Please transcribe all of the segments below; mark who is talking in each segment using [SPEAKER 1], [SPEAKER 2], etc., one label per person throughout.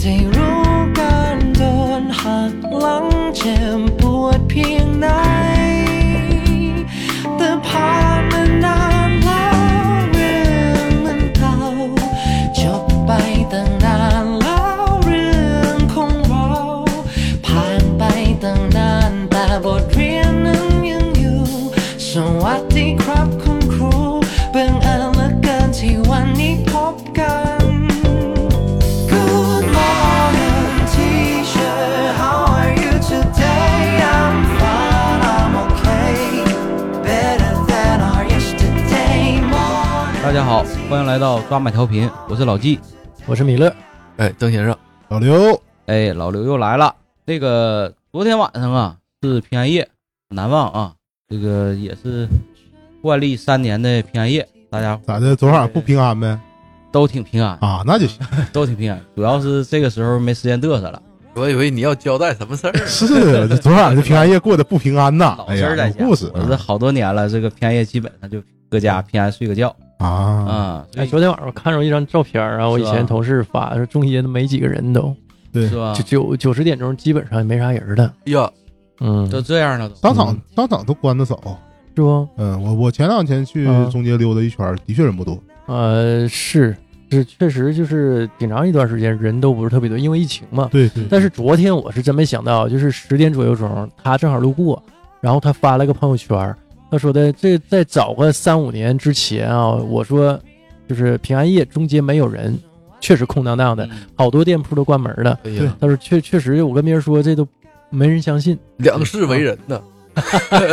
[SPEAKER 1] ที่รู้การเดินหักหลังเจ็บปวดเพียงไหน แต่ผ่านมานานแล้วเรื่องมันเก่าจบไปตั้งนานแล้วเรื่องของเรา ผ่านไปตั้งนานแต่บทเรียนนั้นยังอยู่ สวัสดีครับคุณครูเบิ่งเอิญเหลือเกินที่วันนี้พบกัน Good morning, teacher. How are you today? I'm fine. I'm okay. Better than our yesterday morning.
[SPEAKER 2] 大家好，欢迎来到抓麦调频，我是老纪。
[SPEAKER 3] 我是米勒，
[SPEAKER 4] 哎，邓先生，
[SPEAKER 3] 老刘，
[SPEAKER 2] 哎，老刘又来了。这个昨天晚上啊是平安夜，难忘啊。这个也是惯例三年的平安夜，大家
[SPEAKER 3] 咋的？昨晚不平安呗？
[SPEAKER 2] 都挺平安，
[SPEAKER 3] 啊，那就行。。
[SPEAKER 2] 都挺平安。主要是这个时候没时间嘚瑟了，
[SPEAKER 4] 我以为你要交代什么事儿
[SPEAKER 3] 是，这昨晚这平安夜过得不平安呐。
[SPEAKER 2] 嗯老
[SPEAKER 3] 哎
[SPEAKER 2] 实
[SPEAKER 3] 呀，
[SPEAKER 2] 儿在
[SPEAKER 3] 有
[SPEAKER 2] 家。
[SPEAKER 3] 故事
[SPEAKER 2] 我这好多年了，这个平安夜基本上就搁家平安睡个觉
[SPEAKER 3] 啊！
[SPEAKER 2] 啊，所
[SPEAKER 5] 哎，
[SPEAKER 2] 以
[SPEAKER 5] 昨天晚上我看着一张照片儿啊，我以
[SPEAKER 2] 是吧
[SPEAKER 5] 前同事发说中间都没几个人都，
[SPEAKER 3] 对
[SPEAKER 2] 嗯是，
[SPEAKER 4] 啊
[SPEAKER 2] 吧
[SPEAKER 5] 就？九九十点钟基本上也没啥人了。
[SPEAKER 4] 哎呀，
[SPEAKER 5] 嗯，
[SPEAKER 2] 都这样了都。
[SPEAKER 3] 当场
[SPEAKER 5] 嗯
[SPEAKER 3] 当场都关的早。
[SPEAKER 5] 是不？
[SPEAKER 3] 嗯，我我前两天去
[SPEAKER 2] 嗯
[SPEAKER 5] 啊
[SPEAKER 3] 中街溜达一圈，的确人不多。
[SPEAKER 5] 呃，是是，确实就是挺长一段时间人都不是特别多，因为疫情嘛。
[SPEAKER 3] 对对
[SPEAKER 5] 但是昨天我是真没想到，就是十点左右钟，他正好路过，然后他发了个朋友圈儿，他说的这再早个三五年之前啊，我说就是平安夜中间没有人，确实空荡荡的，
[SPEAKER 2] 嗯
[SPEAKER 5] 好多店铺都关门了。
[SPEAKER 4] 哎
[SPEAKER 3] 对
[SPEAKER 4] 呀，
[SPEAKER 5] 他说确确实，我跟别人说这都没人相信。
[SPEAKER 4] 两世为人呐，
[SPEAKER 3] 嗯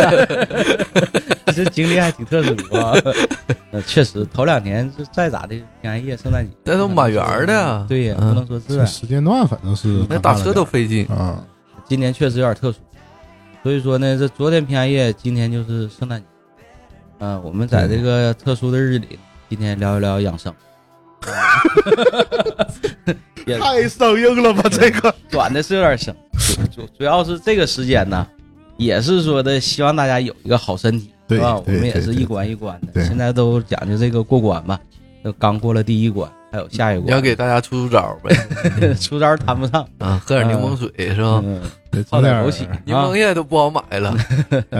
[SPEAKER 2] 这经历还挺特殊啊。 那确实，头两年就再咋的，平安夜、圣诞节，
[SPEAKER 4] 那都满园儿的
[SPEAKER 2] 对呀，
[SPEAKER 4] 嗯
[SPEAKER 2] 不能说
[SPEAKER 3] 这
[SPEAKER 2] 是。啊
[SPEAKER 3] 时间段反正是
[SPEAKER 4] 那打车都费劲。
[SPEAKER 3] 啊，
[SPEAKER 2] 今年确实有点特殊，所以说呢，这昨天平安夜，今天就是圣诞节。嗯、我们在这个特殊的日子里，今天聊一聊养 生，也
[SPEAKER 3] 太生硬了吧？这个
[SPEAKER 2] 短的是有点生，主主主要是这个时间呢，也是说的希望大家有一个好身体，
[SPEAKER 3] 对
[SPEAKER 2] 是吧？啊我
[SPEAKER 3] 对
[SPEAKER 2] 们也
[SPEAKER 3] 对
[SPEAKER 2] 是
[SPEAKER 3] 对
[SPEAKER 2] 一关一关的，
[SPEAKER 3] 对
[SPEAKER 2] 现在都讲究这个过关嘛，就刚过了第一关，还有下一
[SPEAKER 4] 你要
[SPEAKER 2] 关，
[SPEAKER 4] 给大家出出招儿呗，
[SPEAKER 2] 出招谈不上，
[SPEAKER 4] 啊，喝点柠檬水是吧？
[SPEAKER 2] 嗯，
[SPEAKER 3] 得
[SPEAKER 2] 泡
[SPEAKER 3] 整
[SPEAKER 2] 点
[SPEAKER 3] 点
[SPEAKER 2] 枸杞
[SPEAKER 3] 儿，
[SPEAKER 4] 柠
[SPEAKER 2] 啊
[SPEAKER 4] 檬。叶都不好买了，
[SPEAKER 3] 哎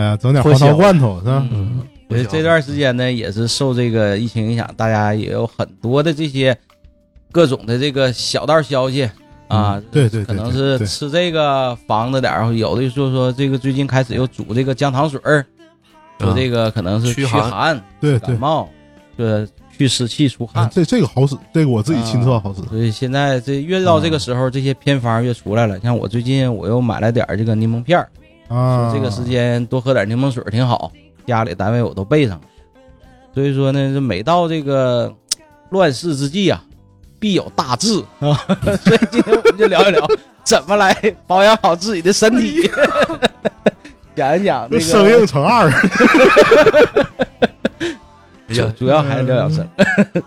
[SPEAKER 3] 呀，整点黄桃罐头是吧？
[SPEAKER 4] 嗯，
[SPEAKER 2] 我觉得这段时间呢，也是受这个疫情影响，大家也有很多的这些各种的这个小道消息啊，
[SPEAKER 3] 对嗯对，对
[SPEAKER 2] 可能
[SPEAKER 3] 对
[SPEAKER 2] 是
[SPEAKER 3] 对
[SPEAKER 2] 吃这个防着点儿，有的就说这个最近开始又煮这个姜糖水儿，说这个可能是
[SPEAKER 4] 驱寒
[SPEAKER 2] 寒、
[SPEAKER 3] 对
[SPEAKER 2] 感
[SPEAKER 3] 对，
[SPEAKER 2] 冒，这去湿气除
[SPEAKER 3] 啊
[SPEAKER 2] 汗。
[SPEAKER 3] 这这个好使，这个我自己亲
[SPEAKER 2] 啊
[SPEAKER 3] 测好使。
[SPEAKER 2] 所以现在这越到这个时候，这些偏方越出来了。像我最近我又买了点儿这个柠檬片儿，
[SPEAKER 3] 啊，
[SPEAKER 2] 说这个时间多喝点柠檬水挺好，家里单位我都备上了。所以说呢，这每到这个嘖乱世之际啊，必有大治啊。 所以今天我们就聊一聊怎么来保养好自己的身体， 讲一讲这个
[SPEAKER 3] 生硬乘二，
[SPEAKER 4] 哎
[SPEAKER 2] 主
[SPEAKER 4] 呀，
[SPEAKER 2] 主要还是聊养生，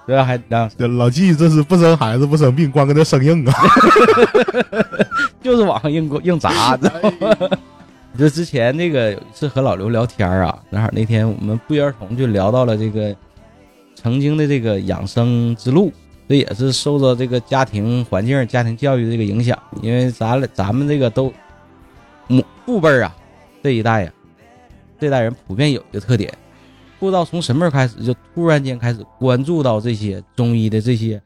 [SPEAKER 2] 主要还是聊养生，
[SPEAKER 3] 这老纪这是不生孩子不生病，光跟这生硬啊！
[SPEAKER 2] 就是往上硬过硬砸。知道吗这之前那个有一次和老刘聊天啊，正好那天我们不约而同就聊到了这个曾经的这个养生之路，这也是受到这个家庭环境、家庭教育的这个影响，因为咱俩咱们这个都母父辈儿啊这一代呀、这代人普遍有一个特点，不知道从什么时候开始，就突然间开始关注到这些中医的这些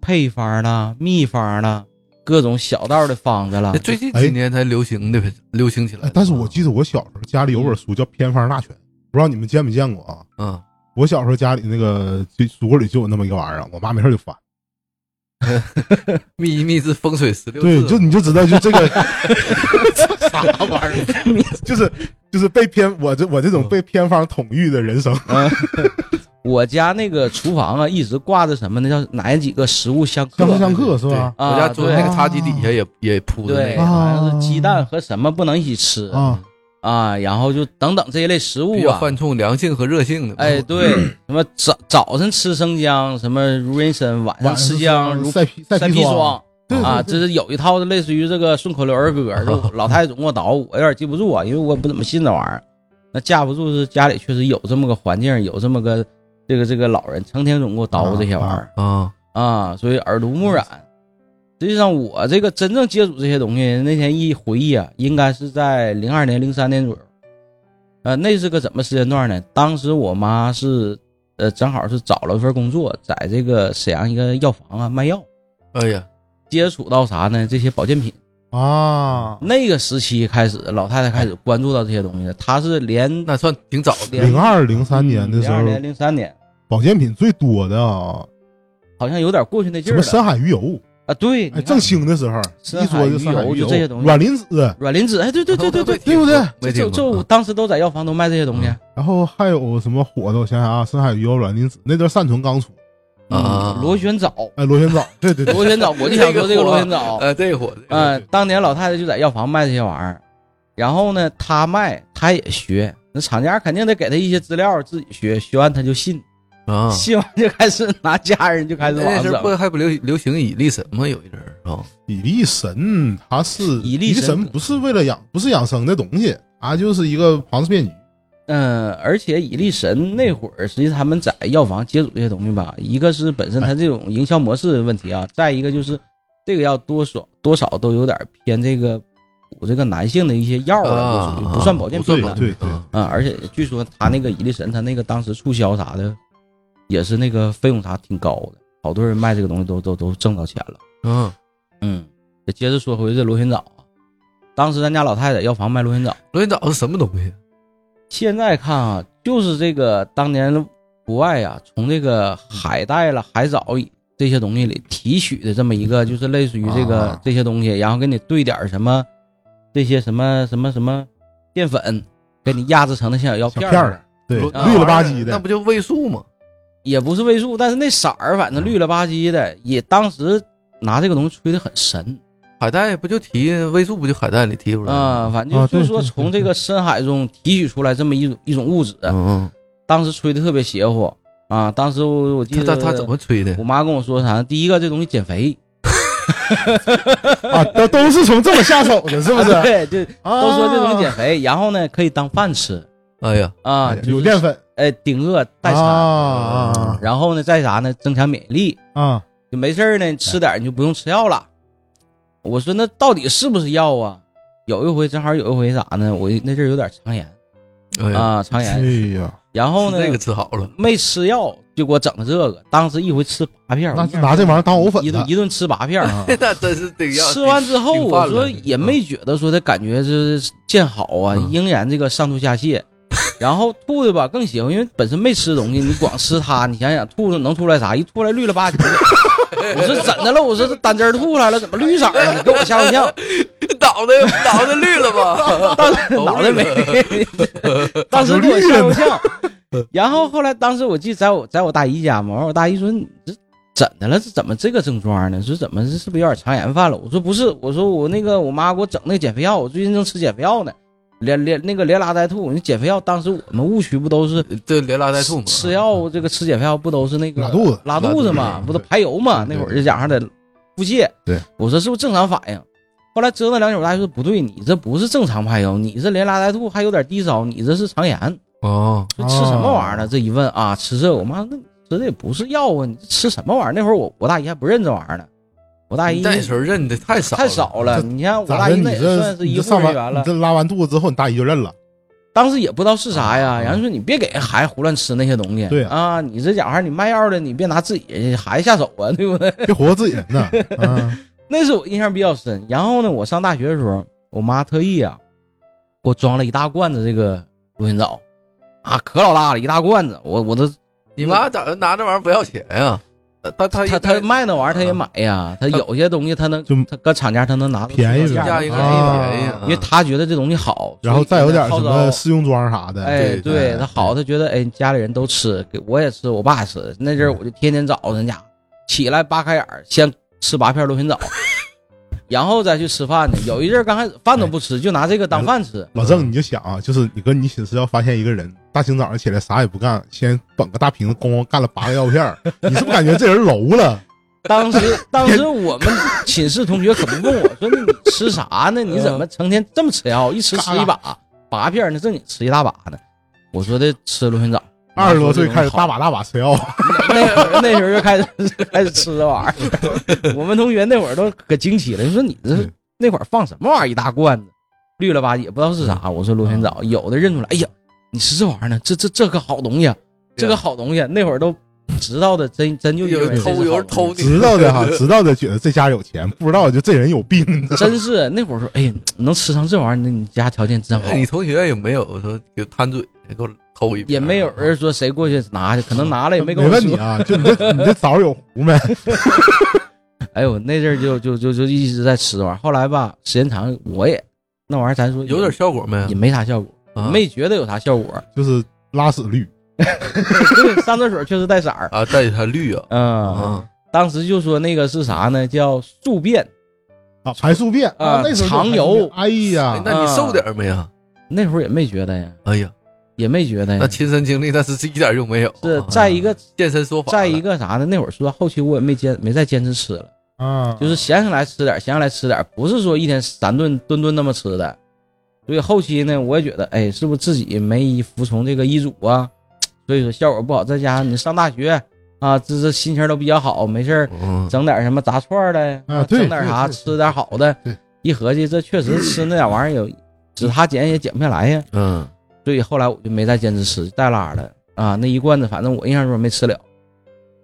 [SPEAKER 2] 配方啦、秘方啦、各种小道的方子啦
[SPEAKER 4] 哎这。最近几年才流行的呗，流行起来的。
[SPEAKER 3] 哎但是我记得我小时候家里有本书叫《偏方大全》，不知道你们见没见过啊？
[SPEAKER 4] 嗯，
[SPEAKER 3] 我小时候家里那个就书柜里就有那么一个玩意儿，啊我妈没事就翻。
[SPEAKER 4] 秘密是风水十六
[SPEAKER 3] 对，
[SPEAKER 4] 字
[SPEAKER 3] 就你就知道就这 个啥玩意儿，就是就是被偏我这我这种被偏方统御的人生
[SPEAKER 2] 我家那个厨房啊，一直挂着什么呢？叫哪几个食物相克
[SPEAKER 3] 相克相克是吧？
[SPEAKER 2] 啊？
[SPEAKER 4] 我家桌
[SPEAKER 2] 对
[SPEAKER 4] 那个茶几底下也也铺着那
[SPEAKER 2] 对，啊
[SPEAKER 4] 个，
[SPEAKER 2] 好像是鸡蛋和什么不能一起吃
[SPEAKER 3] 啊，
[SPEAKER 2] 啊，然后就等等这一类食
[SPEAKER 4] 比
[SPEAKER 2] 物
[SPEAKER 4] 较
[SPEAKER 2] 啊。
[SPEAKER 4] 犯嗯冲凉性和热性的。
[SPEAKER 2] 哎，，对，什么早早晨吃生姜，什么如人参，晚上
[SPEAKER 3] 晚
[SPEAKER 2] 吃
[SPEAKER 3] 上
[SPEAKER 2] 姜如
[SPEAKER 3] 晒砒
[SPEAKER 2] 晒砒
[SPEAKER 3] 砒
[SPEAKER 2] 霜，
[SPEAKER 3] 对
[SPEAKER 2] 啊，
[SPEAKER 3] 对
[SPEAKER 2] 这是有一套类似于这个顺口溜儿歌，这我老太太总给我捣鼓，我有点记不住啊，因为我不怎么信这玩意儿。那架不住是家里确实有这么个环境，有这么个这个这个老人，成天总给我捣鼓这些玩意儿
[SPEAKER 4] 啊，
[SPEAKER 2] 啊，所以耳濡目染，实际上我这个真正接触这些东西，那天一回忆啊，应该是在零二年、零三年左右。呃，那是个怎么时间段呢？当时我妈是，呃，正好是找了份工作，在这个沈阳一个药房啊卖药，
[SPEAKER 4] 哎呀，
[SPEAKER 2] 接触到啥呢？这些保健品。
[SPEAKER 3] 啊，
[SPEAKER 2] 那个时期开始，老太太开始关注到这些东西了。她是连
[SPEAKER 4] 那算挺早的。
[SPEAKER 2] 连
[SPEAKER 3] 零二零三年的时候
[SPEAKER 2] 零二，年、零三年，
[SPEAKER 3] 保健品最多的啊，
[SPEAKER 2] 好像有点过去那劲
[SPEAKER 3] 什
[SPEAKER 2] 儿
[SPEAKER 3] 么
[SPEAKER 2] 了
[SPEAKER 3] 深海鱼油，
[SPEAKER 2] 啊！对，
[SPEAKER 3] 哎，
[SPEAKER 2] 你看
[SPEAKER 3] 正兴的时候，
[SPEAKER 2] 深
[SPEAKER 3] 一
[SPEAKER 2] 海
[SPEAKER 3] 说
[SPEAKER 2] 鱼
[SPEAKER 3] 就深海
[SPEAKER 2] 油
[SPEAKER 3] 鱼
[SPEAKER 2] 就这些东西
[SPEAKER 3] 软磷脂，
[SPEAKER 2] 软磷脂，哎，对对对对对，
[SPEAKER 3] 对不对？
[SPEAKER 4] 没
[SPEAKER 2] 就
[SPEAKER 4] 听
[SPEAKER 2] 就
[SPEAKER 4] 过嗯
[SPEAKER 2] 我当时都在药房都卖这些东西。
[SPEAKER 3] 然后还有什么火的？我想想啊，深海鱼油、软磷脂，那阵儿单纯刚出，
[SPEAKER 4] 啊。
[SPEAKER 2] 螺旋藻，
[SPEAKER 3] 哎，螺 旋藻，对对对，
[SPEAKER 2] 螺旋藻，我就想说这个螺旋藻，
[SPEAKER 4] 呃，这火的，
[SPEAKER 2] 嗯，当年老太太就在药房卖这些玩意儿，然后呢，她卖，她也学，那厂家肯定得给她一些资料，自己学，学完她就信，
[SPEAKER 4] 啊，
[SPEAKER 2] 信完就开始拿家人就开始往
[SPEAKER 4] 那
[SPEAKER 2] 上
[SPEAKER 4] 时候不
[SPEAKER 2] 整，
[SPEAKER 4] 还不流流行以力神吗？有一阵儿啊，
[SPEAKER 3] 比利神，它是
[SPEAKER 2] 比利神
[SPEAKER 3] 神，不是为了养，不是养生的东西，它就是一个庞氏骗局。
[SPEAKER 2] 嗯，而且以力神那会儿，实际他们在药房接触这些东西吧，一个是本身他这种营销模式的问题啊，再一个就是这个药多少多少都有点偏这个补这个男性的一些药了，就属于啊不算保健
[SPEAKER 4] 啊不算
[SPEAKER 2] 品
[SPEAKER 4] 保
[SPEAKER 2] 了。
[SPEAKER 4] 健
[SPEAKER 3] 对对
[SPEAKER 4] 啊
[SPEAKER 2] 嗯，而且据说他那个伊利神，他那个当时促销啥的，也是那个费用啥挺高的，好多人卖这个东西都都都挣到钱了。
[SPEAKER 4] 嗯，
[SPEAKER 2] 嗯，再接着说回这螺旋藻啊，当时咱家老太太在药房卖螺旋藻，
[SPEAKER 4] 螺旋藻是什么东西？
[SPEAKER 2] 现在看啊，就是这个当年国外啊，从这个海带了、海藻这些东西里提取的这么一个，就是类似于这个、
[SPEAKER 4] 啊
[SPEAKER 2] 这些东西，然后给你兑点儿什么这些什么什么什么淀粉，给你压制成的像小药
[SPEAKER 3] 小
[SPEAKER 2] 片
[SPEAKER 3] 片
[SPEAKER 2] 儿
[SPEAKER 3] 儿，对，
[SPEAKER 2] 啊
[SPEAKER 4] 螺
[SPEAKER 3] 绿了吧唧
[SPEAKER 4] 那
[SPEAKER 3] 的，
[SPEAKER 4] 不就味素吗？
[SPEAKER 2] 也不是味素，但是那色儿反正绿了吧唧的，也当时拿这个东西吹得很神
[SPEAKER 4] 海带不就提味素，不就海带里提出来
[SPEAKER 2] 啊、
[SPEAKER 4] 吗？
[SPEAKER 2] 反正
[SPEAKER 3] 啊
[SPEAKER 2] 就
[SPEAKER 3] 对
[SPEAKER 2] 是说
[SPEAKER 3] 对对
[SPEAKER 2] 从这个深海中提取出来这么一种一种物质，
[SPEAKER 4] 嗯
[SPEAKER 2] 当时吹得特别邪乎啊！当时我我记
[SPEAKER 4] 嗯，
[SPEAKER 2] 得
[SPEAKER 4] 他他他怎么吹的
[SPEAKER 2] 我？妈跟我说啥？第一个这东西减肥，
[SPEAKER 3] 啊，都都是从这么下手 的，是不是？
[SPEAKER 2] 啊对，就
[SPEAKER 3] 啊
[SPEAKER 2] 都说这东西减肥，然后呢可以当饭吃
[SPEAKER 4] 哎呀，
[SPEAKER 2] 啊，
[SPEAKER 3] 哎
[SPEAKER 2] 就是
[SPEAKER 3] 有淀粉
[SPEAKER 2] 哎顶饿代餐，
[SPEAKER 3] 啊
[SPEAKER 2] 然后呢再啥呢增强免疫力，
[SPEAKER 3] 啊啊！
[SPEAKER 2] 就没事儿呢，吃点儿你就不用吃药了。我说那到底是不是药啊？有一回正好有一回啥呢？我那阵儿有点肠炎
[SPEAKER 4] 哎呀，
[SPEAKER 2] 啊，肠
[SPEAKER 3] 哎
[SPEAKER 2] 炎，
[SPEAKER 3] 呀，
[SPEAKER 2] 然后呢
[SPEAKER 4] 这个吃好了，
[SPEAKER 2] 没吃药，就给我整的这个。当时一回吃八片儿，
[SPEAKER 3] 那
[SPEAKER 2] 我
[SPEAKER 3] 拿这玩意儿当藕粉
[SPEAKER 2] 一顿
[SPEAKER 3] 了
[SPEAKER 2] 一顿吃八片儿。
[SPEAKER 3] 啊
[SPEAKER 4] 那真是这个样。
[SPEAKER 2] 吃完之后，
[SPEAKER 4] 挺
[SPEAKER 2] 我
[SPEAKER 4] 犯了
[SPEAKER 2] 说也没觉得说他感觉是见好啊，
[SPEAKER 4] 嗯
[SPEAKER 2] 仍然这个上吐下泻。然后吐的吧更邪乎，因为本身没吃东西，你光吃它，你想想吐的能出来啥？一吐来绿了吧唧的。 我说怎的了？我说这胆汁儿吐出来了，怎么绿色儿啊？你给我吓我一跳，
[SPEAKER 4] 脑袋脑袋绿了吧？
[SPEAKER 2] 当时脑袋没， 当时给我吓我一跳。然后后来，当时我记得在我在我大姨家嘛，完我大姨说你这怎的了？这怎么这个症状呢？说怎么是不是有点肠炎犯了？我说不是，我说我那个我妈给我整那个减肥药，我最近正吃减肥药呢，连连那个连拉带吐。你减肥药当时我们误区不都是
[SPEAKER 4] 这连拉带吐嘛，啊
[SPEAKER 2] 吃药这个吃减肥药不都是那个
[SPEAKER 3] 拉肚子
[SPEAKER 2] 拉肚子嘛，不都排油嘛？那
[SPEAKER 3] 对
[SPEAKER 2] 会儿就讲上得腹泻。
[SPEAKER 3] 对，
[SPEAKER 2] 我说是不是正常反应？后来折腾两宿，我大夫说不对，你这不是正常排油，你这连拉带吐还有点低烧，你这是肠炎。
[SPEAKER 4] 哦，
[SPEAKER 2] 说吃什么玩意儿呢？这一问啊，吃这我妈那吃的也不是药啊，你这吃什么玩意儿？那会儿我我大姨还不认这玩意儿呢，我大姨
[SPEAKER 4] 你那时候认的太少
[SPEAKER 2] 哎太少了。
[SPEAKER 3] 这
[SPEAKER 2] 你像我
[SPEAKER 3] 咋
[SPEAKER 2] 大
[SPEAKER 3] 的？
[SPEAKER 2] 姨
[SPEAKER 3] 你
[SPEAKER 2] 那也
[SPEAKER 3] 这
[SPEAKER 2] 算是
[SPEAKER 3] 你
[SPEAKER 2] 一
[SPEAKER 3] 这
[SPEAKER 2] 护
[SPEAKER 3] 上
[SPEAKER 2] 人
[SPEAKER 3] 完
[SPEAKER 2] 员
[SPEAKER 3] 你
[SPEAKER 2] 了
[SPEAKER 3] 这，拉完肚子之后，你大姨就认了，
[SPEAKER 2] 当时也不知道是啥呀。
[SPEAKER 3] 啊
[SPEAKER 2] 然后说你别给孩子胡乱吃那些东西，
[SPEAKER 3] 对
[SPEAKER 2] 啊，你这家伙你卖药的，你别拿自己孩子下手啊，对不对？
[SPEAKER 3] 别活自己人呐！啊
[SPEAKER 2] 那是我印象比较深。然后呢，我上大学的时候，我妈特意啊，给我装了一大罐子这个螺旋藻，啊，可老大了，一大罐子，我我都
[SPEAKER 4] 你妈咋拿这玩意儿不要钱呀？他他
[SPEAKER 2] 他他卖那玩意儿他也买呀，他有些东西他能
[SPEAKER 3] 啊就
[SPEAKER 2] 他搁厂家他能拿到
[SPEAKER 3] 便宜
[SPEAKER 2] 出
[SPEAKER 3] 点
[SPEAKER 2] 价
[SPEAKER 4] 价
[SPEAKER 2] 格
[SPEAKER 4] 应该
[SPEAKER 3] 啊
[SPEAKER 4] 便宜啊，
[SPEAKER 2] 因为他觉得这东西好，
[SPEAKER 3] 然后再有点
[SPEAKER 2] 所
[SPEAKER 3] 什
[SPEAKER 2] 以
[SPEAKER 3] 么
[SPEAKER 2] 呢
[SPEAKER 3] 试用装啥
[SPEAKER 2] 号召
[SPEAKER 3] 的，
[SPEAKER 2] 哎，
[SPEAKER 4] 对
[SPEAKER 2] 对
[SPEAKER 3] 哎
[SPEAKER 2] 他好，他觉得哎家里人都吃，给我也吃，我爸也吃，那阵儿我就天天早晨家起来扒开眼儿先吃八片螺旋藻。然后再去吃饭呢。有一阵儿刚开始饭都不吃，就拿这个当饭吃。
[SPEAKER 3] 老郑，你就想啊，就是你跟你寝室要发现一个人，大清早上起来啥也不干，先捧个大瓶子，咣咣干了八个药片儿，你是不是感觉这人 low 了？
[SPEAKER 2] 当时当时我们寝室同学可不问我说：“那你吃啥呢？你怎么啊成天这么吃药？一吃吃一把，八片儿呢，正经吃一大把呢。”我说的吃螺旋藻，
[SPEAKER 3] 二十多岁开始大
[SPEAKER 2] 大，
[SPEAKER 3] 把大把吃药，
[SPEAKER 2] 那时候那时候就开始开始吃这玩意儿。我们同学那会儿都可惊奇了，你说你这
[SPEAKER 3] 嗯
[SPEAKER 2] 那会儿放什么玩意儿一大罐子，绿了吧唧也不知道是啥。我说螺
[SPEAKER 4] 嗯
[SPEAKER 2] 旋藻，有的认出来，哎呀，你吃这玩意儿呢，这这这可好东西啊，这个好东西啊。那会儿都知道的，真真就以
[SPEAKER 4] 有
[SPEAKER 2] 为这
[SPEAKER 4] 人
[SPEAKER 2] 是好
[SPEAKER 4] 偷，
[SPEAKER 2] 东西
[SPEAKER 4] 有人偷你，
[SPEAKER 3] 知道的哈，知道的觉得这家有钱，不知道就这人有病。你知道吗
[SPEAKER 2] 真是那会儿说，哎，能吃上这玩意儿，那你家条件真好
[SPEAKER 4] 哎。 你同学有没有说就贪嘴给我偷一瓶？啊
[SPEAKER 2] 也没有人说谁过去拿去，可能拿了也没跟
[SPEAKER 3] 没
[SPEAKER 2] 我
[SPEAKER 3] 问
[SPEAKER 2] 说
[SPEAKER 3] 你。啊，就你这你这枣有核没？
[SPEAKER 2] 哎呦，那阵儿就就就就一直在吃这玩意儿。后来吧，时间长，我也那玩意儿，咱说
[SPEAKER 4] 有点效果没？
[SPEAKER 2] 也没啥效果，
[SPEAKER 4] 啊
[SPEAKER 2] 没觉得有啥效 果。
[SPEAKER 3] 就是拉屎绿，
[SPEAKER 2] 对，上厕所确实带色儿。
[SPEAKER 4] 啊，带着它绿 啊
[SPEAKER 2] 嗯，
[SPEAKER 4] 啊，
[SPEAKER 2] 当时就说那个是啥呢？叫宿便。
[SPEAKER 3] 啊，排宿便
[SPEAKER 2] 啊
[SPEAKER 3] 那时候就
[SPEAKER 2] 常
[SPEAKER 3] 排宿
[SPEAKER 2] 油
[SPEAKER 3] 便哎
[SPEAKER 4] 哎
[SPEAKER 3] 呀，
[SPEAKER 4] 那你瘦点儿没啊？
[SPEAKER 2] 那会儿也没觉得呀，
[SPEAKER 4] 哎呀，
[SPEAKER 2] 也没觉得
[SPEAKER 4] 那
[SPEAKER 2] 呀。
[SPEAKER 4] 亲身经历，但是这一点用没有。
[SPEAKER 2] 嗯是
[SPEAKER 4] 啊
[SPEAKER 2] 再一个，
[SPEAKER 4] 健身说法了，
[SPEAKER 2] 再一个啥呢？那会儿说到后期我也没坚没再坚持吃了，
[SPEAKER 3] 啊，
[SPEAKER 2] 就是闲下来吃点儿，闲下来吃点儿，不是说一天三顿顿顿那么吃的。所以后期呢，我也觉得，哎，是不是自己没服从这个医嘱啊？所以说效果不好。再加上你上大学啊，这这心情都比较好，没事儿
[SPEAKER 4] 嗯，
[SPEAKER 2] 整点什么杂串儿的
[SPEAKER 3] 啊对
[SPEAKER 2] 整点啥
[SPEAKER 3] 对对
[SPEAKER 2] 吃点好的
[SPEAKER 3] 对。嗯
[SPEAKER 2] 一合计，这确实吃那点玩意儿有，只他减也减不下来呀。
[SPEAKER 4] 嗯，
[SPEAKER 2] 所以后来我就没再坚持吃，带拉的啊。那一罐子，反正我印象中没吃了。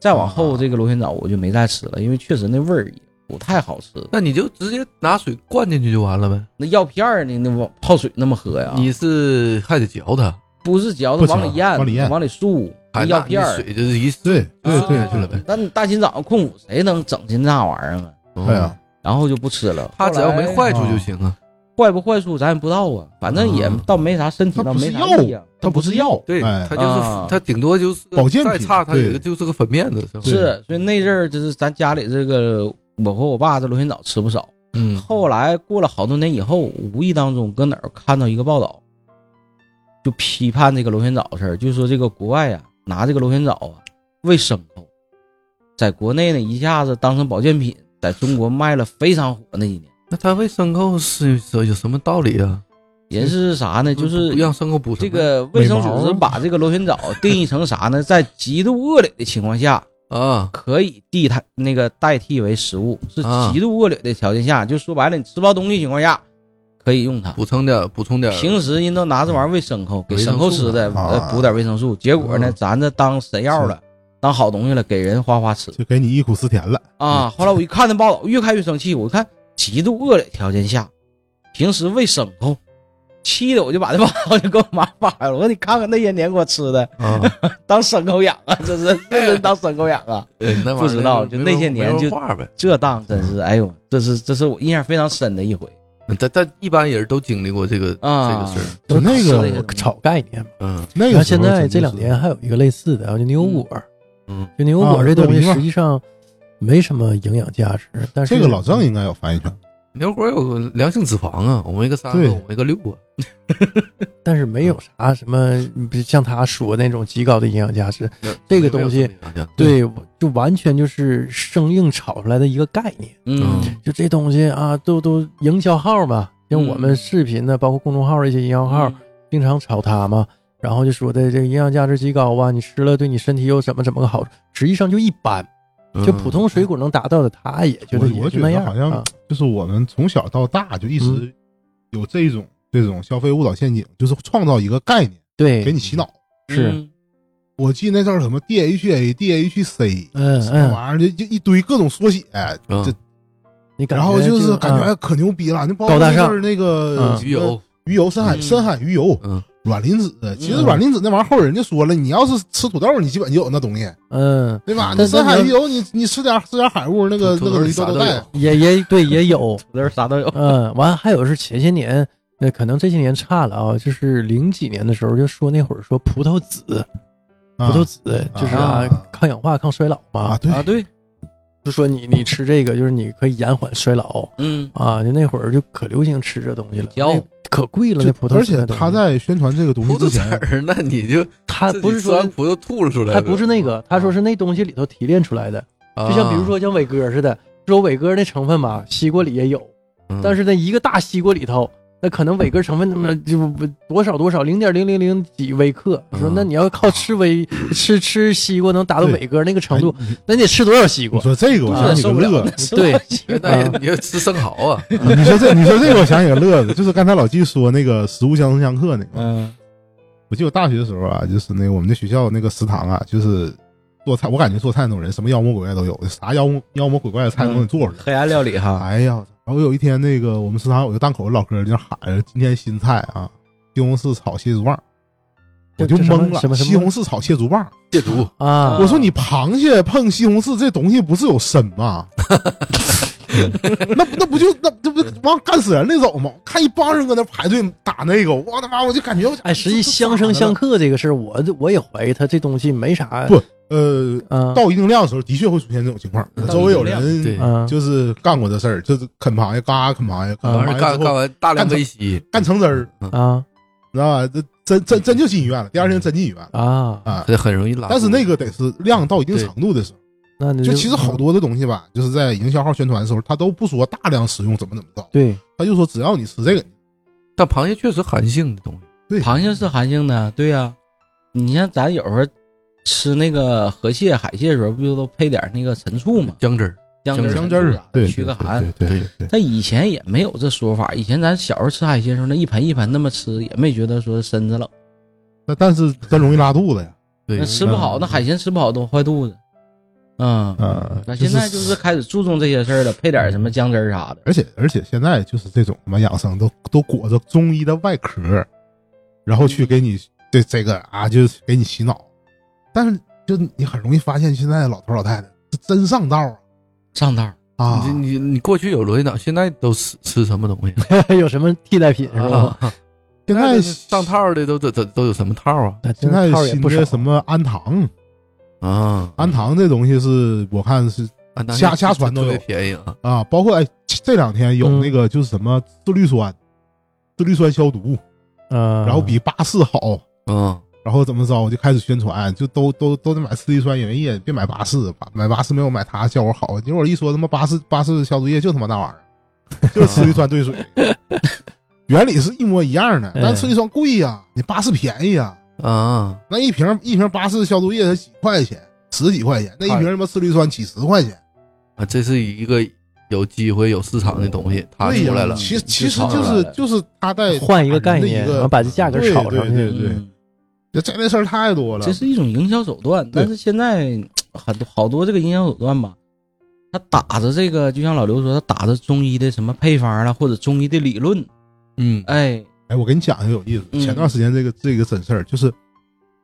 [SPEAKER 2] 再往后
[SPEAKER 4] 啊
[SPEAKER 2] 这个螺旋藻我就没再吃了，因为确实那味儿也不太好吃。
[SPEAKER 4] 那你就直接拿水灌进去就完了呗。
[SPEAKER 2] 那药片儿你那往泡水那么喝呀？
[SPEAKER 4] 你是还得嚼它，
[SPEAKER 2] 不是嚼的
[SPEAKER 3] 不行
[SPEAKER 2] 往里咽，
[SPEAKER 3] 往里咽
[SPEAKER 2] 往里漱，
[SPEAKER 4] 还
[SPEAKER 2] 那药片
[SPEAKER 4] 那
[SPEAKER 2] 儿
[SPEAKER 4] 你。水就是一
[SPEAKER 3] 对对
[SPEAKER 2] 啊
[SPEAKER 3] 对
[SPEAKER 4] 去了呗
[SPEAKER 2] 那你大清早上空腹谁能整进那玩意儿啊？
[SPEAKER 3] 对哎呀，
[SPEAKER 2] 然后就不吃了。
[SPEAKER 4] 它只要
[SPEAKER 2] 后来
[SPEAKER 4] 嗯没坏处就行啊。
[SPEAKER 2] 坏不坏处咱也不知道啊，反正也
[SPEAKER 4] 嗯
[SPEAKER 2] 倒没啥，身体倒没啥
[SPEAKER 3] 它不是
[SPEAKER 2] 异样。
[SPEAKER 3] 它不是药，
[SPEAKER 4] 对，
[SPEAKER 3] 哎
[SPEAKER 4] 它就是
[SPEAKER 2] 啊
[SPEAKER 4] 它顶多就是
[SPEAKER 3] 保健品
[SPEAKER 4] 再差它也
[SPEAKER 3] 对
[SPEAKER 4] 就是个粉面子，吧
[SPEAKER 3] 对
[SPEAKER 2] 是，所以那阵儿就是咱家里这个，我和我爸这螺旋藻吃不少。
[SPEAKER 4] 嗯，
[SPEAKER 2] 后来过了好多年以后，无意当中搁哪儿看到一个报道，就批判这个螺旋藻事儿，就说这个国外呀、拿这个螺旋藻啊喂牲口，在国内呢一下子当成保健品，在中国卖了非常火那几年。
[SPEAKER 4] 那它喂牲口是有有什么道理啊？
[SPEAKER 2] 人是啥
[SPEAKER 4] 嗯
[SPEAKER 2] 呢？就是
[SPEAKER 4] 不让牲口补什
[SPEAKER 2] 这
[SPEAKER 4] 么
[SPEAKER 2] 个卫生组
[SPEAKER 3] 美
[SPEAKER 2] 织
[SPEAKER 3] 毛
[SPEAKER 2] 把这个螺旋藻定义成啥呢？在极度恶劣的情况下，
[SPEAKER 4] 啊，
[SPEAKER 2] 可以替代那个代替为食物，是
[SPEAKER 4] 啊
[SPEAKER 2] 极度恶劣的条件下，就说白了，你吃不到东西情况下可以用它。
[SPEAKER 4] 补充点补充点，
[SPEAKER 2] 平时人都拿这玩意儿喂牲口，给
[SPEAKER 4] 维生
[SPEAKER 2] 牲
[SPEAKER 4] 素
[SPEAKER 2] 口吃的，
[SPEAKER 3] 啊
[SPEAKER 2] 呃，补点维生素。结果呢，
[SPEAKER 4] 嗯
[SPEAKER 2] 咱这当神药了，当好东西了，给人哗哗吃
[SPEAKER 3] 就给你忆苦思甜了。
[SPEAKER 2] 啊。后来我一看那报道，越看越生气。我一看极度恶劣条件下，平时喂牲口，气的我就把这报道就给我妈发了。我说你看看那些年给我吃的，
[SPEAKER 4] 啊，
[SPEAKER 2] 当牲口养 啊，这是认真当牲口养啊。
[SPEAKER 4] 对那玩意儿
[SPEAKER 2] 不知道就
[SPEAKER 4] 没
[SPEAKER 2] 那些年
[SPEAKER 4] 没文
[SPEAKER 2] 就
[SPEAKER 4] 化呗。
[SPEAKER 2] 这当真是，哎呦，这是这是我印象非常深的一回
[SPEAKER 4] 但但一般人都经历过这个这
[SPEAKER 2] 啊
[SPEAKER 4] 个事儿，
[SPEAKER 3] 就那
[SPEAKER 2] 吃了一
[SPEAKER 3] 个
[SPEAKER 2] 些
[SPEAKER 5] 我炒概念嘛。
[SPEAKER 4] 嗯
[SPEAKER 3] 那
[SPEAKER 5] 然后
[SPEAKER 3] 个
[SPEAKER 5] 现
[SPEAKER 3] 时候真
[SPEAKER 5] 在
[SPEAKER 3] 的
[SPEAKER 5] 这两
[SPEAKER 3] 是
[SPEAKER 5] 年还有一个类似的，就牛油果。
[SPEAKER 4] 嗯，
[SPEAKER 5] 就牛油
[SPEAKER 3] 啊
[SPEAKER 5] 果这东
[SPEAKER 3] 肉
[SPEAKER 5] 西
[SPEAKER 3] 泥嘛
[SPEAKER 5] 实际上没什么营养价值，但是嗯
[SPEAKER 3] 这个老郑应该有发言权，
[SPEAKER 4] 牛油果有个良性脂肪啊，欧米伽三
[SPEAKER 3] 对
[SPEAKER 4] 和欧米伽六啊，
[SPEAKER 5] 但是没有啥什么不像他说那种极高的营养价值，
[SPEAKER 4] 那
[SPEAKER 5] 这个东西
[SPEAKER 4] 没有这么影响，
[SPEAKER 5] 对，就完全就是生硬炒出来的一个概念。
[SPEAKER 2] 嗯
[SPEAKER 5] 就这东西啊，都都营销号嘛，像
[SPEAKER 2] 嗯
[SPEAKER 5] 我们视频呢，包括公众号的一些营
[SPEAKER 3] 哦
[SPEAKER 5] 销号，
[SPEAKER 2] 嗯
[SPEAKER 5] 经常炒它嘛。然后就说的这个营养价值极高啊，你吃了对你身体有怎么怎么个好处，实际上就一般，
[SPEAKER 4] 嗯
[SPEAKER 5] 就普通水果能达到的，他也觉得
[SPEAKER 3] 我
[SPEAKER 5] 也
[SPEAKER 3] 我
[SPEAKER 5] 就
[SPEAKER 3] 觉
[SPEAKER 5] 那
[SPEAKER 3] 得
[SPEAKER 5] 样。
[SPEAKER 3] 好像
[SPEAKER 5] 啊
[SPEAKER 3] 就是我们从小到大就一直
[SPEAKER 5] 嗯
[SPEAKER 3] 有这种这种消费误导陷阱，就是创造一个概念给
[SPEAKER 5] 对，
[SPEAKER 3] 你洗脑。
[SPEAKER 5] 是
[SPEAKER 2] 嗯
[SPEAKER 3] 我记得那阵儿什么 DHA、DHC
[SPEAKER 5] 嗯
[SPEAKER 3] 什么
[SPEAKER 5] 嗯，
[SPEAKER 3] 玩意儿，就就一堆各种缩写，
[SPEAKER 4] 嗯
[SPEAKER 3] 这
[SPEAKER 5] 你感
[SPEAKER 3] 然
[SPEAKER 5] 觉
[SPEAKER 3] 后就是感觉
[SPEAKER 5] 啊
[SPEAKER 3] 哎可牛逼了，那包括
[SPEAKER 5] 高大
[SPEAKER 3] 那
[SPEAKER 5] 上
[SPEAKER 3] 阵儿那个
[SPEAKER 5] 嗯
[SPEAKER 4] 鱼油，
[SPEAKER 3] 鱼油、深海
[SPEAKER 2] 嗯
[SPEAKER 3] 深海鱼油、
[SPEAKER 4] 嗯
[SPEAKER 3] 软磷脂，其实
[SPEAKER 2] 嗯
[SPEAKER 3] 软磷脂那玩意儿后人家说了，你要是吃土豆，你基本就有那东西，
[SPEAKER 5] 嗯，
[SPEAKER 3] 对吧？
[SPEAKER 5] 嗯
[SPEAKER 3] 你深海鱼油，你你吃点吃点海物，那个
[SPEAKER 4] 土
[SPEAKER 3] 那
[SPEAKER 4] 豆
[SPEAKER 3] 个东西
[SPEAKER 4] 啥
[SPEAKER 3] 都
[SPEAKER 4] 都
[SPEAKER 3] 带
[SPEAKER 4] 有。
[SPEAKER 5] 也也对，也有，
[SPEAKER 2] 土豆啥都有，
[SPEAKER 5] 嗯，完还有是前些年，那可能这些年差了啊，就是零几年的时候就说那会儿说葡萄籽，葡
[SPEAKER 3] 啊
[SPEAKER 5] 萄籽就是啊
[SPEAKER 3] 啊
[SPEAKER 5] 抗氧化、抗衰老
[SPEAKER 3] 啊，
[SPEAKER 5] 嘛，
[SPEAKER 3] 对
[SPEAKER 2] 啊，对，
[SPEAKER 5] 就说你你吃这个就是你可以延缓衰老
[SPEAKER 2] 嗯
[SPEAKER 5] 啊，就那会儿就可流行吃这东西了，
[SPEAKER 2] 嚼
[SPEAKER 5] 那可贵了
[SPEAKER 3] 就
[SPEAKER 5] 那葡萄
[SPEAKER 3] 而
[SPEAKER 5] 籽
[SPEAKER 3] 且
[SPEAKER 5] 那东西，
[SPEAKER 3] 他在宣传这个东西
[SPEAKER 4] 葡萄
[SPEAKER 3] 之
[SPEAKER 4] 籽
[SPEAKER 3] 前，
[SPEAKER 4] 儿， 那你就
[SPEAKER 5] 他
[SPEAKER 4] 自己
[SPEAKER 5] 不是
[SPEAKER 4] 吃
[SPEAKER 5] 说
[SPEAKER 4] 完葡萄吐了出来呗，
[SPEAKER 5] 他不是那个，他说是那东西里头提炼出来的，
[SPEAKER 4] 啊，
[SPEAKER 5] 就像比如说像伟哥似的，说伟哥那成分嘛，西瓜里也有，
[SPEAKER 4] 嗯，
[SPEAKER 5] 但是那一个大西瓜里头，那可能伟哥成分那么就不多少多少零点零零零几微克。我说
[SPEAKER 4] 嗯
[SPEAKER 5] 那你要靠吃微吃吃西瓜能达到
[SPEAKER 3] 对
[SPEAKER 5] 伟哥那个程度，
[SPEAKER 3] 哎你
[SPEAKER 5] 那你得吃多少西瓜
[SPEAKER 3] 你？说这个，我
[SPEAKER 2] 我
[SPEAKER 3] 想起
[SPEAKER 2] 受
[SPEAKER 3] 个
[SPEAKER 2] 不了
[SPEAKER 3] 乐
[SPEAKER 2] 了
[SPEAKER 3] 子。，
[SPEAKER 5] 对
[SPEAKER 4] 那也你就吃生蚝啊，
[SPEAKER 3] 你说这，你说这个，我想起个乐子，就是刚才老纪说那个食物相生相克那个。
[SPEAKER 2] 嗯
[SPEAKER 3] 我记得我大学的时候啊，就是那个我们那学校那个食堂啊，就是做菜，我感觉做菜那种人，什么妖魔鬼怪都有，啥妖魔妖魔鬼怪的菜都能做出来。
[SPEAKER 2] 黑暗料理哈，
[SPEAKER 3] 哎呀，然后有一天那个我们食堂有个档口的老哥就喊着今天新菜啊，西红柿炒蟹足棒，我
[SPEAKER 5] 这
[SPEAKER 3] 就
[SPEAKER 5] 这什么
[SPEAKER 3] 懵
[SPEAKER 5] 什
[SPEAKER 3] 了，
[SPEAKER 5] 么什么
[SPEAKER 3] 西红柿炒蟹足棒。
[SPEAKER 4] 戒毒。
[SPEAKER 5] 啊！
[SPEAKER 3] 我说你螃蟹碰西红柿这东西不是有参吗？那那不就那这不往干死人那走吗？看一帮人搁那排队打那个，我他妈我就感觉我
[SPEAKER 5] 哎，实际相生相克这个事儿，我我也怀疑他这东西没啥
[SPEAKER 3] 不呃，
[SPEAKER 5] 嗯
[SPEAKER 3] 到一定量的时候的确会出现这种情况。周围有人
[SPEAKER 5] 嗯
[SPEAKER 3] 就是干过这事儿，就是啃螃蟹，嘎啃螃蟹，啃
[SPEAKER 5] 啊
[SPEAKER 4] 完
[SPEAKER 3] 完
[SPEAKER 4] 事
[SPEAKER 3] 螃
[SPEAKER 4] 儿
[SPEAKER 3] 蟹
[SPEAKER 4] 干
[SPEAKER 3] 之
[SPEAKER 4] 干
[SPEAKER 3] 后
[SPEAKER 4] 完大量分析，
[SPEAKER 3] 干成汁儿，
[SPEAKER 5] 啊
[SPEAKER 3] 你知道吧？这真真真就进医院了，第二
[SPEAKER 5] 嗯
[SPEAKER 3] 天真进医院了
[SPEAKER 5] 啊，
[SPEAKER 3] 啊！
[SPEAKER 4] 这很容易拉肚子。
[SPEAKER 3] 但是那个得是量到一定
[SPEAKER 4] 对
[SPEAKER 3] 程度的时候。
[SPEAKER 5] 那你
[SPEAKER 3] 就其实好多的东西吧，就是在营销号宣传的时候，他都不说大量使用怎么怎么着，
[SPEAKER 5] 对
[SPEAKER 3] 他就说只要你吃这个，
[SPEAKER 4] 但螃蟹确实寒性的东西，
[SPEAKER 3] 对，
[SPEAKER 2] 螃蟹是寒性的，对呀、你像咱有时候吃那个河蟹、海蟹的时候，不就都配点那个陈醋吗？
[SPEAKER 4] 姜汁儿
[SPEAKER 2] 姜汁、
[SPEAKER 3] 姜汁儿啊，对，
[SPEAKER 2] 驱个寒。
[SPEAKER 3] 对对对
[SPEAKER 2] 但以前也没有这说法，以前咱小时候吃海鲜的时候，那一盆一盆那么吃，也没觉得说身子冷，
[SPEAKER 3] 那但是真容易拉肚子呀，
[SPEAKER 4] 对
[SPEAKER 2] 那，吃不好，
[SPEAKER 3] 嗯
[SPEAKER 2] 那海鲜吃不好都坏肚子。嗯，
[SPEAKER 3] 啊，
[SPEAKER 2] 那现在就是开始注重这些事儿了，配点什么姜汁儿啥的。
[SPEAKER 3] 而且而且现在就是这种什么养生都都裹着中医的外壳，然后去给你对这个啊，就是给你洗脑，但是就你很容易发现现在的老头老太太是真上道啊
[SPEAKER 2] 上道儿，
[SPEAKER 3] 啊
[SPEAKER 4] 你，你你过去有螺旋脑，现在都吃吃什么东西
[SPEAKER 5] 有什么替代品是吧？
[SPEAKER 4] 啊？
[SPEAKER 3] 现在
[SPEAKER 4] 那上套的都都都都有什么套啊？
[SPEAKER 5] 那
[SPEAKER 3] 现
[SPEAKER 5] 真
[SPEAKER 3] 在
[SPEAKER 5] 是套儿也
[SPEAKER 3] 新
[SPEAKER 5] 不
[SPEAKER 3] 的
[SPEAKER 5] 少
[SPEAKER 3] 什么氨糖，
[SPEAKER 4] 啊，
[SPEAKER 3] 氨糖这东西是我看是
[SPEAKER 4] 安达
[SPEAKER 3] 瞎瞎传都
[SPEAKER 4] 特
[SPEAKER 3] 有
[SPEAKER 4] 别便宜啊，
[SPEAKER 3] 啊，包括哎，这这两天有
[SPEAKER 5] 嗯
[SPEAKER 3] 那个就是什么自律酸，自律酸消毒，
[SPEAKER 5] 嗯，
[SPEAKER 3] 然后比八四好，
[SPEAKER 4] 嗯，
[SPEAKER 3] 然后怎么着就开始宣传，就都都都得买次氯酸饮液，别买八四，把买八四没有买它效果好。结果一说他妈八四八四消毒液就他妈那玩意儿，就是次氯酸兑水，原理是一模一样的，但次氯酸贵呀、你八四便宜呀、
[SPEAKER 4] 啊，
[SPEAKER 3] 那一瓶一瓶八四消毒液才几块钱，十几块钱，那一瓶他妈次氯酸几十块钱。
[SPEAKER 4] 啊，这是一个有机会、有市场的东西，
[SPEAKER 2] 啊
[SPEAKER 4] 它
[SPEAKER 3] 对
[SPEAKER 4] 出来
[SPEAKER 3] 呀，
[SPEAKER 4] 了，
[SPEAKER 3] 其其
[SPEAKER 2] 就
[SPEAKER 3] 实
[SPEAKER 2] 炒
[SPEAKER 3] 就
[SPEAKER 2] 出
[SPEAKER 3] 是
[SPEAKER 2] 来了
[SPEAKER 3] 就是他在
[SPEAKER 5] 换一个概
[SPEAKER 3] 打人的
[SPEAKER 5] 念，
[SPEAKER 3] 一个
[SPEAKER 5] 然后把这价格
[SPEAKER 3] 对
[SPEAKER 5] 炒上
[SPEAKER 3] 对
[SPEAKER 5] 去。嗯
[SPEAKER 3] 对这这类事儿太多了
[SPEAKER 2] 这。是一种营销手段，
[SPEAKER 3] 对
[SPEAKER 2] 但是现在很多好多这个营销手段吧，他打着这个，就像老刘说，他打着中医的什么配方啊，或者中医的理论，
[SPEAKER 4] 嗯，
[SPEAKER 2] 哎，
[SPEAKER 3] 哎，我给你讲一个有意思。
[SPEAKER 2] 嗯
[SPEAKER 3] 前段时间这个这个真事儿，就是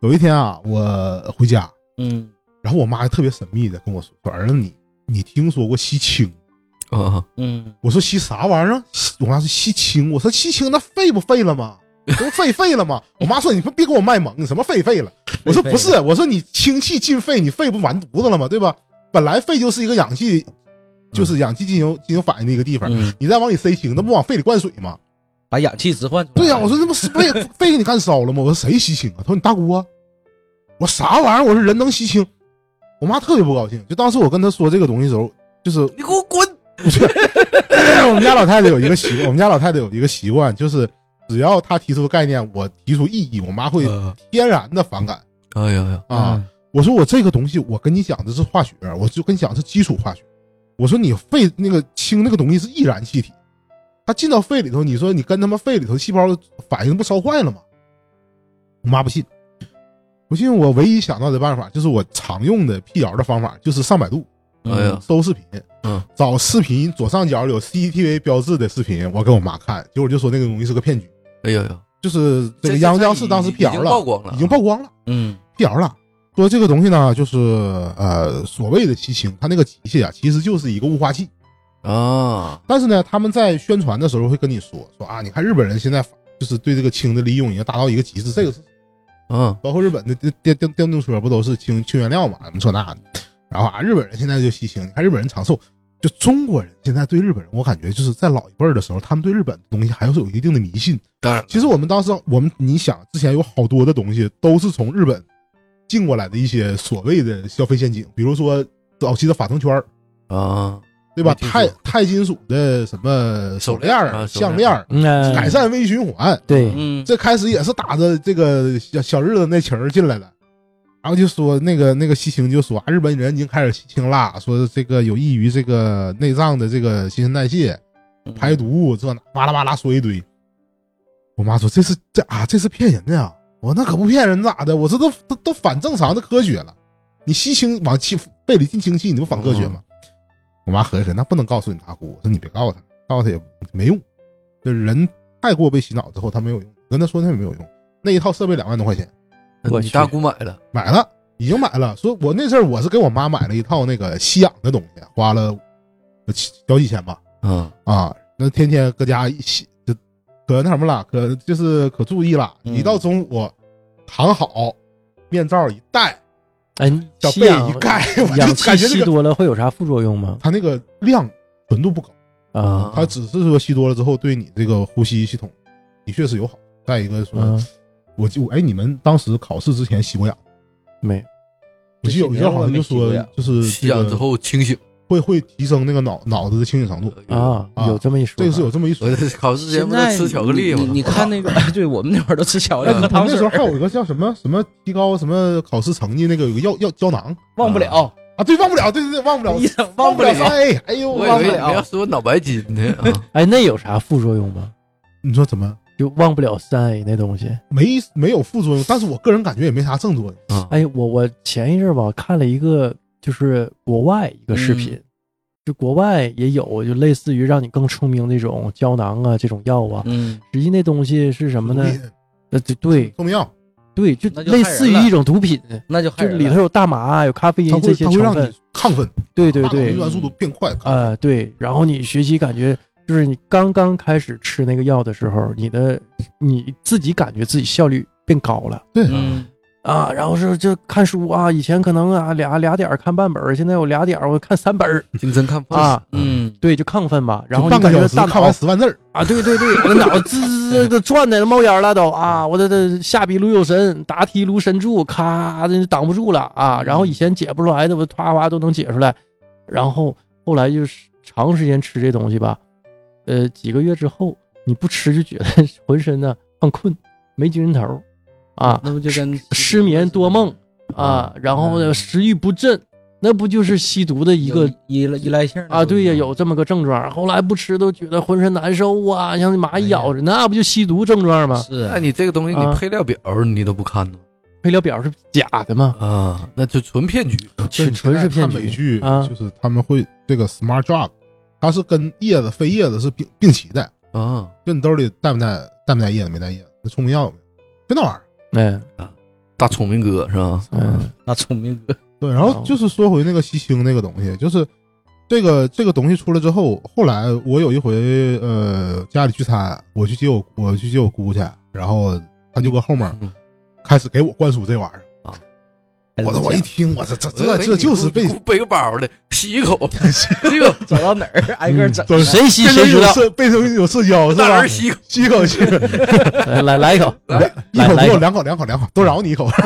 [SPEAKER 3] 有一天啊，我回家，
[SPEAKER 2] 嗯
[SPEAKER 3] 然后我妈特别神秘的跟我说：“说儿子，你你听说过吸氢
[SPEAKER 4] 啊，
[SPEAKER 2] 嗯？”
[SPEAKER 3] 我说：“吸啥玩意儿啊？”吸我妈说：“吸氢。”我说：“吸氢那废不废了吗？都废废 了吗？”我妈说：“你别给我卖萌，你什么废废了？”我说：“
[SPEAKER 2] 废
[SPEAKER 3] 不是，我说你氢气进肺，你肺不完犊子了吗？对吧？本来肺就是一个氧气，就是氧气进行进行反应的一个地方，
[SPEAKER 2] 嗯，
[SPEAKER 3] 你再往里塞氢，那不往肺里灌水吗？”
[SPEAKER 2] 把氧气置换出来。
[SPEAKER 3] 对呀、我说这不是 被被你干烧了吗？我说谁吸氢啊？他说你大姑啊。我说啥玩意儿？我说人能吸氢？我妈特别不高兴。就当时我跟她说这个东西的时候，就是
[SPEAKER 4] 你给我滚！
[SPEAKER 3] 我们家老太太有一个习惯，我们家老太太有一个习惯，就是只要她提出概念，我提出异议，我妈会
[SPEAKER 4] 啊
[SPEAKER 3] 天然的反感
[SPEAKER 4] 哎呀呀，
[SPEAKER 3] 啊。
[SPEAKER 2] 嗯
[SPEAKER 3] 我说我这个东西，我跟你讲的是化学，我就跟你讲的是基础化学。我说你肺那个氢那个东西是易燃气体，它进到肺里头，你说你跟他们肺里头细胞反应不烧坏了吗？我妈不信，不信我唯一想到的办法就是我常用的辟谣的方法，就是上百度
[SPEAKER 2] 嗯
[SPEAKER 4] 哎呀，
[SPEAKER 3] 搜视频，
[SPEAKER 4] 嗯，
[SPEAKER 3] 找视频左上角有 CCTV 标志的视频，我给我妈看，结果就说那个东西是个骗局，
[SPEAKER 4] 哎呀呀，
[SPEAKER 3] 就是这个央央视当时辟谣
[SPEAKER 4] 已经曝
[SPEAKER 3] 了，
[SPEAKER 4] 光了，
[SPEAKER 3] 已经曝光了。
[SPEAKER 2] 嗯
[SPEAKER 3] 辟谣了，说这个东西呢，就是呃所谓的七氢，它那个机械啊，其实就是一个雾化器。
[SPEAKER 4] 啊，
[SPEAKER 3] 但是呢，他们在宣传的时候会跟你说说啊，你看日本人现在就是对这个氢的利用已经达到一个极致，这个是
[SPEAKER 4] 嗯，
[SPEAKER 3] 包括日本的电电电电动车不都是氢氢原料嘛，什么这那的。然后啊，日本人现在就吸氢，你看日本人长寿。就中国人现在对日本人，我感觉就是在老一辈儿的时候，他们对日本的东西还是有一定的迷信。
[SPEAKER 4] 当然，
[SPEAKER 3] 其实我们当时，我们你想，之前有好多的东西都是从日本进过来的一些所谓的消费陷阱，比如说早期的法藤圈儿
[SPEAKER 4] 啊，
[SPEAKER 3] 对吧？
[SPEAKER 4] 没听
[SPEAKER 3] 钛
[SPEAKER 4] 说
[SPEAKER 3] 钛金属的什么手链儿
[SPEAKER 4] 啊手链
[SPEAKER 3] 项链儿，
[SPEAKER 5] 嗯，呃
[SPEAKER 3] 改善微循环。
[SPEAKER 5] 对，
[SPEAKER 2] 嗯，
[SPEAKER 3] 这开始也是打着这个小小日子那情儿进来了，然后就说那个那个西青就说啊，日本人已经开始吸青啦，说这个有益于这个内脏的这个新陈代谢，排毒这那哇啦哇啦说一堆。我妈说这是这啊，这是骗人的呀、我那可不骗人咋的？我这都都都反正常的科学了。你吸氢往气肺里进氢气，你不反科学吗？我妈合计合计，那不能告诉你大姑，我说你别告诉她，告诉她也没用。就人太过被洗脑之后，他没有用，跟她说那也没有用。那一套设备两万多块钱，
[SPEAKER 5] 我
[SPEAKER 4] 你
[SPEAKER 5] 去
[SPEAKER 4] 大姑买了，
[SPEAKER 3] 买了，已经买了。说我那阵儿我是给我妈买了一套那个吸氧的东西，花了呃七小几千吧。
[SPEAKER 4] 嗯，
[SPEAKER 3] 啊，那天天搁家一洗，就可那什么了，可就是可注意了。
[SPEAKER 2] 嗯
[SPEAKER 3] 一到中午，躺好，面罩一戴，
[SPEAKER 5] 哎，
[SPEAKER 3] 小
[SPEAKER 5] 吸
[SPEAKER 3] 被
[SPEAKER 5] 氧
[SPEAKER 3] 一盖，我
[SPEAKER 5] 氧
[SPEAKER 3] 就
[SPEAKER 5] 气
[SPEAKER 3] 感觉
[SPEAKER 5] 吸
[SPEAKER 3] 这个
[SPEAKER 5] 多了会有啥副作用吗？
[SPEAKER 3] 它那个量纯度不高，
[SPEAKER 5] 啊，
[SPEAKER 3] 它只是说吸多了之后对你这个呼吸系统的确是有好处。再一个说，
[SPEAKER 5] 嗯，
[SPEAKER 3] 我就哎，你们当时考试之前吸过氧？
[SPEAKER 5] 没，
[SPEAKER 3] 我记得有一
[SPEAKER 2] 这
[SPEAKER 3] 阵
[SPEAKER 2] 些
[SPEAKER 3] 好像
[SPEAKER 2] 年
[SPEAKER 3] 就
[SPEAKER 2] 我没吸
[SPEAKER 3] 说
[SPEAKER 2] 过氧，
[SPEAKER 3] 就是
[SPEAKER 4] 吸氧之后清醒
[SPEAKER 3] 会会提升那个脑脑子的清醒程度，
[SPEAKER 5] 啊，
[SPEAKER 3] 啊
[SPEAKER 5] 有这么一说，
[SPEAKER 3] 这个是有这么一说
[SPEAKER 4] 我。这考试之前
[SPEAKER 2] 现
[SPEAKER 4] 不
[SPEAKER 2] 在
[SPEAKER 4] 是吃巧克力吗
[SPEAKER 2] 你？你你看那个， 对我们那会儿都吃巧克力
[SPEAKER 5] 嗯
[SPEAKER 3] 哎
[SPEAKER 2] 喝
[SPEAKER 3] 我
[SPEAKER 2] 糖
[SPEAKER 3] 那
[SPEAKER 2] 水
[SPEAKER 3] 时候还有
[SPEAKER 2] 儿，
[SPEAKER 3] 一个叫什么什么提高什么考试成绩那个有个药药胶囊
[SPEAKER 2] 忘不了，
[SPEAKER 3] 啊，对，忘不了，对对对，忘不了，
[SPEAKER 2] 一整
[SPEAKER 3] 忘
[SPEAKER 2] 忘不
[SPEAKER 3] 不了
[SPEAKER 2] 了。
[SPEAKER 3] 三 A，哎呦，
[SPEAKER 4] 我
[SPEAKER 3] 忘
[SPEAKER 4] 以
[SPEAKER 3] 不
[SPEAKER 4] 为你
[SPEAKER 3] 了。
[SPEAKER 4] 要说脑白金呢啊，
[SPEAKER 5] 哎，那有啥副作用吗？
[SPEAKER 3] 你说怎么
[SPEAKER 5] 就忘不了三 A 那东西。
[SPEAKER 3] 没没有副作用？但是我个人感觉也没啥正作用。
[SPEAKER 4] 啊
[SPEAKER 5] 哎，我我前一阵儿吧看了一个，就是国外一个
[SPEAKER 3] 嗯
[SPEAKER 5] 视频，就国外也有，就类似于让你更聪明那种胶囊啊，这种药啊。
[SPEAKER 2] 嗯，
[SPEAKER 5] 实际那东西是什么呢？呃，对对
[SPEAKER 3] 透明药，
[SPEAKER 5] 对，就
[SPEAKER 2] 那就
[SPEAKER 5] 类
[SPEAKER 2] 害人
[SPEAKER 5] 似于
[SPEAKER 2] 了
[SPEAKER 5] 一种毒品，
[SPEAKER 2] 那就
[SPEAKER 5] 就
[SPEAKER 2] 害人
[SPEAKER 5] 里
[SPEAKER 2] 了
[SPEAKER 5] 头有大麻、啊有咖啡
[SPEAKER 3] 它
[SPEAKER 5] 因
[SPEAKER 3] 会
[SPEAKER 5] 这些
[SPEAKER 3] 它会
[SPEAKER 5] 成
[SPEAKER 3] 让
[SPEAKER 5] 分
[SPEAKER 3] 你。亢奋，
[SPEAKER 5] 对对
[SPEAKER 3] 大脑
[SPEAKER 5] 对
[SPEAKER 3] 运，转速度变快。
[SPEAKER 5] 啊，对，然后你学习感觉就是你刚刚开始吃那个药的时候，你的你自己感觉自己效率变高了
[SPEAKER 3] 对，
[SPEAKER 2] 嗯，
[SPEAKER 5] 啊，然后是就看书啊，以前可能啊俩俩点儿看半本儿，现在有俩点儿我看三本儿
[SPEAKER 4] 精神看破
[SPEAKER 5] 啊，
[SPEAKER 2] 嗯，
[SPEAKER 5] 对，就亢奋吧，然后
[SPEAKER 3] 就
[SPEAKER 5] 你
[SPEAKER 3] 半个
[SPEAKER 5] 感觉
[SPEAKER 3] 小时
[SPEAKER 5] 大
[SPEAKER 3] 看
[SPEAKER 5] 脑
[SPEAKER 3] 完十万字儿，
[SPEAKER 5] 啊，对对对，我的脑滋滋滋的转的冒烟了都啊，我的这下笔如有神，答题如神助，咔，这挡不住了啊。然后以前解不出来的，我啪啪都能解出来。然后后来就是长时间吃这东西吧，呃，几个月之后你不吃就觉得 浑身呢犯困，没精神头儿啊
[SPEAKER 2] 那不就跟
[SPEAKER 5] 失眠多梦啊，然后呢食欲不振，那不就是吸毒的一
[SPEAKER 2] 有
[SPEAKER 5] 个
[SPEAKER 2] 依赖依赖性的
[SPEAKER 5] 啊，对呀，
[SPEAKER 2] 东西
[SPEAKER 5] 有这么个症状。后来不吃都觉得浑身难受啊，像蚂蚁咬着，那不就吸毒症状吗？
[SPEAKER 2] 是
[SPEAKER 4] 那你这个东西
[SPEAKER 5] 啊
[SPEAKER 4] 你配料表你都不看呢
[SPEAKER 5] 配料表是假的吗？
[SPEAKER 4] 啊，那就纯骗局。
[SPEAKER 5] 纯纯是骗
[SPEAKER 3] 看美
[SPEAKER 5] 局
[SPEAKER 3] 剧
[SPEAKER 5] 啊
[SPEAKER 3] 就是他们会这个 smart drug，它是跟叶子、非叶子是并并齐的，
[SPEAKER 4] 啊，
[SPEAKER 3] 就你兜里带不带带没带叶子，没带叶子，那聪明药有没有？就那玩意儿。
[SPEAKER 5] 嗯
[SPEAKER 4] 大聪明哥是吧？
[SPEAKER 5] 嗯，
[SPEAKER 2] 那聪明 哥，
[SPEAKER 3] 对，然后
[SPEAKER 5] 哦
[SPEAKER 3] 就是说回那个吸氢那个东西，就是这个这个东西出来之后，后来我有一回呃家里聚餐，我去接我我去接我姑去，然后他就搁后面
[SPEAKER 4] 嗯
[SPEAKER 3] 开始给我灌输这玩意儿，我
[SPEAKER 2] 的
[SPEAKER 3] 我一听，我这这这这就是被
[SPEAKER 4] 背个包的，吸一口， 这个
[SPEAKER 2] 走到哪
[SPEAKER 4] 嗯
[SPEAKER 2] 儿挨个整，
[SPEAKER 3] 对
[SPEAKER 5] 谁吸
[SPEAKER 3] 变
[SPEAKER 5] 谁
[SPEAKER 3] 成
[SPEAKER 5] 知
[SPEAKER 3] 有
[SPEAKER 5] 道。
[SPEAKER 3] 社变成有社 交是
[SPEAKER 4] 大
[SPEAKER 3] 吧
[SPEAKER 4] 人？吸一口，
[SPEAKER 3] 吸一口气，
[SPEAKER 5] 来来来一口，
[SPEAKER 3] 一口
[SPEAKER 5] 来
[SPEAKER 3] 不
[SPEAKER 5] 一
[SPEAKER 3] 够，
[SPEAKER 5] 口
[SPEAKER 3] 两口两口两口，多饶你一口。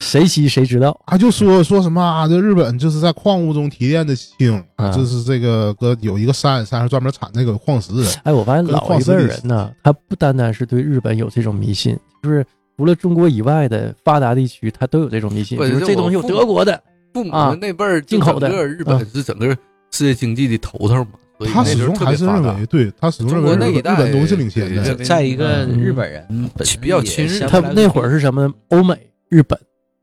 [SPEAKER 5] 谁吸谁知道。
[SPEAKER 3] 他就说说什么啊，这日本就是在矿物中提炼的氢，
[SPEAKER 5] 啊
[SPEAKER 3] 就是这个搁有一个山山上专门产那个矿石 的，
[SPEAKER 5] 哎，我发现
[SPEAKER 3] 跟
[SPEAKER 5] 老
[SPEAKER 3] 矿
[SPEAKER 5] 一
[SPEAKER 3] 石
[SPEAKER 5] 辈
[SPEAKER 3] 里
[SPEAKER 5] 人呢，他不单单是对日本有这种迷信，就是除了中国以外的发达地区，他都有这种迷信。
[SPEAKER 4] 不
[SPEAKER 5] 比
[SPEAKER 4] 是
[SPEAKER 5] 如
[SPEAKER 4] 这
[SPEAKER 5] 这
[SPEAKER 4] 我
[SPEAKER 5] 东西有
[SPEAKER 4] 父母
[SPEAKER 5] 德国的，
[SPEAKER 4] 父母
[SPEAKER 5] 啊
[SPEAKER 4] 那辈儿就
[SPEAKER 5] 进口的
[SPEAKER 4] 整个日本是整个世界经济的头头嘛，所以
[SPEAKER 3] 他
[SPEAKER 4] 那
[SPEAKER 3] 始
[SPEAKER 4] 时候
[SPEAKER 3] 终
[SPEAKER 4] 特
[SPEAKER 3] 还
[SPEAKER 4] 别
[SPEAKER 3] 是
[SPEAKER 4] 发
[SPEAKER 3] 认
[SPEAKER 4] 达
[SPEAKER 3] 为，对他始终
[SPEAKER 4] 中
[SPEAKER 3] 认为
[SPEAKER 4] 国
[SPEAKER 3] 日
[SPEAKER 4] 那
[SPEAKER 3] 本
[SPEAKER 4] 一
[SPEAKER 3] 日
[SPEAKER 4] 代
[SPEAKER 3] 本都是领先
[SPEAKER 4] 对
[SPEAKER 3] 的
[SPEAKER 4] 对。
[SPEAKER 2] 再一个
[SPEAKER 5] 嗯
[SPEAKER 2] 日本人本身
[SPEAKER 4] 比较
[SPEAKER 2] 也
[SPEAKER 4] 亲日
[SPEAKER 2] 相
[SPEAKER 5] 他
[SPEAKER 2] 对来
[SPEAKER 5] 那
[SPEAKER 2] 说
[SPEAKER 5] 会儿是什么呢？欧美、日本，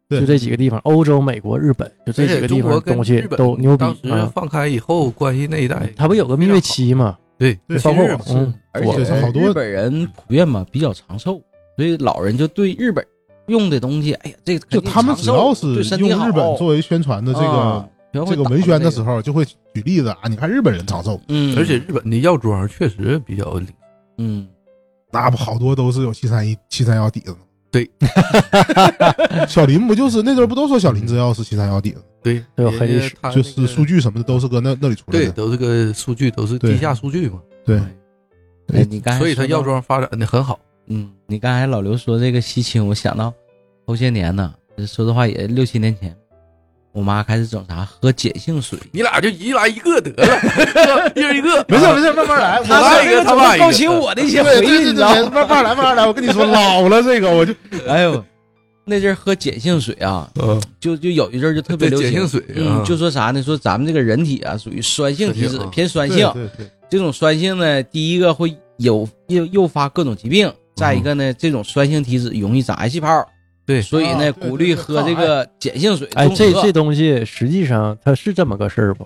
[SPEAKER 3] 对
[SPEAKER 5] 就这几个地方，欧洲、美国、日本，就这
[SPEAKER 4] 而
[SPEAKER 5] 几
[SPEAKER 4] 且
[SPEAKER 5] 个
[SPEAKER 4] 中
[SPEAKER 5] 地
[SPEAKER 4] 国
[SPEAKER 5] 方
[SPEAKER 4] 跟
[SPEAKER 5] 东西
[SPEAKER 4] 日本
[SPEAKER 5] 都牛逼
[SPEAKER 4] 当时
[SPEAKER 5] 啊。嗯
[SPEAKER 4] 放开以后，关系那一代，
[SPEAKER 5] 它不有个蜜月，期嘛？
[SPEAKER 4] 对，
[SPEAKER 3] 对
[SPEAKER 5] 包
[SPEAKER 4] 亲
[SPEAKER 5] 括
[SPEAKER 4] 日嘛
[SPEAKER 5] 我嗯，
[SPEAKER 2] 而
[SPEAKER 3] 我
[SPEAKER 2] 且
[SPEAKER 3] 是好多
[SPEAKER 2] 日本人普遍嘛比较长寿，所以老人就对日本用的东西，哎呀，这个
[SPEAKER 3] 就
[SPEAKER 2] 肯定
[SPEAKER 3] 他们
[SPEAKER 2] 长
[SPEAKER 3] 只
[SPEAKER 2] 寿
[SPEAKER 3] 要
[SPEAKER 2] 对
[SPEAKER 3] 是
[SPEAKER 2] 身
[SPEAKER 3] 用
[SPEAKER 2] 体好
[SPEAKER 3] 日本作为宣传的这
[SPEAKER 2] 啊
[SPEAKER 3] 个
[SPEAKER 2] 全会
[SPEAKER 3] 这个
[SPEAKER 2] 打
[SPEAKER 3] 文宣
[SPEAKER 2] 这
[SPEAKER 3] 的时
[SPEAKER 2] 个，
[SPEAKER 3] 候，就会举例子啊。你看日本人长寿，
[SPEAKER 2] 嗯，
[SPEAKER 4] 而且日本的药妆确实比较领
[SPEAKER 2] 嗯，
[SPEAKER 3] 那不好多都是有七三一、七三幺底子吗？
[SPEAKER 4] 对，
[SPEAKER 3] 小林不就是那阵儿不都说小林制药是七三幺底子，
[SPEAKER 4] 对，
[SPEAKER 5] 都有黑历史
[SPEAKER 4] 嗯人家他那
[SPEAKER 3] 就
[SPEAKER 4] 个
[SPEAKER 3] 是数据什么的都是搁那那里出来
[SPEAKER 4] 对，
[SPEAKER 3] 的。
[SPEAKER 4] 都是个数据，都是
[SPEAKER 3] 对
[SPEAKER 4] 地下数据嘛，
[SPEAKER 3] 对，
[SPEAKER 2] 哎你刚才
[SPEAKER 4] 所以他
[SPEAKER 2] 说到
[SPEAKER 4] 药妆发展的很好，
[SPEAKER 2] 嗯，你刚才老刘说这个西青，我想到头些年呢，说实话也六七年前，我妈开始整啥喝碱性水，
[SPEAKER 4] 你俩就一来一个得了， 一人 一个。
[SPEAKER 3] 没事没事，慢慢来。我
[SPEAKER 4] 他
[SPEAKER 2] 妈
[SPEAKER 4] 来一个
[SPEAKER 2] 总
[SPEAKER 4] 他爸
[SPEAKER 2] 是
[SPEAKER 4] 一个
[SPEAKER 2] 勾起我的一些
[SPEAKER 3] 对
[SPEAKER 2] 回
[SPEAKER 3] 对
[SPEAKER 2] 忆，
[SPEAKER 3] 对
[SPEAKER 2] 你
[SPEAKER 3] 对
[SPEAKER 2] 知道
[SPEAKER 3] 对，
[SPEAKER 2] 吗？
[SPEAKER 3] 慢慢来，慢慢来。我跟你 说，老了这个我就
[SPEAKER 2] 哎呦，那阵儿喝碱性水啊，
[SPEAKER 4] 嗯，
[SPEAKER 2] 就就有一阵儿就特别
[SPEAKER 4] 对
[SPEAKER 2] 流行
[SPEAKER 4] 碱性水啊
[SPEAKER 2] 嗯，就说啥呢？说咱们这个人体啊，属于酸性体质
[SPEAKER 4] 酸性啊，
[SPEAKER 2] 偏酸
[SPEAKER 3] 对
[SPEAKER 2] 性。
[SPEAKER 3] 对对，
[SPEAKER 2] 这种酸性呢，第一个会有诱诱发各种疾病，再一个呢，这种酸性体质容易长癌细胞。
[SPEAKER 4] 嗯对
[SPEAKER 2] 所以
[SPEAKER 3] 啊
[SPEAKER 2] 呢，
[SPEAKER 3] 对
[SPEAKER 2] 鼓励喝这个碱性水。
[SPEAKER 5] 哎，
[SPEAKER 2] 综
[SPEAKER 5] 这
[SPEAKER 2] 合
[SPEAKER 5] 这东西实际上它是这么个事儿不？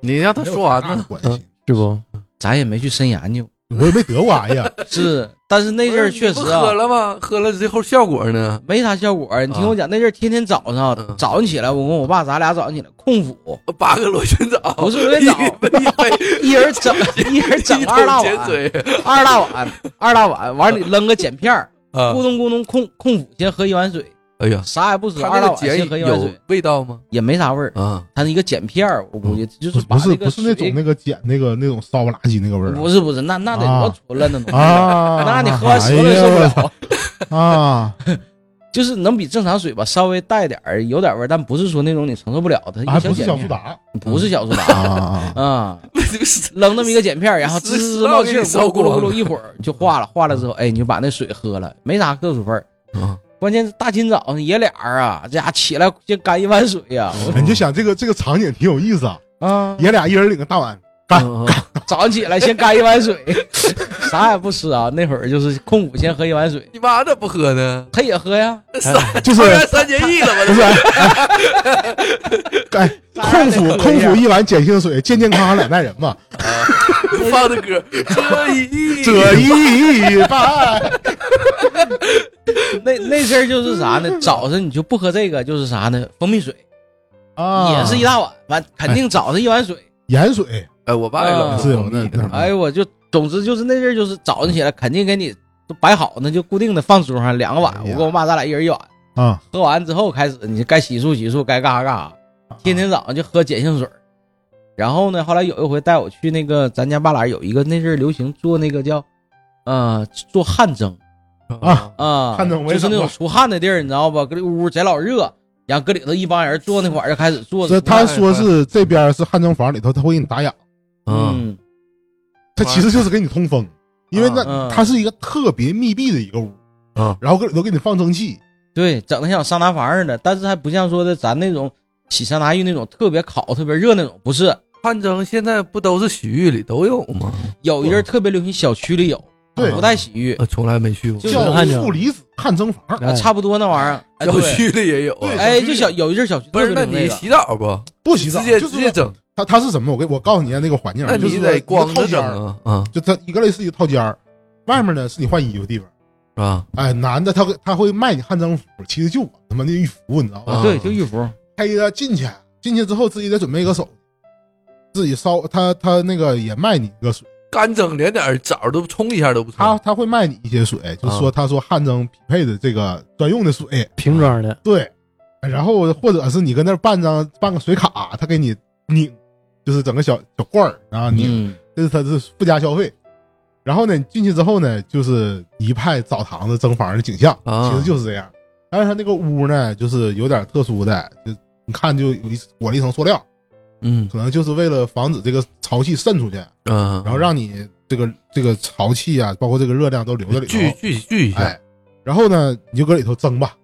[SPEAKER 4] 你让他说啊完
[SPEAKER 3] 没有太大的
[SPEAKER 4] 呢。
[SPEAKER 3] 关系，
[SPEAKER 5] 是不？
[SPEAKER 2] 咱也没去深研 究，
[SPEAKER 4] 嗯
[SPEAKER 3] 我也没得过癌呀。
[SPEAKER 2] 是，但是那阵儿确实
[SPEAKER 4] 不是你不
[SPEAKER 2] 啊
[SPEAKER 4] 喝，了吗？喝了之后效果呢？
[SPEAKER 2] 没啥效果。你听我讲，那阵儿天天早上
[SPEAKER 4] 嗯
[SPEAKER 2] 早上起来，我跟我爸咱俩早上起来空腹，
[SPEAKER 4] 八个螺旋藻，
[SPEAKER 2] 不是螺旋藻
[SPEAKER 4] 一杯一杯
[SPEAKER 2] 一人 整一人整
[SPEAKER 4] 一桶
[SPEAKER 2] 二啊大
[SPEAKER 4] 碱
[SPEAKER 2] 碗，
[SPEAKER 4] 水
[SPEAKER 2] 二大碗，二大碗，往里扔个碱片儿，
[SPEAKER 4] 啊
[SPEAKER 2] 咕！咚咕咚空空腹，先喝一碗水，
[SPEAKER 4] 哎呀，
[SPEAKER 2] 啥也不吃，
[SPEAKER 4] 他
[SPEAKER 2] 二
[SPEAKER 4] 那
[SPEAKER 2] 大
[SPEAKER 4] 个
[SPEAKER 2] 碗先喝
[SPEAKER 4] 碱
[SPEAKER 2] 一碗水
[SPEAKER 4] 有，味道吗？
[SPEAKER 2] 也没啥味儿。
[SPEAKER 4] 啊，
[SPEAKER 2] 它是一个碱片儿，我估计
[SPEAKER 4] 嗯
[SPEAKER 2] 就是把
[SPEAKER 3] 不是
[SPEAKER 2] 这个
[SPEAKER 3] 不是那种
[SPEAKER 2] 水
[SPEAKER 3] 那个碱那个那种骚不拉几那个味儿
[SPEAKER 2] 不是不是，那那得
[SPEAKER 3] 啊
[SPEAKER 2] 多纯了那东西，
[SPEAKER 3] 啊？
[SPEAKER 2] 那你喝
[SPEAKER 4] 哎
[SPEAKER 2] 完舌头也受不了。
[SPEAKER 3] 了啊！
[SPEAKER 2] 就是能比正常水吧稍微带点儿，有点味儿，但不是说那种你承受不了的。
[SPEAKER 3] 还
[SPEAKER 2] 一小
[SPEAKER 3] 啊不是
[SPEAKER 2] 碱
[SPEAKER 3] 小
[SPEAKER 2] 片
[SPEAKER 3] 苏，打
[SPEAKER 2] 不是小苏打
[SPEAKER 3] 啊？
[SPEAKER 2] 啊，
[SPEAKER 4] 那这个是
[SPEAKER 2] 扔那么一个碱片儿，然后
[SPEAKER 4] 是
[SPEAKER 2] 滋滋
[SPEAKER 4] 是
[SPEAKER 2] 滋冒气儿，
[SPEAKER 4] 是烧
[SPEAKER 2] 咕噜咕噜咕
[SPEAKER 4] 光
[SPEAKER 2] 噜，一会儿就化了，化了之后，
[SPEAKER 3] 嗯
[SPEAKER 2] 哎，你就把那水喝了，没啥个数味儿。
[SPEAKER 4] 啊，
[SPEAKER 2] 关键是大清早上爷俩儿啊，这家起来先干一碗水呀、
[SPEAKER 3] 哎你就想这个这个场景挺有意思啊，
[SPEAKER 2] 啊，
[SPEAKER 3] 爷俩一人领个大碗，干
[SPEAKER 4] 嗯嗯
[SPEAKER 2] 早上起来先干一碗水， 啥也不吃啊。那会儿就是空腹先喝一碗水，
[SPEAKER 4] 你妈咋不喝呢？
[SPEAKER 2] 他也喝呀，
[SPEAKER 3] 就是
[SPEAKER 4] 突然三结义了
[SPEAKER 3] 不
[SPEAKER 4] 吧？
[SPEAKER 3] 是？哎，空腹空腹一碗碱性水，健健康康两代人 嘛。
[SPEAKER 4] 这放的 歌，这一
[SPEAKER 3] 这一半，
[SPEAKER 2] 那那阵儿就是啥呢？早上你就不喝这个，就是啥呢？蜂蜜水
[SPEAKER 3] 啊，
[SPEAKER 2] 也是一大碗，完肯定早上一碗水。
[SPEAKER 3] 盐水，
[SPEAKER 4] 哎，我爸也
[SPEAKER 2] 呃
[SPEAKER 4] 老
[SPEAKER 3] 嗯是有那那
[SPEAKER 2] 哎，我就总之就是那阵儿就是早上起来肯定给你都摆好，那就固定的放桌上两个碗，
[SPEAKER 3] 哎呀
[SPEAKER 2] 我跟我妈咱俩一人一碗，
[SPEAKER 3] 啊，
[SPEAKER 2] 喝完之后开始你该洗漱洗漱，该干啥干啥。天天早上就喝碱性水儿。然后呢，后来有一回带我去那个咱家半拉有一个那阵儿流行做那个叫，呃，做汗蒸
[SPEAKER 3] 啊
[SPEAKER 2] 啊，
[SPEAKER 3] 汗蒸我也
[SPEAKER 2] 就是那
[SPEAKER 3] 整
[SPEAKER 2] 种
[SPEAKER 3] 过
[SPEAKER 2] 出汗的地儿，你知道吧？搁这屋贼老热，然后搁里头一帮人坐那块儿就开始做
[SPEAKER 3] 这他说
[SPEAKER 4] 那
[SPEAKER 3] 是这边是汗蒸房里头，他会给你打氧，
[SPEAKER 4] 嗯，
[SPEAKER 2] 嗯
[SPEAKER 3] 他其实就是给你通风，因为那
[SPEAKER 2] 嗯
[SPEAKER 3] 它是一个特别密闭的一个屋
[SPEAKER 4] 啊，
[SPEAKER 3] 然后搁里头给你放蒸汽，
[SPEAKER 2] 对，整的像桑拿房似的，但是还不像说的咱那种洗桑拿浴那种特别烤、特别热那种，不是。
[SPEAKER 4] 汗蒸现在不都是洗浴里都有吗？
[SPEAKER 2] 有一
[SPEAKER 4] 嗯
[SPEAKER 2] 阵儿特别流行，小区里有，
[SPEAKER 3] 对
[SPEAKER 2] 不带洗浴，
[SPEAKER 4] 呃，从来没去
[SPEAKER 2] 嗯
[SPEAKER 4] 过
[SPEAKER 2] 就。是
[SPEAKER 3] 叫
[SPEAKER 5] 汗蒸
[SPEAKER 3] 负离子汗蒸房，
[SPEAKER 5] 哎
[SPEAKER 2] 啊差不多那玩意儿。哎
[SPEAKER 4] 嗯小
[SPEAKER 2] 对
[SPEAKER 4] 区里也有啊，
[SPEAKER 3] 对
[SPEAKER 2] 哎，就小有一阵儿小区
[SPEAKER 4] 不
[SPEAKER 2] 特别
[SPEAKER 4] 是？那
[SPEAKER 2] 流行
[SPEAKER 4] 你
[SPEAKER 2] 那个。
[SPEAKER 4] 洗澡不？
[SPEAKER 3] 不洗澡
[SPEAKER 4] 直接
[SPEAKER 3] 就
[SPEAKER 4] 直
[SPEAKER 3] 是
[SPEAKER 4] 接
[SPEAKER 3] 说
[SPEAKER 4] 整，
[SPEAKER 3] 它它是什么？我给我告诉你啊，那个环境
[SPEAKER 4] 那，
[SPEAKER 3] 就
[SPEAKER 4] 你
[SPEAKER 3] 是
[SPEAKER 4] 得光
[SPEAKER 3] 一个
[SPEAKER 4] 着
[SPEAKER 3] 套间
[SPEAKER 4] 整
[SPEAKER 3] 儿，
[SPEAKER 4] 啊啊，
[SPEAKER 3] 就它一个类似于套间儿，外面呢是你换衣服地方。
[SPEAKER 4] 是吧？
[SPEAKER 3] 哎，男的他会他会卖你汗蒸服，其实就我他妈那浴服，你知道吗？
[SPEAKER 4] 啊
[SPEAKER 2] 对，就浴服。
[SPEAKER 3] 黑的进去，啊进去之后自己得准备一个手，自己烧他他那个也卖你一个水，
[SPEAKER 4] 干蒸连点儿澡都冲一下都不
[SPEAKER 3] 他
[SPEAKER 4] 冲。
[SPEAKER 3] 他会卖你一些水，
[SPEAKER 4] 啊
[SPEAKER 3] 就说、他说汗蒸匹配的这个专用的水，
[SPEAKER 5] 瓶装的，
[SPEAKER 3] 对，然后或者是你跟那儿办张办个水卡，他给你拧，就是整个小小罐儿，然后拧，
[SPEAKER 2] 嗯，
[SPEAKER 3] 这是他是附加消费。然后呢，你进去之后呢，就是一派澡堂子蒸房的景象，
[SPEAKER 4] 啊
[SPEAKER 3] 其实就是这样。但是他那个屋呢，就是有点特殊的，就你看就有一裹了一层塑料，
[SPEAKER 4] 嗯
[SPEAKER 3] 可能就是为了防止这个潮气渗出去，
[SPEAKER 4] 嗯，
[SPEAKER 3] 然后让你这个这个潮气啊，包括这个热量都留在里头。
[SPEAKER 4] 聚聚聚一下
[SPEAKER 3] 哎，然后呢，你就搁里头蒸吧，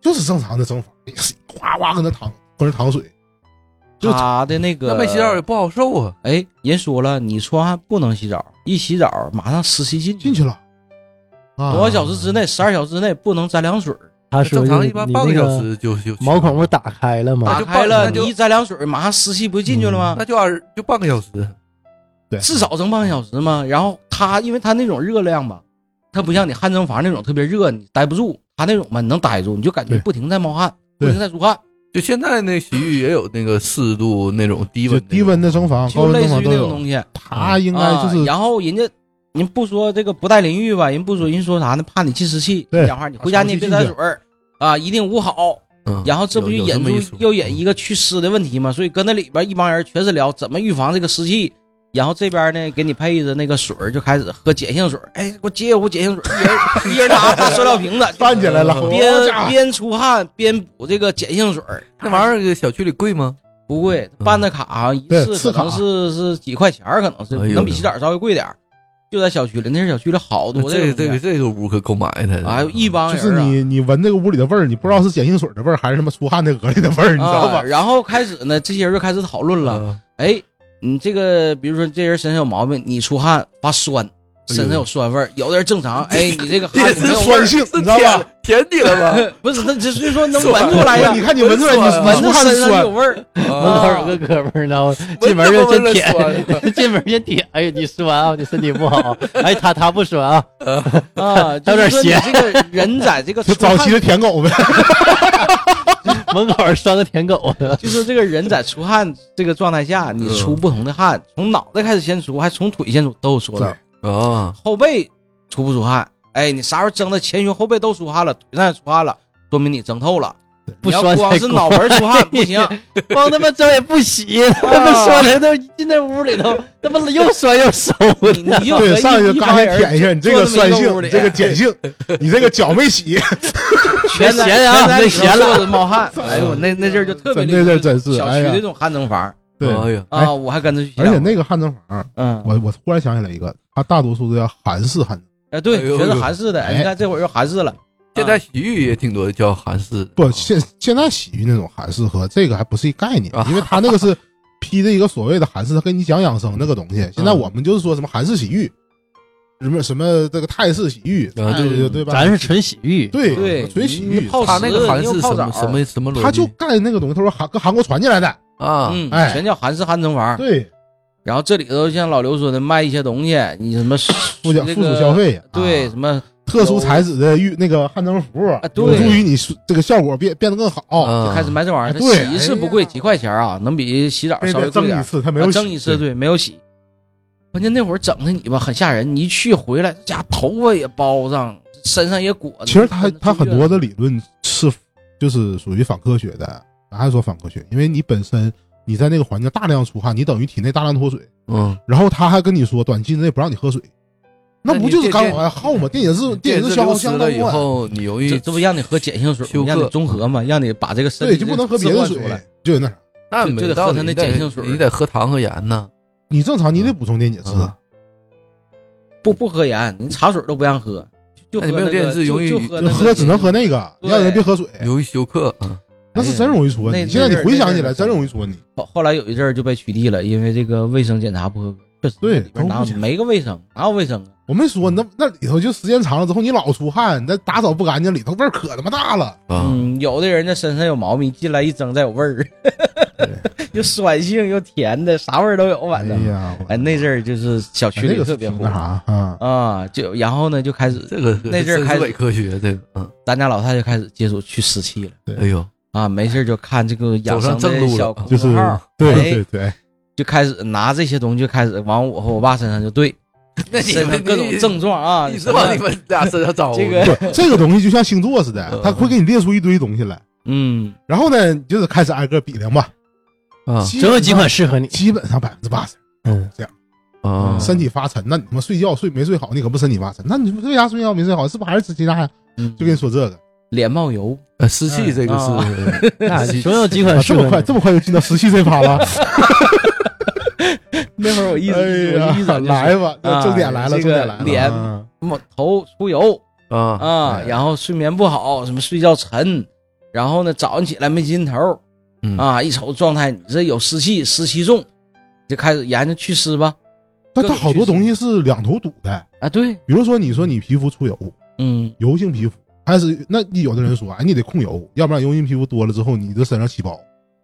[SPEAKER 3] 就是正常的蒸法，也是哗哗搁那淌，搁那淌水。就
[SPEAKER 2] 他的那个
[SPEAKER 4] 那没洗澡也不好受啊。
[SPEAKER 2] 哎，人说了，你说还不能洗澡，一洗澡马上湿气进
[SPEAKER 3] 进
[SPEAKER 2] 去，
[SPEAKER 3] 去了，啊，
[SPEAKER 2] 多少小时之内，十二小时之内不能沾凉水儿。
[SPEAKER 5] 他说
[SPEAKER 4] 正
[SPEAKER 5] 就
[SPEAKER 4] 常
[SPEAKER 5] 是
[SPEAKER 4] 一般
[SPEAKER 5] 你
[SPEAKER 4] 半
[SPEAKER 5] 那
[SPEAKER 4] 个小
[SPEAKER 5] 个
[SPEAKER 4] 时就就
[SPEAKER 5] 毛孔不是打开了
[SPEAKER 4] 那
[SPEAKER 5] 吗
[SPEAKER 2] 打
[SPEAKER 4] 就？
[SPEAKER 2] 开
[SPEAKER 4] 那
[SPEAKER 2] 了，
[SPEAKER 4] 就
[SPEAKER 2] 你一沾凉水儿，马上湿气不就进去了吗？
[SPEAKER 4] 那就二就半个小时。
[SPEAKER 3] 对，
[SPEAKER 2] 至少蒸半个小时嘛。然后它因为它那种热量吧，它不像你汗蒸房那种特别热，你待不住。它那种吧，你能待住，你就感觉
[SPEAKER 3] 对
[SPEAKER 2] 不停在冒汗，不
[SPEAKER 3] 对
[SPEAKER 2] 停在出汗，
[SPEAKER 4] 就现在那洗浴也有那个四十度那种低
[SPEAKER 3] 就
[SPEAKER 4] 温，
[SPEAKER 3] 低温的蒸房、
[SPEAKER 2] 就
[SPEAKER 3] 高温
[SPEAKER 2] 类
[SPEAKER 3] 蒸
[SPEAKER 2] 似
[SPEAKER 3] 房
[SPEAKER 2] 于
[SPEAKER 3] 都
[SPEAKER 2] 那种东
[SPEAKER 3] 有。
[SPEAKER 2] 西。
[SPEAKER 3] 他应该就
[SPEAKER 2] 啊、
[SPEAKER 3] 是
[SPEAKER 2] 然后人家。人不说这个不带淋浴吧，人不说，人说啥呢？怕你进湿气。
[SPEAKER 3] 对
[SPEAKER 2] 讲话，你回家你也别沾水儿啊，一定捂好。
[SPEAKER 4] 嗯。
[SPEAKER 2] 然后啊这不就
[SPEAKER 4] 有有
[SPEAKER 2] 引
[SPEAKER 4] 么一
[SPEAKER 2] 出嗯
[SPEAKER 4] 说
[SPEAKER 2] 又引一个祛湿的问题吗？所以搁那里边一帮人全是聊怎么预防这个湿气，然后这边呢，给你配着那个水儿就开始喝碱性水儿， 哎，给我接一壶碱性水儿，一人一人拿个塑料 瓶子，
[SPEAKER 3] 站起来了，
[SPEAKER 2] 边
[SPEAKER 3] 好家伙
[SPEAKER 2] 边出汗边补这个碱性水儿，
[SPEAKER 4] 那玩意儿小区里贵吗？
[SPEAKER 2] 不嗯贵，
[SPEAKER 4] 嗯
[SPEAKER 2] 办的卡好像一
[SPEAKER 3] 对
[SPEAKER 2] 次
[SPEAKER 3] 次
[SPEAKER 2] 可能
[SPEAKER 3] 卡
[SPEAKER 2] 是是几块钱儿，可能是
[SPEAKER 4] 哎呦
[SPEAKER 2] 能比洗澡稍微贵点儿，就在小区里，那是小区里好多
[SPEAKER 4] 这
[SPEAKER 2] 这
[SPEAKER 4] 个这个
[SPEAKER 2] 个
[SPEAKER 4] 这个屋可够埋汰的
[SPEAKER 2] 啊，一帮
[SPEAKER 3] 就
[SPEAKER 2] 人
[SPEAKER 3] 是
[SPEAKER 2] 啊
[SPEAKER 3] 你你闻这个屋里的味儿，你不知道是碱性水的味儿还是什么出汗的鹅里的味儿，你知道
[SPEAKER 2] 啊，
[SPEAKER 3] 吧？
[SPEAKER 2] 然后开始呢，这些人就开始讨论了，
[SPEAKER 4] 了，
[SPEAKER 2] 哎，你这个比如说这人身上有毛病，你出汗发酸，身上有酸味儿，有的人正常，哎，你这个汗里没
[SPEAKER 3] 是
[SPEAKER 2] 有味
[SPEAKER 3] 酸
[SPEAKER 2] 儿，
[SPEAKER 3] 性，
[SPEAKER 4] 是
[SPEAKER 3] 你知道 吧？
[SPEAKER 4] 舔舔你了吧？
[SPEAKER 2] 不是，那只是说能闻出来呀，
[SPEAKER 3] 你看你闻出来，你
[SPEAKER 4] 酸
[SPEAKER 3] 你
[SPEAKER 2] 闻
[SPEAKER 3] 出
[SPEAKER 2] 着
[SPEAKER 3] 汗
[SPEAKER 2] 身
[SPEAKER 3] 是
[SPEAKER 2] 上有
[SPEAKER 3] 酸，
[SPEAKER 2] 味儿，
[SPEAKER 5] 门口有
[SPEAKER 2] 啊
[SPEAKER 5] 个哥们儿，然后进门就先舔， 进门先舔。哎呀，你吃完啊，你身体不好。哎，他他不说啊，
[SPEAKER 2] 啊，
[SPEAKER 5] 有
[SPEAKER 2] 就是
[SPEAKER 5] 点
[SPEAKER 2] 说
[SPEAKER 5] 咸
[SPEAKER 2] 你这个人在 这个
[SPEAKER 3] 就
[SPEAKER 2] 出
[SPEAKER 3] 早
[SPEAKER 2] 汗啊
[SPEAKER 3] 期的舔狗呗，
[SPEAKER 5] 门口拴个舔狗的。
[SPEAKER 2] 就是这个人在出汗这个状态下，你出不同的汗，从脑袋开始先出，还从腿先出，都有说的。
[SPEAKER 4] 啊，
[SPEAKER 2] 后背出不出汗？哎，你啥时候蒸的前胸后背都出汗了，腿上也出汗了，说明你蒸透了。
[SPEAKER 5] 不
[SPEAKER 2] 你要
[SPEAKER 5] 刷才
[SPEAKER 2] 光是
[SPEAKER 5] 怪
[SPEAKER 2] 脑门出汗不行，
[SPEAKER 5] 光他妈澡也不洗，他妈
[SPEAKER 4] 啊
[SPEAKER 5] 刷的都一进那屋里头，他妈又酸又馊
[SPEAKER 2] 你你就
[SPEAKER 3] 对，
[SPEAKER 2] 和
[SPEAKER 3] 上去
[SPEAKER 2] 一
[SPEAKER 3] 嘎
[SPEAKER 2] 帮
[SPEAKER 3] 先
[SPEAKER 2] 人
[SPEAKER 3] 舔一下，你这个酸
[SPEAKER 2] 坐那么一个
[SPEAKER 3] 性，
[SPEAKER 2] 屋
[SPEAKER 3] 你
[SPEAKER 2] 里
[SPEAKER 3] 这个碱性，你这个脚 没洗，
[SPEAKER 2] 全在
[SPEAKER 5] 闲啊
[SPEAKER 2] 全在里
[SPEAKER 5] 那闲了
[SPEAKER 2] 头坐着冒 汗。哎呦，那那阵儿就特别
[SPEAKER 3] 那阵儿真是
[SPEAKER 2] 小
[SPEAKER 3] 哎
[SPEAKER 2] 区
[SPEAKER 3] 呀
[SPEAKER 2] 那种汗蒸房
[SPEAKER 3] 对。
[SPEAKER 4] 哎呀，
[SPEAKER 3] 哎
[SPEAKER 2] 啊，我还跟着去洗澡。
[SPEAKER 3] 而且那个汗蒸房，
[SPEAKER 2] 嗯，
[SPEAKER 3] 我我忽然想起来一个，它大多数都叫韩式汗蒸，
[SPEAKER 2] 哎
[SPEAKER 4] 哎
[SPEAKER 2] 对，
[SPEAKER 4] 呦
[SPEAKER 2] 全是韩式的。哎
[SPEAKER 3] 哎
[SPEAKER 2] 你看这会儿又韩式了，
[SPEAKER 4] 现在洗浴也挺多叫韩式的，
[SPEAKER 3] 不现现在洗浴那种韩式和这个还不是一概念
[SPEAKER 4] 啊，
[SPEAKER 3] 因为它那个是披着一个所谓的韩式，它跟你讲养生那个东西。现在我们就是说什么韩式洗浴，什么什么这个泰式洗浴，
[SPEAKER 4] 啊
[SPEAKER 3] 对
[SPEAKER 4] 对
[SPEAKER 3] 对对吧？
[SPEAKER 5] 咱是纯洗浴，
[SPEAKER 3] 对
[SPEAKER 2] 对
[SPEAKER 3] 纯洗
[SPEAKER 2] 你
[SPEAKER 3] 浴，
[SPEAKER 2] 泡
[SPEAKER 4] 他那个
[SPEAKER 2] 池
[SPEAKER 4] 韩
[SPEAKER 2] 你又
[SPEAKER 4] 式
[SPEAKER 2] 泡
[SPEAKER 4] 什
[SPEAKER 2] 澡啊
[SPEAKER 4] 么什么什么逻辑，
[SPEAKER 3] 他就干那个东西，他说韩跟韩国传进来的，
[SPEAKER 4] 啊，
[SPEAKER 2] 嗯，
[SPEAKER 3] 哎
[SPEAKER 2] 全叫韩式汗蒸房。
[SPEAKER 3] 对，
[SPEAKER 2] 然后这里头像老刘说的，卖一些东西，你什么
[SPEAKER 3] 附加
[SPEAKER 2] 那个
[SPEAKER 3] 附属消费，
[SPEAKER 2] 对
[SPEAKER 3] 啊，
[SPEAKER 2] 什么
[SPEAKER 3] 特殊材质的浴那个汗蒸服，
[SPEAKER 2] 对
[SPEAKER 3] 有助于你这个效果变变得更好。
[SPEAKER 4] 啊
[SPEAKER 2] 开始卖这玩意儿，
[SPEAKER 3] 哎对
[SPEAKER 2] 洗一次不贵，
[SPEAKER 3] 哎呀
[SPEAKER 2] 几块钱啊，能比洗澡
[SPEAKER 3] 非
[SPEAKER 2] 稍微
[SPEAKER 3] 得
[SPEAKER 2] 贵
[SPEAKER 3] 蒸
[SPEAKER 2] 点
[SPEAKER 3] 一
[SPEAKER 2] 儿。
[SPEAKER 3] 次，他没
[SPEAKER 2] 啊
[SPEAKER 3] 有
[SPEAKER 2] 蒸
[SPEAKER 3] 洗
[SPEAKER 2] 一次，，对，没有洗。关键那会儿整的你吧，很吓人。你一去回来，这家头发也包上，身上也裹着。
[SPEAKER 3] 其实他他
[SPEAKER 2] 真
[SPEAKER 3] 很
[SPEAKER 2] 的
[SPEAKER 3] 多的理论是就是属于反科学的，咱还说反科学，因为你本身你在那个环境大量出汗，你等于体内大量脱水，
[SPEAKER 4] 嗯，
[SPEAKER 3] 然后他还跟你说短期之内不让你喝水，那不就是干往外耗吗？电解质
[SPEAKER 2] 嗯
[SPEAKER 3] 电解质消
[SPEAKER 4] 流
[SPEAKER 3] 耗
[SPEAKER 4] 失
[SPEAKER 3] 相当
[SPEAKER 4] 了以
[SPEAKER 3] 多，
[SPEAKER 4] 后，你容
[SPEAKER 2] 这
[SPEAKER 4] 易
[SPEAKER 2] 这不让你喝碱性水
[SPEAKER 4] 休
[SPEAKER 2] 吗，让你
[SPEAKER 4] 克
[SPEAKER 2] 中和嘛，让你把这个身体
[SPEAKER 3] 对，就不能喝别的
[SPEAKER 2] 置换
[SPEAKER 3] 水
[SPEAKER 2] 出来。，
[SPEAKER 3] 就有那啥。
[SPEAKER 4] 那
[SPEAKER 2] 就
[SPEAKER 4] 没
[SPEAKER 2] 就得
[SPEAKER 4] 道
[SPEAKER 2] 喝
[SPEAKER 4] 理，
[SPEAKER 2] 它那
[SPEAKER 4] 你得
[SPEAKER 2] 碱性水
[SPEAKER 4] 你得喝糖和盐呢，
[SPEAKER 3] 你正常你
[SPEAKER 2] 嗯
[SPEAKER 3] 得补充电解质，
[SPEAKER 4] 啊
[SPEAKER 2] 不不喝盐，你茶水都不让喝，就喝
[SPEAKER 4] 那哎你没
[SPEAKER 2] 那
[SPEAKER 4] 有
[SPEAKER 2] 个
[SPEAKER 4] 电视
[SPEAKER 2] 就
[SPEAKER 4] 容易
[SPEAKER 2] 就喝
[SPEAKER 3] 就
[SPEAKER 2] 那
[SPEAKER 3] 喝
[SPEAKER 2] 个
[SPEAKER 3] 只能喝那个，
[SPEAKER 2] 对
[SPEAKER 3] 让人别喝水，
[SPEAKER 4] 容易休克啊。
[SPEAKER 3] 那是真容易出问
[SPEAKER 2] 哎呀
[SPEAKER 3] 题。现在你
[SPEAKER 2] 那
[SPEAKER 3] 回想起来，
[SPEAKER 2] 那阵儿
[SPEAKER 3] 真容易出问题。
[SPEAKER 2] 后后来有一阵儿就被取缔了，因为这个卫生检查不合格，确实
[SPEAKER 3] 对
[SPEAKER 2] 里边
[SPEAKER 3] 都
[SPEAKER 2] 哪
[SPEAKER 3] 不检查
[SPEAKER 2] 没个卫生，哪有卫生啊？
[SPEAKER 3] 我没说那那里头就时间长了之后，你老出汗，你再打扫不干净，里头味儿可他妈大了。
[SPEAKER 4] 啊，
[SPEAKER 2] 嗯，有的人家身上有毛病，进来一蒸再有味儿， 又酸性又甜的，啥味儿都有，
[SPEAKER 3] 哎
[SPEAKER 2] 反正。
[SPEAKER 3] 呀，我
[SPEAKER 2] 哎，那阵儿就是小区
[SPEAKER 3] 啊那
[SPEAKER 2] 里
[SPEAKER 3] 个
[SPEAKER 2] 特
[SPEAKER 3] 是
[SPEAKER 2] 别
[SPEAKER 3] 挺
[SPEAKER 2] 火
[SPEAKER 3] 那啥啊，
[SPEAKER 2] 啊，就然后呢就开始，
[SPEAKER 4] 这个
[SPEAKER 2] 那阵儿
[SPEAKER 4] 真
[SPEAKER 2] 开
[SPEAKER 4] 是
[SPEAKER 2] 始
[SPEAKER 4] 伪科学，这个嗯，
[SPEAKER 2] 咱家老太太开始接触去湿气了
[SPEAKER 4] 哎呦，
[SPEAKER 2] 啊，没事儿就看这个养生
[SPEAKER 4] 走上正
[SPEAKER 2] 的
[SPEAKER 4] 路了
[SPEAKER 2] 小公
[SPEAKER 3] 就是
[SPEAKER 2] 众号，
[SPEAKER 3] 对
[SPEAKER 2] 哎
[SPEAKER 3] 对对，
[SPEAKER 2] 就开始拿这些东西就开始往我和我爸身上就对，
[SPEAKER 4] 那你
[SPEAKER 2] 身上各种症状啊，
[SPEAKER 4] 你
[SPEAKER 2] 什
[SPEAKER 4] 是
[SPEAKER 2] 么
[SPEAKER 4] 往你们俩身上招呼
[SPEAKER 2] 这个
[SPEAKER 3] 不，这个东西就像星座似的
[SPEAKER 4] 嗯，
[SPEAKER 3] 它会给你列出一堆东西来，
[SPEAKER 2] 嗯，
[SPEAKER 3] 然后呢，你就得开始挨个比量吧。
[SPEAKER 4] 啊
[SPEAKER 3] 基
[SPEAKER 5] 总有
[SPEAKER 3] 本
[SPEAKER 5] 几
[SPEAKER 3] 上
[SPEAKER 5] 款适合你。
[SPEAKER 3] 基本上百分之八十，
[SPEAKER 5] 嗯，
[SPEAKER 2] 嗯
[SPEAKER 4] 啊，
[SPEAKER 3] 身体发沉，那你他妈睡觉睡没睡好，你可不身体发沉，那你为啥睡觉没睡好？是不是还是吃鸡蛋呀？
[SPEAKER 2] 嗯
[SPEAKER 3] 就跟你说这个，
[SPEAKER 2] 脸冒油，
[SPEAKER 4] 呃湿气这个是
[SPEAKER 5] 那
[SPEAKER 4] 湿气
[SPEAKER 5] 总有几
[SPEAKER 2] 嗯
[SPEAKER 3] 啊
[SPEAKER 5] 款适
[SPEAKER 3] 这
[SPEAKER 5] 合
[SPEAKER 3] 么
[SPEAKER 5] 你
[SPEAKER 3] 快，。这么快就进到十七这趴了，
[SPEAKER 2] 那会儿我一
[SPEAKER 3] 哎
[SPEAKER 2] 直我一
[SPEAKER 3] 呀，
[SPEAKER 2] 整
[SPEAKER 3] 来吧，
[SPEAKER 2] 啊
[SPEAKER 3] 那重点来了，
[SPEAKER 2] 这个
[SPEAKER 3] 重点来了，
[SPEAKER 2] 脸
[SPEAKER 3] 啊
[SPEAKER 2] 么头出油
[SPEAKER 4] 啊，
[SPEAKER 2] 啊
[SPEAKER 3] 哎，
[SPEAKER 2] 然后睡眠不好，什么睡觉沉，然后呢早上起来没劲头
[SPEAKER 4] 嗯
[SPEAKER 2] 啊，一瞅状态，你这有湿气，湿气重，就开始研究祛湿吧
[SPEAKER 3] 但它好多东西是两头堵的，
[SPEAKER 2] 啊，对，
[SPEAKER 3] 比如说你说你皮肤出油，
[SPEAKER 2] 嗯，
[SPEAKER 3] 油性皮肤。开始，那有的人说，哎，你得控油，要不然油性皮肤多了之后，你的身上起包。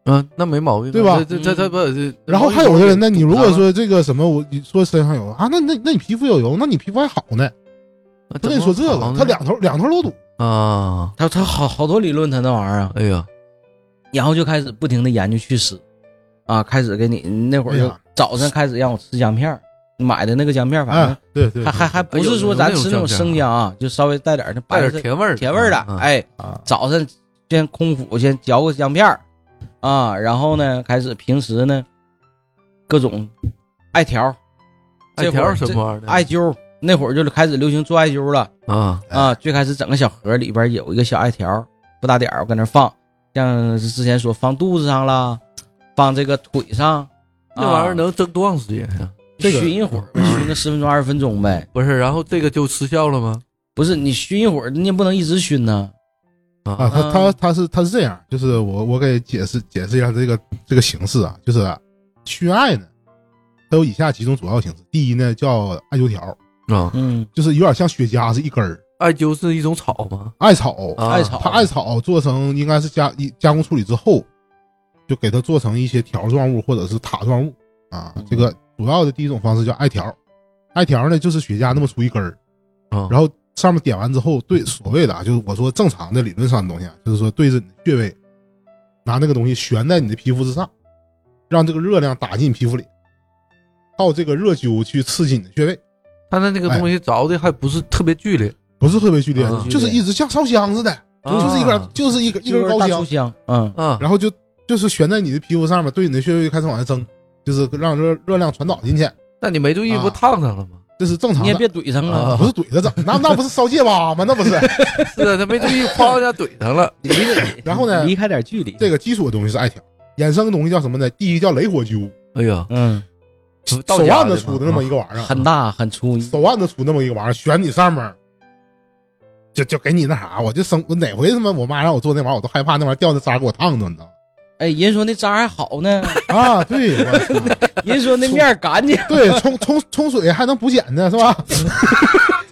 [SPEAKER 4] 嗯，那没毛病，
[SPEAKER 3] 对吧嗯
[SPEAKER 4] 这这这不，这
[SPEAKER 3] 然后还有的人呢，你如果说这个什么，我你说身上有啊，那那那你皮肤有油，那你皮肤还好呢。他跟你说这个，他两头两头都堵。
[SPEAKER 4] 啊，
[SPEAKER 2] 他他好好多理论，他那玩意儿啊，
[SPEAKER 4] 哎 呀，
[SPEAKER 2] 然后就开始不停的研究祛湿啊，开始给你那会儿
[SPEAKER 3] 哎
[SPEAKER 2] 就
[SPEAKER 3] 呀
[SPEAKER 2] 早晨开始让我吃姜片儿买的那个姜片儿，反
[SPEAKER 3] 哎
[SPEAKER 2] 正，
[SPEAKER 3] 对对，
[SPEAKER 2] 嗯还还还不是说咱吃那种生姜啊，就稍微带点儿那
[SPEAKER 4] 带
[SPEAKER 2] 白
[SPEAKER 4] 点
[SPEAKER 2] 色
[SPEAKER 4] 甜味儿，
[SPEAKER 2] 甜味儿的，
[SPEAKER 4] 啊，
[SPEAKER 2] 哎。
[SPEAKER 3] 啊，
[SPEAKER 2] 早上先空腹先嚼个姜片儿啊，然后呢开始平时呢各种艾条，
[SPEAKER 4] 艾
[SPEAKER 2] 这会哎
[SPEAKER 4] 条
[SPEAKER 2] 儿
[SPEAKER 4] 什么啊玩意儿
[SPEAKER 2] 这
[SPEAKER 4] 的？
[SPEAKER 2] 艾灸，那会儿就开始流行做艾灸了
[SPEAKER 4] 啊，
[SPEAKER 2] 啊。最开始整个小盒里边有一个小艾条，不大点儿，我搁那放，像之前说放肚子上啦，放这个腿上，
[SPEAKER 4] 那玩意
[SPEAKER 2] 啊
[SPEAKER 4] 儿能嗯蒸多长时间呀？
[SPEAKER 3] 这个
[SPEAKER 2] 熏一会儿，熏个十分钟二十分钟呗。
[SPEAKER 4] 不是，然后这个就失效了吗？
[SPEAKER 2] 不是你熏一会儿，你也不能一直熏呢。
[SPEAKER 3] 啊，
[SPEAKER 4] 啊，
[SPEAKER 3] 他
[SPEAKER 2] 嗯
[SPEAKER 3] 他他是他是这样，就是我我给解释解释一下这个这个形式啊，就是熏艾呢，它有以下几种主要形式。第一呢叫艾灸条，
[SPEAKER 4] 啊，
[SPEAKER 2] 嗯，
[SPEAKER 3] 就是有点像雪茄是一根儿
[SPEAKER 4] 艾灸是一种草吗？
[SPEAKER 3] 艾草，
[SPEAKER 4] 啊
[SPEAKER 2] 艾草，
[SPEAKER 3] 它艾草做成应该是加一加工处理之后，就给它做成一些条状物或者是塔状物啊
[SPEAKER 2] 嗯。
[SPEAKER 3] 这个主要的第一种方式叫艾条，艾条呢就是雪茄那么粗一根儿，
[SPEAKER 4] 啊，
[SPEAKER 3] 然后上面点完之后，对所谓的啊，就是我说正常的理论上的东西，啊，就是说对着你的穴位，拿那个东西悬在你的皮肤之上，让这个热量打进你皮肤里，靠这个热灸去刺激你的穴位，
[SPEAKER 4] 他的那
[SPEAKER 3] 哎
[SPEAKER 4] 个东西着的还不是特别剧烈，
[SPEAKER 3] 不是特别剧烈，
[SPEAKER 4] 啊
[SPEAKER 3] 就是一直像烧香似的，就是一根
[SPEAKER 4] 啊
[SPEAKER 3] 就是一根一根
[SPEAKER 2] 就是
[SPEAKER 3] 高
[SPEAKER 2] 大粗
[SPEAKER 3] 香，
[SPEAKER 2] 香，嗯，
[SPEAKER 4] 啊，
[SPEAKER 3] 然后就就是悬在你的皮肤上面，对你的穴位开始往下蒸，就是让热热量传导进去，
[SPEAKER 4] 那你没注意
[SPEAKER 3] 啊
[SPEAKER 4] 不烫上了吗？
[SPEAKER 3] 这是正常
[SPEAKER 2] 你也
[SPEAKER 3] 的。
[SPEAKER 2] 别怼上
[SPEAKER 4] 啊
[SPEAKER 2] 啊。
[SPEAKER 3] 不是 怼着整，那那不是烧戒疤吗？那不是。
[SPEAKER 4] 是啊，他没注意，哐一下怼 上了。
[SPEAKER 2] 离得
[SPEAKER 3] 然后呢
[SPEAKER 2] 离开点距离。
[SPEAKER 3] 这个基础的东西是艾条，衍生的东西叫什么呢？第一叫雷火灸，
[SPEAKER 4] 哎呀，
[SPEAKER 2] 嗯，
[SPEAKER 4] 到
[SPEAKER 3] 手
[SPEAKER 4] 家
[SPEAKER 3] 腕子
[SPEAKER 4] 的
[SPEAKER 3] 粗
[SPEAKER 4] 嘛
[SPEAKER 3] 的那么一个玩意儿，
[SPEAKER 2] 很大很粗，
[SPEAKER 3] 手腕子粗那么一个玩意儿，悬你上面儿，就就给你那啥，我就生我哪回他妈我妈让我做那玩意儿，我都害怕那玩意儿掉那渣给我烫着，你知道吗？
[SPEAKER 2] 哎，人说那渣还好 呢，
[SPEAKER 3] 啊，对，我操
[SPEAKER 2] 人说那面儿干净，
[SPEAKER 3] 对，冲冲冲水还能补碱呢，是 吧？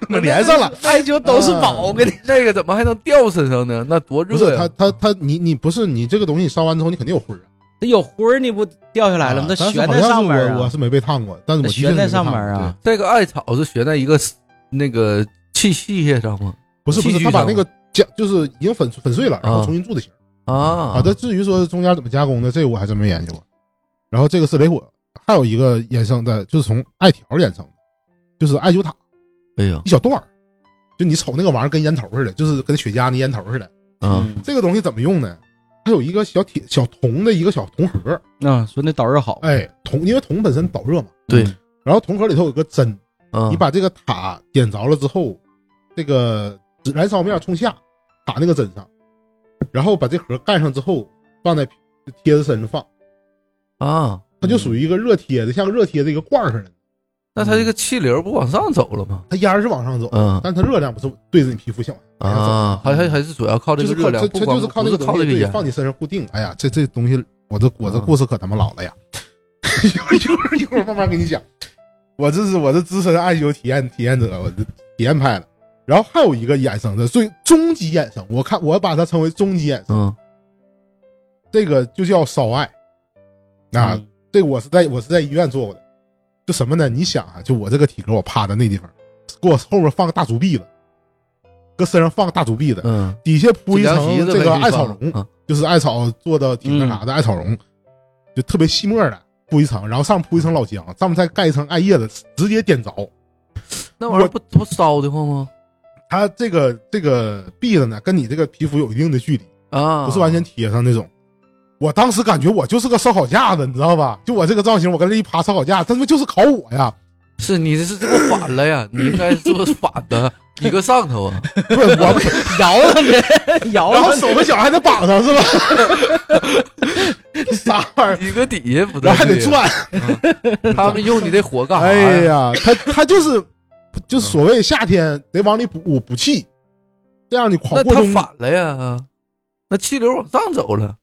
[SPEAKER 3] 那连上了。
[SPEAKER 2] 艾灸都是宝，我跟 你。
[SPEAKER 4] 那个怎么还能掉身上呢？那多
[SPEAKER 3] 不是
[SPEAKER 4] 热
[SPEAKER 3] 他
[SPEAKER 4] 呀！
[SPEAKER 3] 他他，你你不是你这个东西，你烧完之后你肯定有灰儿啊。
[SPEAKER 2] 那有灰儿，你不掉下来了吗？它
[SPEAKER 3] 啊但是
[SPEAKER 2] 悬
[SPEAKER 3] 好
[SPEAKER 2] 在
[SPEAKER 3] 像
[SPEAKER 2] 上面
[SPEAKER 3] 是我我
[SPEAKER 2] 啊，
[SPEAKER 3] 是没被烫过，但是我
[SPEAKER 2] 它
[SPEAKER 3] 的确是
[SPEAKER 2] 悬
[SPEAKER 3] 没
[SPEAKER 2] 在
[SPEAKER 3] 被烫
[SPEAKER 2] 上
[SPEAKER 3] 过
[SPEAKER 2] 面啊。。
[SPEAKER 4] 这个艾草是悬在一个 s- 那个器械上吗？
[SPEAKER 3] 对不是不
[SPEAKER 4] 器
[SPEAKER 3] 是，
[SPEAKER 4] 具
[SPEAKER 3] 他把
[SPEAKER 4] 上
[SPEAKER 3] 那个加就是已经粉粉碎了，然后
[SPEAKER 4] 啊
[SPEAKER 3] 重新铸的形。
[SPEAKER 4] 啊，
[SPEAKER 3] 啊，但至于说中间怎么加工的，这我还真没研究过。然后这个是雷火，还有一个衍生的，就是从艾条衍生的，就是艾灸塔
[SPEAKER 4] 哎呀
[SPEAKER 3] 一小段儿，就你瞅那个玩意儿跟烟头似的，就是跟雪茄那烟头似的。
[SPEAKER 4] 啊，
[SPEAKER 2] 嗯
[SPEAKER 3] 这个东西怎么用呢？它有一个小铁小铜的一个小铜盒，
[SPEAKER 2] 啊，说那导热好，
[SPEAKER 3] 哎，铜因为铜本身导热嘛，
[SPEAKER 4] 对
[SPEAKER 2] 嗯
[SPEAKER 3] 然后铜盒里头有个针，
[SPEAKER 4] 啊
[SPEAKER 3] 你把这个塔点着了之后，这个燃烧面冲下打那个针上，然后把这盒盖上之后放在贴着身上放。
[SPEAKER 4] 啊，
[SPEAKER 3] 它就属于一个热贴的，像热贴的一个罐儿似的。
[SPEAKER 4] 那它这个气流不往上走了吗？
[SPEAKER 3] 它烟儿是往上走，
[SPEAKER 4] 嗯
[SPEAKER 3] 但它热量不是对着你皮肤向往哎下走，
[SPEAKER 4] 啊，还还还是主要靠这
[SPEAKER 3] 就
[SPEAKER 4] 个
[SPEAKER 3] 是
[SPEAKER 4] 热
[SPEAKER 3] 靠
[SPEAKER 4] 量
[SPEAKER 3] 这，
[SPEAKER 4] 不
[SPEAKER 3] 它
[SPEAKER 4] 光
[SPEAKER 3] 就是靠
[SPEAKER 4] 不
[SPEAKER 3] 那
[SPEAKER 4] 是
[SPEAKER 3] 个
[SPEAKER 4] 靠
[SPEAKER 3] 东
[SPEAKER 4] 这
[SPEAKER 3] 西
[SPEAKER 4] 个
[SPEAKER 3] 对
[SPEAKER 4] 烟
[SPEAKER 3] 放你身上固定。哎呀，这这东西，我这我这
[SPEAKER 4] 嗯
[SPEAKER 3] 故事可他妈老了呀！ 一会儿一会儿一会儿慢慢跟你讲。我这是我这资深艾灸体验体验者，我这体验派了。然后还有一个衍生的最终极衍生，我看我把它称为终极衍生，
[SPEAKER 4] 嗯
[SPEAKER 3] 这个就叫烧艾。啊，
[SPEAKER 2] 嗯
[SPEAKER 3] 这个我是在我是在医院做过的，就什么呢？你想啊，就我这个体格，我趴在那地方，给我后边放个大竹篦子，搁身上放个大竹篦子，
[SPEAKER 4] 嗯，
[SPEAKER 3] 底下铺一
[SPEAKER 4] 凉席
[SPEAKER 3] 层
[SPEAKER 4] 子
[SPEAKER 3] 这
[SPEAKER 4] 呗
[SPEAKER 3] 个
[SPEAKER 4] 可以
[SPEAKER 3] 艾草
[SPEAKER 4] 放嗯
[SPEAKER 3] 绒，嗯
[SPEAKER 4] 啊
[SPEAKER 3] 就是艾草做的挺那啥的艾草绒，就特别细末的铺一层，然后上面铺一层老姜，上面再盖一层艾叶子，直接点着。
[SPEAKER 4] 那玩意儿不不烧得慌吗？
[SPEAKER 3] 它这个这个篦子呢，跟你这个皮肤有一定的距离，
[SPEAKER 4] 啊，
[SPEAKER 3] 不是完全贴上那种。我当时感觉我就是个烧烤架子，你知道吧？就我这个造型，我跟这一趴烧烤架，他他妈就是烤我呀！
[SPEAKER 4] 是你这是这不反 了呀？你应该是不是反的？一个上头啊，
[SPEAKER 3] 不 是我们，
[SPEAKER 2] 摇上去，摇
[SPEAKER 3] 然后
[SPEAKER 2] 上去，
[SPEAKER 3] 手和脚还得绑上是吧？ 啥玩意儿？
[SPEAKER 4] 一个底下不 对嗯
[SPEAKER 3] 然后哎还得转，
[SPEAKER 4] 他们用你这火干啥
[SPEAKER 3] 哎呀，
[SPEAKER 4] 呀？
[SPEAKER 3] 他他就是就是所谓夏天得往里补补气，这样你
[SPEAKER 4] 那
[SPEAKER 3] 狂过
[SPEAKER 4] 他
[SPEAKER 3] 冬。
[SPEAKER 4] 反了呀？啊那气流往上走了，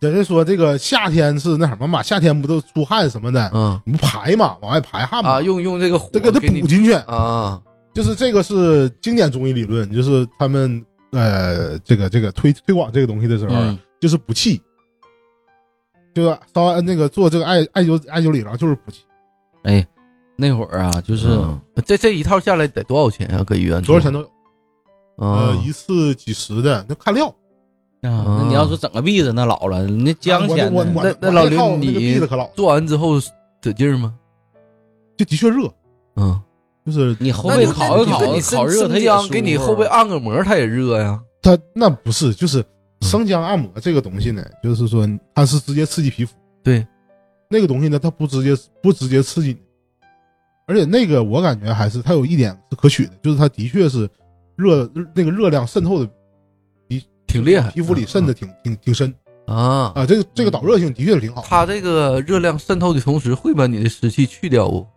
[SPEAKER 3] 人家说这个夏天是那什么嘛，夏天不都出汗什么的，
[SPEAKER 4] 嗯
[SPEAKER 3] 你不排嘛，往外排汗嘛，
[SPEAKER 4] 啊，用用这个火
[SPEAKER 3] 这给它
[SPEAKER 4] 给你
[SPEAKER 3] 补进去。
[SPEAKER 4] 啊，
[SPEAKER 3] 就是这个是经典中医理论，就是他们呃这个这个推推广这个东西的时候，啊
[SPEAKER 2] 嗯
[SPEAKER 3] 就是补气，就是稍微呃那个做这个艾艾灸艾灸理疗就是补气，
[SPEAKER 2] 哎，那会儿啊，就是
[SPEAKER 4] 嗯这这一套下来得多少钱啊？搁医院
[SPEAKER 3] 多少钱都有，
[SPEAKER 4] 啊
[SPEAKER 3] 呃，一次几十的，那看量。
[SPEAKER 2] 啊，那你要说整个篦子，那老了，那姜
[SPEAKER 3] 啊我
[SPEAKER 2] 钱
[SPEAKER 3] 我
[SPEAKER 2] 呢
[SPEAKER 3] 我
[SPEAKER 4] 那那
[SPEAKER 3] 我
[SPEAKER 4] 老
[SPEAKER 3] 这
[SPEAKER 4] 刘
[SPEAKER 3] 套那个
[SPEAKER 4] 你
[SPEAKER 3] 篦子可老了，
[SPEAKER 4] 做完之后得劲儿吗？
[SPEAKER 3] 这的确热，
[SPEAKER 4] 嗯，
[SPEAKER 3] 就是
[SPEAKER 2] 你后
[SPEAKER 4] 那
[SPEAKER 2] 背
[SPEAKER 4] 你
[SPEAKER 2] 烤一
[SPEAKER 4] 你
[SPEAKER 2] 烤
[SPEAKER 4] 跟你，生
[SPEAKER 2] 烤热它
[SPEAKER 4] 生
[SPEAKER 2] 也
[SPEAKER 4] 姜
[SPEAKER 2] 舒
[SPEAKER 4] 给你
[SPEAKER 2] 服啊
[SPEAKER 4] 后背按个摩，它也热呀。
[SPEAKER 3] 它那不是就是生姜按摩这个东西呢，就是说它是直接刺激皮肤，
[SPEAKER 4] 对，
[SPEAKER 3] 那个东西呢，它不直接不直接刺激你，而且那个我感觉还是它有一点是可取的，就是它的确是热那个热量渗透的
[SPEAKER 4] 挺厉害，
[SPEAKER 3] 嗯皮肤里渗的挺、挺挺深
[SPEAKER 4] 啊。
[SPEAKER 3] 啊，这个这个导热性的确是挺好。
[SPEAKER 4] 它这个热量渗透的同时，会把你的湿气去掉哦不？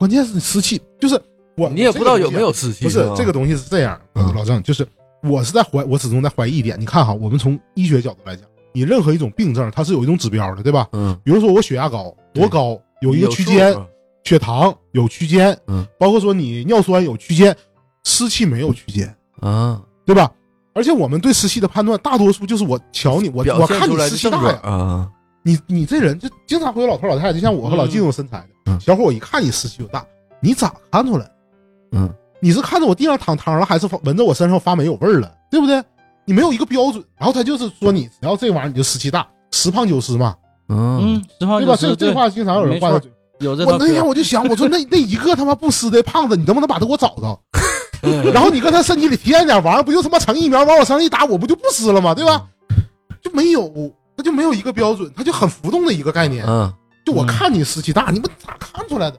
[SPEAKER 3] 关键是湿气，就是我
[SPEAKER 4] 你也不知道有没有
[SPEAKER 3] 这
[SPEAKER 4] 湿气。
[SPEAKER 3] 个东西啊不是这个
[SPEAKER 4] 个
[SPEAKER 3] 东西是这样，呃
[SPEAKER 4] 嗯
[SPEAKER 3] 老郑，就是我是在怀，我始终在怀疑一点。你看哈，我们从医学角度来讲，你任何一种病症，它是有一种指标的，对吧？
[SPEAKER 4] 嗯，
[SPEAKER 3] 比如说我血压高多
[SPEAKER 4] 对
[SPEAKER 3] 高，有一个区
[SPEAKER 4] 数
[SPEAKER 3] 间，血糖有区间，
[SPEAKER 4] 嗯，
[SPEAKER 3] 包括说你尿酸有区间，湿气没有区间，
[SPEAKER 4] 啊，
[SPEAKER 3] 对吧？而且我们对湿气的判断，大多数就是我瞧你，我
[SPEAKER 4] 表
[SPEAKER 3] 我
[SPEAKER 4] 现
[SPEAKER 3] 看你
[SPEAKER 4] 出来
[SPEAKER 3] 湿
[SPEAKER 4] 的
[SPEAKER 3] 气
[SPEAKER 4] 症
[SPEAKER 3] 大
[SPEAKER 4] 状
[SPEAKER 3] 呀，
[SPEAKER 4] 啊，
[SPEAKER 3] 你你这人就经常会有老头老太太，就像我和老季这种身材的、
[SPEAKER 4] 嗯
[SPEAKER 3] 小伙，我一看你湿气就大，你咋看出来？
[SPEAKER 4] 嗯，
[SPEAKER 3] 你是看着我地上躺汤了，还是闻着我身上发霉有味儿了，对不对？你没有一个标准，然后他就是说你只要这玩意儿你就湿气大，十胖九湿嘛，
[SPEAKER 4] 嗯
[SPEAKER 2] 嗯，，十号
[SPEAKER 3] 对吧？这这话经常有人挂在
[SPEAKER 2] 没错
[SPEAKER 3] 嘴。
[SPEAKER 2] 有这
[SPEAKER 3] 我
[SPEAKER 2] 套
[SPEAKER 3] 那天
[SPEAKER 2] 嗑，
[SPEAKER 3] 我就想，我说那那一个他妈不湿的胖子，你能不能把他给我找着？
[SPEAKER 4] 嗯
[SPEAKER 3] 然后你跟他身体里体验点玩意儿，不就他妈成疫苗往我身上一打，我不就不湿了吗？对吧？就没有，他就没有一个标准，他就很浮动的一个概念。
[SPEAKER 4] 嗯，
[SPEAKER 3] 就我
[SPEAKER 2] 嗯
[SPEAKER 3] 看你湿气大，你们咋看出来的？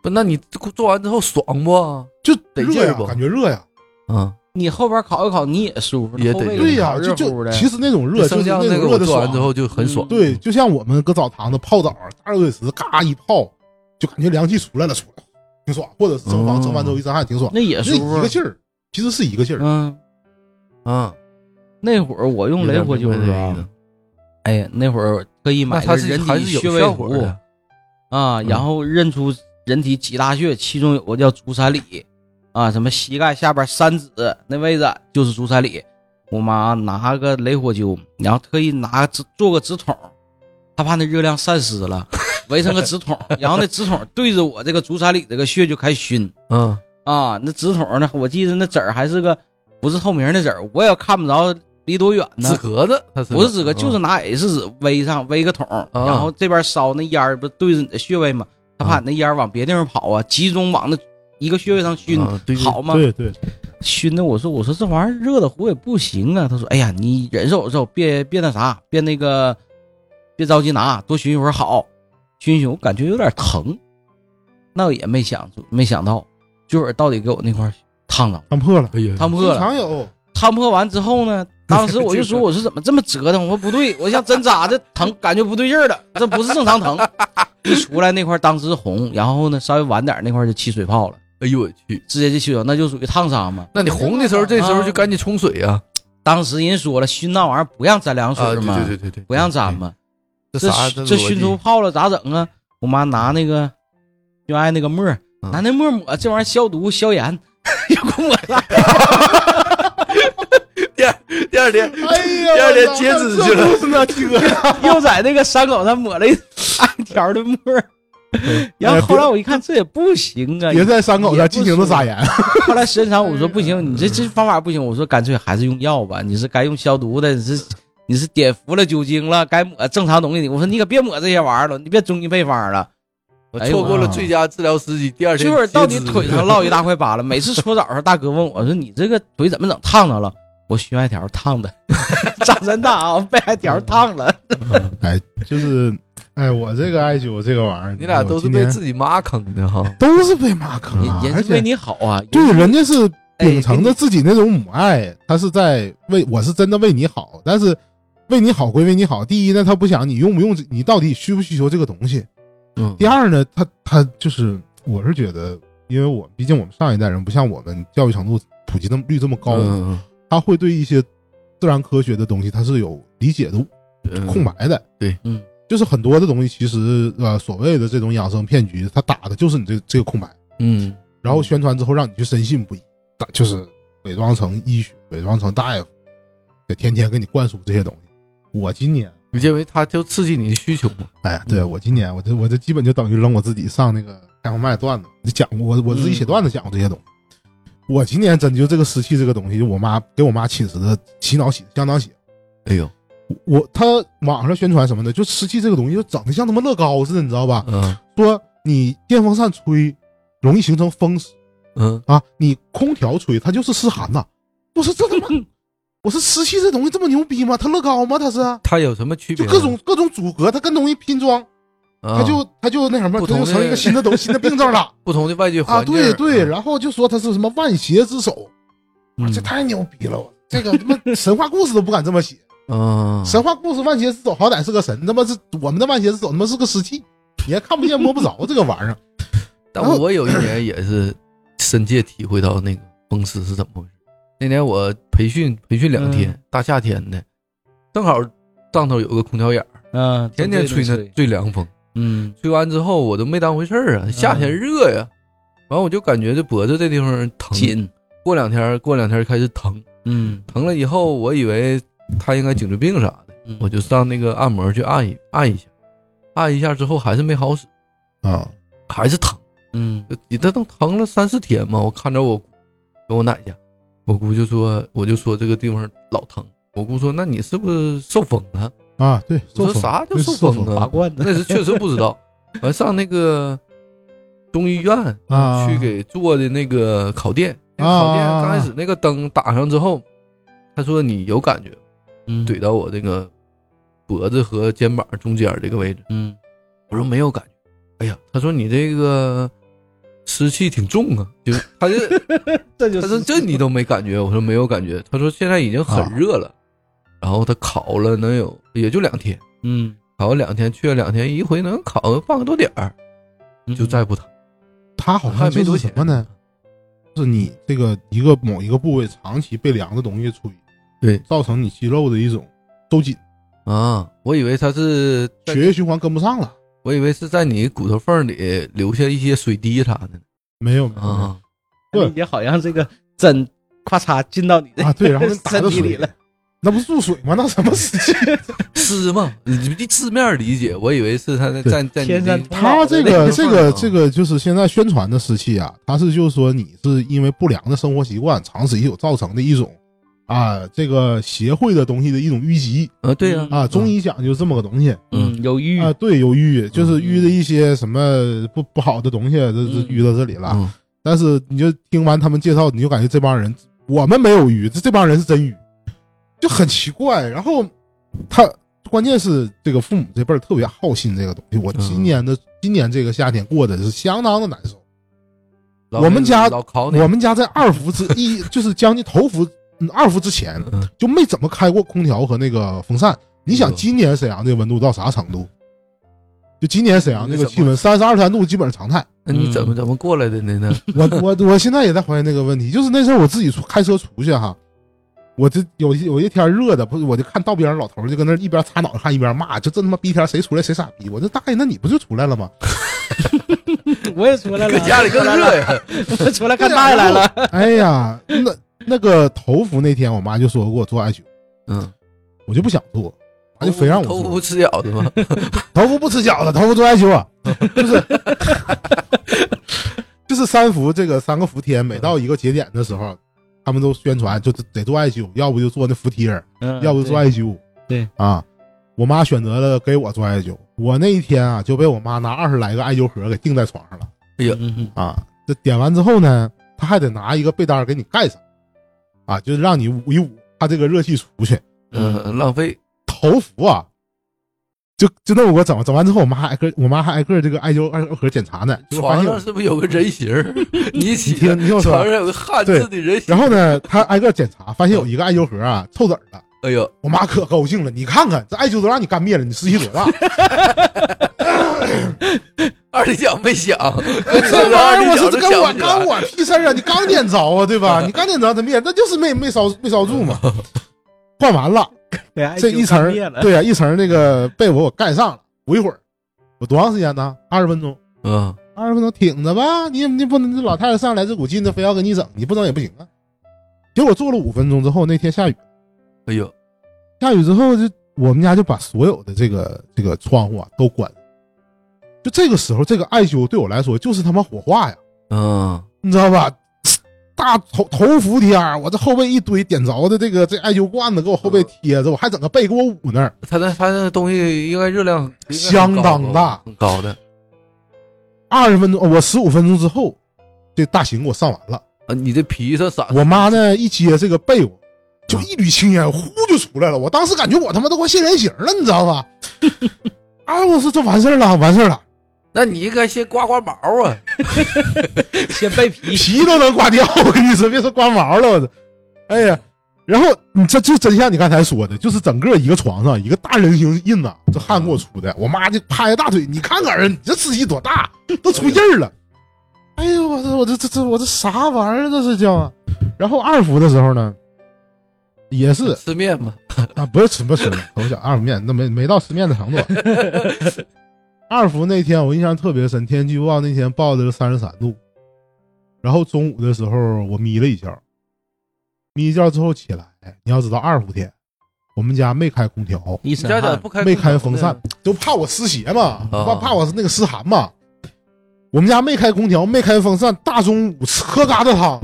[SPEAKER 4] 不，那你做完之后爽不？
[SPEAKER 3] 就
[SPEAKER 4] 得
[SPEAKER 3] 热
[SPEAKER 4] 劲儿
[SPEAKER 3] 呀
[SPEAKER 4] 不，
[SPEAKER 3] 感觉热呀，
[SPEAKER 4] 啊，
[SPEAKER 2] 你后边烤一烤，你也舒服，
[SPEAKER 4] 也
[SPEAKER 2] 后
[SPEAKER 4] 得
[SPEAKER 2] 背
[SPEAKER 4] 劲儿
[SPEAKER 3] 对呀、
[SPEAKER 2] 烤热
[SPEAKER 3] 就
[SPEAKER 2] 乎
[SPEAKER 3] 就
[SPEAKER 2] 的
[SPEAKER 3] 其实那种热就是
[SPEAKER 4] 就生
[SPEAKER 3] 那
[SPEAKER 4] 姜那
[SPEAKER 3] 种
[SPEAKER 4] 个
[SPEAKER 3] 热
[SPEAKER 4] 我
[SPEAKER 3] 的
[SPEAKER 4] 做完
[SPEAKER 3] 爽
[SPEAKER 4] 之，后就很爽。
[SPEAKER 3] 对，就像我们搁澡堂子泡澡，大热水池嘎一泡，就感觉凉气出来了，出来挺爽，或者是蒸房
[SPEAKER 4] 哦
[SPEAKER 3] 蒸完之后一身汗挺爽，
[SPEAKER 2] 那也
[SPEAKER 3] 那
[SPEAKER 2] 舒服
[SPEAKER 3] 一个。劲儿，其实是一个劲儿，
[SPEAKER 2] 嗯，
[SPEAKER 4] 啊，
[SPEAKER 2] 那会儿我用雷火灸的时候，哎呀，那会儿特意
[SPEAKER 4] 那
[SPEAKER 2] 买
[SPEAKER 4] 它
[SPEAKER 2] 的
[SPEAKER 4] 是
[SPEAKER 2] 人
[SPEAKER 4] 还
[SPEAKER 2] 体
[SPEAKER 4] 是
[SPEAKER 2] 穴
[SPEAKER 4] 有
[SPEAKER 2] 位
[SPEAKER 4] 效果
[SPEAKER 2] 图
[SPEAKER 4] 的。嗯
[SPEAKER 2] 啊，然后认出人体几大穴，其中有个叫足三里啊，什么膝盖下边三指那位置就是足三里。我妈拿个雷火灸，然后特意拿个直做个直筒，她怕那热量散失了，围成个直筒，然后那直筒对着我这个足三里这个穴就开始熏。
[SPEAKER 4] 嗯，
[SPEAKER 2] 啊，那纸筒呢？我记得那籽儿还是个不是透明的籽儿，我也看不着离多远
[SPEAKER 4] 纸
[SPEAKER 2] 呢。
[SPEAKER 4] 壳子，它是
[SPEAKER 2] 不是纸壳，就是
[SPEAKER 4] 嗯
[SPEAKER 2] 拿 S 纸围上围个桶，然后这边烧那烟儿，不对着你的穴位吗？他怕你那烟儿往别地方跑啊，集中往那一个穴位上熏，
[SPEAKER 4] 啊对对
[SPEAKER 2] 好吗？
[SPEAKER 3] 对对，
[SPEAKER 2] 熏的我说我说这玩意儿热的乎也不行啊。他说哎呀，你忍受忍受，别别那啥，别那个，别着急拿，多熏一会儿好。熏熏，我感觉有点疼，那我也没想出没想到，就是到底给我那块儿烫着了，
[SPEAKER 3] 烫破了，
[SPEAKER 4] 哎呀，
[SPEAKER 2] 烫破
[SPEAKER 3] 经
[SPEAKER 2] 了。
[SPEAKER 3] 常 有，
[SPEAKER 2] 摊破完之后呢，当时我就说，我说怎么这么折腾？我说不对，我像针扎的疼，感觉不对劲儿了，这不是正常疼。 一出来那块儿当时红，然后呢稍微晚点儿那块儿就起水泡了，
[SPEAKER 4] 哎呦我去，
[SPEAKER 2] 直接就起水泡，那就属于烫伤嘛。
[SPEAKER 4] 那你红的时候，这时候就
[SPEAKER 2] 啊
[SPEAKER 4] 赶紧冲水啊！
[SPEAKER 2] 当时人说了，熏那玩意儿不让沾凉水
[SPEAKER 4] 啊，对
[SPEAKER 2] 嘛，
[SPEAKER 4] 对对对对，
[SPEAKER 2] 不让沾嘛。
[SPEAKER 4] 这
[SPEAKER 2] 这
[SPEAKER 4] 啥？
[SPEAKER 2] 这
[SPEAKER 4] 逻辑
[SPEAKER 2] 熏出泡了咋整啊？我妈拿那个就爱那个沫儿，
[SPEAKER 4] 嗯
[SPEAKER 2] 拿那沫儿抹，这玩意儿消毒消炎， 又给我抹上。
[SPEAKER 4] 第二第二天，
[SPEAKER 3] 哎呀，
[SPEAKER 4] 第
[SPEAKER 3] 我
[SPEAKER 4] 二天
[SPEAKER 3] 操
[SPEAKER 4] 截止
[SPEAKER 3] 这
[SPEAKER 4] 去了
[SPEAKER 3] 这不是 那啊鸡哥呀，
[SPEAKER 2] 又在那个伤口上抹了一 大条的沫儿，
[SPEAKER 4] 嗯
[SPEAKER 2] 然
[SPEAKER 4] 哎
[SPEAKER 2] 后后来我一看这也不行啊，
[SPEAKER 3] 别在伤口上尽情的撒盐，啊
[SPEAKER 2] 后来时间长，我说不
[SPEAKER 3] 嗯
[SPEAKER 2] 行，你这这方法不行，我说干脆还是用药吧，你是该用消毒的，你是你是碘伏了、酒精了，该抹呃正常东西，我说你可别抹这些玩意儿了，你别中医配方了，
[SPEAKER 4] 我
[SPEAKER 2] 哎呦
[SPEAKER 4] 错过了
[SPEAKER 3] 妈
[SPEAKER 4] 最佳治疗时机。第二天
[SPEAKER 2] 这会儿到
[SPEAKER 4] 截
[SPEAKER 2] 你
[SPEAKER 4] 肢
[SPEAKER 2] 腿上落一大块疤了，每次搓澡的时候，大哥问我说你这个腿怎么整烫着了？我熏艾条烫的， 长真大啊，被艾条烫了。
[SPEAKER 3] 哎，就是，哎，我这个艾灸这个玩意儿，
[SPEAKER 4] 你俩都是
[SPEAKER 3] 我今
[SPEAKER 4] 被
[SPEAKER 3] 天
[SPEAKER 4] 自己妈坑的哈。
[SPEAKER 3] 都是被骂坑啊，
[SPEAKER 2] 人
[SPEAKER 3] 而
[SPEAKER 2] 人是
[SPEAKER 3] 且
[SPEAKER 2] 为你好啊，
[SPEAKER 3] 对，人家是秉
[SPEAKER 2] 哎
[SPEAKER 3] 承
[SPEAKER 2] 给
[SPEAKER 3] 着
[SPEAKER 2] 你
[SPEAKER 3] 自己那种母爱，他是在为我是真的为你好，但是为你好归为你好，第一呢，他不想你用不用，你到底需不需求这个东西；
[SPEAKER 4] 嗯
[SPEAKER 3] 第二呢，他他就是我是觉得，因为我毕竟我们上一代人不像我们教育程度普及那么率这么高，
[SPEAKER 4] 嗯
[SPEAKER 3] 他会对一些自然科学的东西他是有理解的
[SPEAKER 4] 嗯
[SPEAKER 3] 空白的，
[SPEAKER 4] 对，
[SPEAKER 2] 嗯，
[SPEAKER 3] 就是很多的东西其实呃所谓的这种养生骗局，他打的就是你这这个空白。
[SPEAKER 4] 嗯
[SPEAKER 3] 然后宣传之后让你去深信不疑，大就是伪装成医学，伪装成大夫，得天天给你灌输这些东西。我今年，
[SPEAKER 4] 你认为他就刺激你的需求吗？
[SPEAKER 3] 哎呀，对我今年，我这我这基本就等于扔我自己上那个开放麦段子，就讲过我我自己写段子讲过这些东西。我今年真就这个湿气这个东西，就我妈给我妈寝食的洗脑洗的相当洗。
[SPEAKER 4] 哎呦，
[SPEAKER 3] 我她网上宣传什么的，就湿气这个东西就整的像他妈乐高似的，你知道吧？
[SPEAKER 4] 嗯
[SPEAKER 3] 说你电风扇吹容易形成风湿，
[SPEAKER 4] 嗯，
[SPEAKER 3] 啊，你空调吹它就是湿寒呐。我说这他妈，我说湿气这东西这么牛逼吗？它乐高吗？它是啊
[SPEAKER 4] 他有什么区
[SPEAKER 3] 就
[SPEAKER 4] 别？
[SPEAKER 3] 各种各种组合，它跟东西拼装，
[SPEAKER 4] 啊
[SPEAKER 3] 他就他就那什么，
[SPEAKER 4] 不
[SPEAKER 3] 他
[SPEAKER 4] 同
[SPEAKER 3] 就
[SPEAKER 4] 的
[SPEAKER 3] 成一个新的东新的病症了
[SPEAKER 4] 不同的外界
[SPEAKER 3] 啊！
[SPEAKER 4] 环境
[SPEAKER 3] 对对，
[SPEAKER 4] 嗯
[SPEAKER 3] 然后就说他是什么万邪之首，啊
[SPEAKER 2] 嗯
[SPEAKER 3] 这太牛逼了！我这个他 妈神话故事都不敢这么写，
[SPEAKER 4] 嗯，
[SPEAKER 3] 神话故事万邪之首好歹是个神，他妈是我们的万邪之首他妈是个尸体，你还看不见摸不着这个玩意儿。
[SPEAKER 4] 但
[SPEAKER 3] 然后
[SPEAKER 4] 我有一年也是深切体会到那个风湿是怎么回事。那年我培训培训两天，
[SPEAKER 3] 嗯
[SPEAKER 4] 大夏天的，正好上头有个空调眼儿，
[SPEAKER 2] 嗯，
[SPEAKER 4] 天天
[SPEAKER 2] 吹
[SPEAKER 4] 吹那最凉风，
[SPEAKER 2] 嗯
[SPEAKER 4] 吹完之后我都没当回事儿啊，夏
[SPEAKER 3] 嗯
[SPEAKER 4] 天热呀，完我就感觉这脖子这地方疼，啊
[SPEAKER 2] 紧，
[SPEAKER 4] 过两天过两天开始疼，
[SPEAKER 2] 嗯
[SPEAKER 4] 疼了以后我以为他应该颈椎病啥的，
[SPEAKER 2] 嗯
[SPEAKER 4] 我就上那个按摩去按一按一下，按一下之后还是没好使，
[SPEAKER 3] 啊，
[SPEAKER 4] 还是疼。
[SPEAKER 2] 嗯
[SPEAKER 4] 他都疼了三四天嘛，我看着我姑跟我奶家，我姑就说，我就说这个地方老疼。我姑说，那你是不是受风了？
[SPEAKER 3] 啊，对，受
[SPEAKER 4] 我说
[SPEAKER 3] 风
[SPEAKER 4] 啥叫
[SPEAKER 3] 对
[SPEAKER 4] 受
[SPEAKER 3] 受
[SPEAKER 4] 风
[SPEAKER 3] 风
[SPEAKER 2] 拔
[SPEAKER 4] 啊？
[SPEAKER 2] 罐子，
[SPEAKER 4] 那是确实不知 道。完上那个中医院
[SPEAKER 3] 啊
[SPEAKER 4] 去给做的那个烤电，那个
[SPEAKER 3] 啊
[SPEAKER 4] 烤电刚开始那个灯打上之后，他说你有感觉，
[SPEAKER 2] 嗯
[SPEAKER 4] 怼，到我这个脖子和肩膀中间这个位置，
[SPEAKER 2] 嗯
[SPEAKER 4] 我说没有感觉。哎呀，他说你这个湿气挺重啊， 就他就。
[SPEAKER 2] 这就
[SPEAKER 4] 他说这你都没感觉，我说没有感觉。他说现在已经
[SPEAKER 3] 啊
[SPEAKER 4] 很热了，然后他烤了能有也就两天，
[SPEAKER 2] 嗯
[SPEAKER 4] 烤了两天去了两天，一回能烤个半个多点儿，
[SPEAKER 2] 嗯
[SPEAKER 4] 就再不疼，
[SPEAKER 3] 他好
[SPEAKER 4] 还
[SPEAKER 3] 像
[SPEAKER 4] 没
[SPEAKER 3] 就
[SPEAKER 4] 多
[SPEAKER 3] 是
[SPEAKER 4] 钱
[SPEAKER 3] 什么呢？？就是你这个一个某一个部位长期被凉的东西吹，
[SPEAKER 4] 对
[SPEAKER 3] 造成你肌肉的一种收紧，
[SPEAKER 4] 啊，我以为他是在
[SPEAKER 3] 血液循环跟不上了。
[SPEAKER 4] 我以为是在你骨头缝里留下一些水滴啥的呢
[SPEAKER 3] 没有没有没有
[SPEAKER 4] 啊，
[SPEAKER 2] 理解好像这个针咔嚓进到你的
[SPEAKER 3] 啊，对，然后那 打
[SPEAKER 2] 身
[SPEAKER 3] 到
[SPEAKER 2] 体里
[SPEAKER 3] 水
[SPEAKER 2] 了，，
[SPEAKER 3] 那不是注水吗？那什么 湿气？
[SPEAKER 4] 湿嘛，你你字面理解，我以为是他在
[SPEAKER 3] 对
[SPEAKER 4] 在在你
[SPEAKER 2] 天山
[SPEAKER 4] 的
[SPEAKER 2] 童
[SPEAKER 3] 他
[SPEAKER 2] 姥
[SPEAKER 3] 这
[SPEAKER 2] 的
[SPEAKER 3] 个
[SPEAKER 4] 个
[SPEAKER 3] 这
[SPEAKER 4] 范
[SPEAKER 3] 个
[SPEAKER 4] 儿
[SPEAKER 3] 这个就是现在宣传的湿气啊，他是就是说你是因为不良的生活习惯长此以久造成的一种啊，这个邪秽的东西的一种淤积
[SPEAKER 4] 啊，对呀
[SPEAKER 3] 啊，中医讲究这么个东西
[SPEAKER 2] 嗯，有瘀，
[SPEAKER 3] 啊，对，有淤，就是
[SPEAKER 2] 嗯
[SPEAKER 3] 淤的一些什么不不好的东西，这这
[SPEAKER 2] 嗯
[SPEAKER 3] 淤到这里了。
[SPEAKER 4] 嗯
[SPEAKER 3] 但是你就听完他们介绍，你就感觉这帮人我们没有淤，这这帮人是真淤，就很奇怪。然后他关键是这个父母这辈儿特别好心这个东西。我
[SPEAKER 4] 嗯
[SPEAKER 3] 今年的、今年这个夏天过得是相当的难受。
[SPEAKER 4] 老
[SPEAKER 3] 我们家
[SPEAKER 4] 老烤你
[SPEAKER 3] 我们家在二伏之 一，就是将近头伏、嗯二伏之前
[SPEAKER 4] 嗯
[SPEAKER 3] 就没怎么开过空调和那个风扇。你想
[SPEAKER 4] 嗯
[SPEAKER 3] 今年沈阳这个温度到啥程度？就今年沈阳这个气温三十二三度基本上常态。
[SPEAKER 4] 那你怎么怎么过来的呢？那
[SPEAKER 3] 我我我现在也在怀疑那个问题，就是那时候我自己出开车出去哈，我这有一有一天热的，不是我就看道边上老头儿就跟那儿一边擦脑袋汗一边骂，就这他妈逼天谁出来谁傻逼！我这大爷，那你不就出来了吗？
[SPEAKER 2] 我也出来了，
[SPEAKER 4] 搁家里更热呀。
[SPEAKER 2] 我出来看大爷来了，
[SPEAKER 3] 啊哎呀，那那个头伏那天，我妈就说给我做艾灸，
[SPEAKER 4] 嗯，
[SPEAKER 3] 我就不想做，她
[SPEAKER 4] 哎
[SPEAKER 3] 就非让我
[SPEAKER 4] 偷不
[SPEAKER 3] 做。
[SPEAKER 4] 吃饺子 吗？
[SPEAKER 3] 头伏不吃饺子，头伏做 艾灸啊，就是就是三伏这个三个伏天，每到一个节点的时候，他们都宣传就得做艾灸，要不就做那伏贴儿。
[SPEAKER 2] 嗯
[SPEAKER 3] 要不做艾灸。
[SPEAKER 2] 对
[SPEAKER 3] 啊，我妈选择了给我做艾灸，我那一天啊就被我妈拿二十来个艾灸盒给钉在床上了
[SPEAKER 2] 嗯
[SPEAKER 3] 啊。这点完之后呢，她还得拿一个被单给你盖上，啊，就是让你捂一捂，怕这个热气出去。
[SPEAKER 4] 嗯，浪费。
[SPEAKER 3] 头伏啊，就就那么给我整，整完之后，我妈还挨个，我妈还挨个这个艾灸艾灸盒检查呢，就发
[SPEAKER 4] 床
[SPEAKER 3] 现
[SPEAKER 4] 上
[SPEAKER 3] 我。
[SPEAKER 4] 是不是有个人 形儿？你
[SPEAKER 3] 你
[SPEAKER 4] 起
[SPEAKER 3] 听，你听我
[SPEAKER 4] 床
[SPEAKER 3] 说
[SPEAKER 4] 上，有个汉字的人形
[SPEAKER 3] 然
[SPEAKER 4] 儿。
[SPEAKER 3] 后呢，她挨个检查，发现有一个艾灸盒啊臭籽儿了。
[SPEAKER 4] 哎呦，
[SPEAKER 3] 我妈可高兴了，你看看这艾灸都让你干灭了，你湿气多 大？
[SPEAKER 4] 二里脚没 响，
[SPEAKER 3] 这玩意儿我是
[SPEAKER 4] 都
[SPEAKER 3] 跟我
[SPEAKER 4] 响不起
[SPEAKER 3] 干
[SPEAKER 4] 来。
[SPEAKER 3] 我屁事儿啊！你刚点着啊，对 吧？你刚点着它灭，那就是没没烧没烧住嘛。 换完了
[SPEAKER 5] 啊
[SPEAKER 2] 嗯，
[SPEAKER 3] 这一层儿，对啊呀、一层儿那个被窝我盖上了，捂一会儿，我多长时间呢？二十分钟，
[SPEAKER 4] 嗯，
[SPEAKER 3] 二十分钟挺着吧。你也你不能这老太太上来这股劲的，非要给你整，你不整也不行啊。结果做了五分钟之后，那天下雨，
[SPEAKER 4] 哎呦，
[SPEAKER 3] 下雨之后就我们家就把所有的这个这个窗户啊都关了。就这个时候，这个艾灸对我来说就是他妈火化呀。
[SPEAKER 4] 嗯，
[SPEAKER 3] 你知道吧？大头头伏天儿，我这后背一堆点着的这个这艾灸罐子给我后背贴着，我还整个被给我捂那儿。
[SPEAKER 4] 他那他那东西应该热量应该很
[SPEAKER 3] 相当大
[SPEAKER 4] 高很啊 高的。
[SPEAKER 3] 二十分钟，哦我十五分钟之后，这大型给我上完了。
[SPEAKER 4] 啊，你这皮上撒
[SPEAKER 3] 我妈呢一接这个被窝， 就一缕青烟呼就出来了。我当时感觉我他妈都快现人形了，你知道吧？啊，我说这完事儿了，完事儿了，
[SPEAKER 4] 那你应该先刮刮毛啊！
[SPEAKER 2] 先掰皮，
[SPEAKER 3] 皮都能刮掉。我跟你说，别说刮毛了，我操！哎呀，然后你这就真像你刚才说的，就是整个一个床上一个大人形印呐、这汗给我出的，我妈就拍着大腿，你看看人，你这司机多大，都出印儿了。哎呦，我这我这这这我这啥玩意儿？这是叫啊！然后二服的时候呢，也是
[SPEAKER 4] 吃面吧，
[SPEAKER 3] 啊，不是吃不吃了，我想二五面那没没到吃面的程度。 二福那天我印象特别深，天气预报那天报的是三十三度，然后中午的时候我眯了一觉，眯一觉之后起来，你要知道二伏天，我们家没开空调，
[SPEAKER 2] 一
[SPEAKER 4] 你
[SPEAKER 2] 身
[SPEAKER 4] 家咋
[SPEAKER 2] 汗
[SPEAKER 4] 不。开
[SPEAKER 3] 没
[SPEAKER 4] 空调
[SPEAKER 3] 开
[SPEAKER 4] 呢
[SPEAKER 3] 风扇？，就怕我湿鞋嘛，
[SPEAKER 4] 啊
[SPEAKER 3] 怕怕我是那个湿寒嘛。我们家没开空调，没开风扇，大中午吃喝疙瘩汤。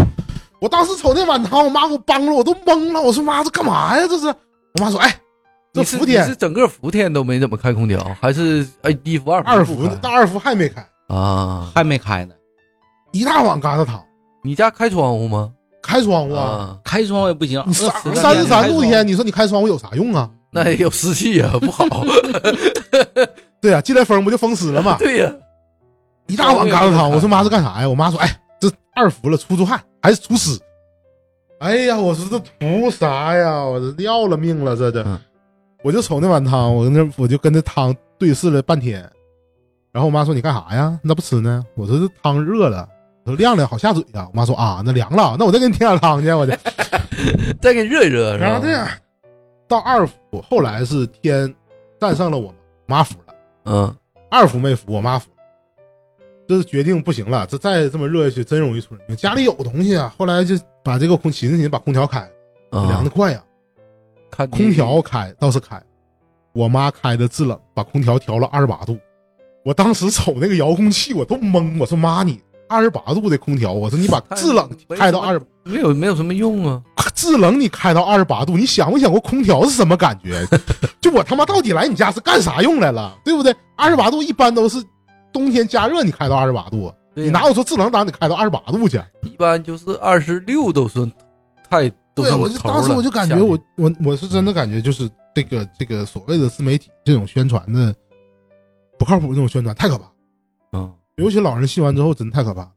[SPEAKER 3] 我当时瞅那碗汤，我妈给我帮着，我都懵了。我说妈，这干嘛呀？这是？我妈说，哎，这
[SPEAKER 4] 你是
[SPEAKER 3] 伏
[SPEAKER 4] 你
[SPEAKER 3] 天
[SPEAKER 4] 是整个伏天都没怎么开空调，还是哎一伏二伏
[SPEAKER 3] 二
[SPEAKER 4] 不
[SPEAKER 3] 伏
[SPEAKER 4] 开，
[SPEAKER 3] 大二伏还没开，
[SPEAKER 4] 啊？
[SPEAKER 2] 还没开呢，
[SPEAKER 3] 一大碗疙瘩汤，
[SPEAKER 4] 你家开窗户吗？
[SPEAKER 3] 开窗户啊！
[SPEAKER 4] 啊，
[SPEAKER 2] 开窗也不行，
[SPEAKER 3] 你三
[SPEAKER 2] 饿死了
[SPEAKER 3] 三十三度
[SPEAKER 2] 开窗
[SPEAKER 3] 天，你说你开窗户有啥用啊？
[SPEAKER 4] 那也有湿气呀，不 好。
[SPEAKER 3] 对呀、进来风不就风湿了吗？
[SPEAKER 4] 对呀，
[SPEAKER 3] 一大碗疙瘩汤。我说妈，这干啥呀？我妈说，哎，这二伏了，出出汗还是除湿。哎呀，我说这图啥呀？我这要了命了，这这。
[SPEAKER 4] 嗯
[SPEAKER 3] 我就瞅那碗汤，我跟那我就跟那汤对视了半天。然后我妈说：“你干啥呀？你咋不吃呢？”我说：“这汤热了。”我说：“晾晾好下嘴呀。”我妈说：“啊，那凉了，那我再给你添点汤去。”我去。
[SPEAKER 4] 再给你热一热，
[SPEAKER 3] 然后这
[SPEAKER 4] 是
[SPEAKER 3] 样
[SPEAKER 4] 吧？
[SPEAKER 3] 到二伏，后来是天战胜了我妈服了。
[SPEAKER 4] 嗯，
[SPEAKER 3] 二服没服，我妈服，这是决定不行了，这再这么热下去真容易出人命。家里有东西啊，后来就把这个空寻思寻思把空调开，
[SPEAKER 4] 啊嗯
[SPEAKER 3] 凉的快呀、
[SPEAKER 4] 看你
[SPEAKER 3] 空调开倒是开，我妈开的制冷，把空调调了二十八度。我当时瞅那个遥控器，我都懵，我说妈你二十八度的空调，我说你把制冷开到二十，
[SPEAKER 4] 没有没有什么用啊。
[SPEAKER 3] 制冷你开到二十八度，你想没想过空调是什么感觉？ 就我他妈到底来你家是干啥用来了，对不对？二十八度一般都是冬天加热，你开到二十八度，
[SPEAKER 4] 对
[SPEAKER 3] 你
[SPEAKER 4] 呀
[SPEAKER 3] 哪有说制冷档得开到二十八度去？
[SPEAKER 4] 一般就是二十六都算太
[SPEAKER 3] 对，
[SPEAKER 4] 都算
[SPEAKER 3] 我就
[SPEAKER 4] 头
[SPEAKER 3] 当时
[SPEAKER 4] 了
[SPEAKER 3] 我就感
[SPEAKER 4] 夏
[SPEAKER 3] 觉
[SPEAKER 4] 天
[SPEAKER 3] 我我我是真的感觉就是这个这个所谓的自媒体这种宣传的不靠谱，这种宣传太可怕，
[SPEAKER 4] 嗯，
[SPEAKER 3] 尤其老人信完之后真太可 怕。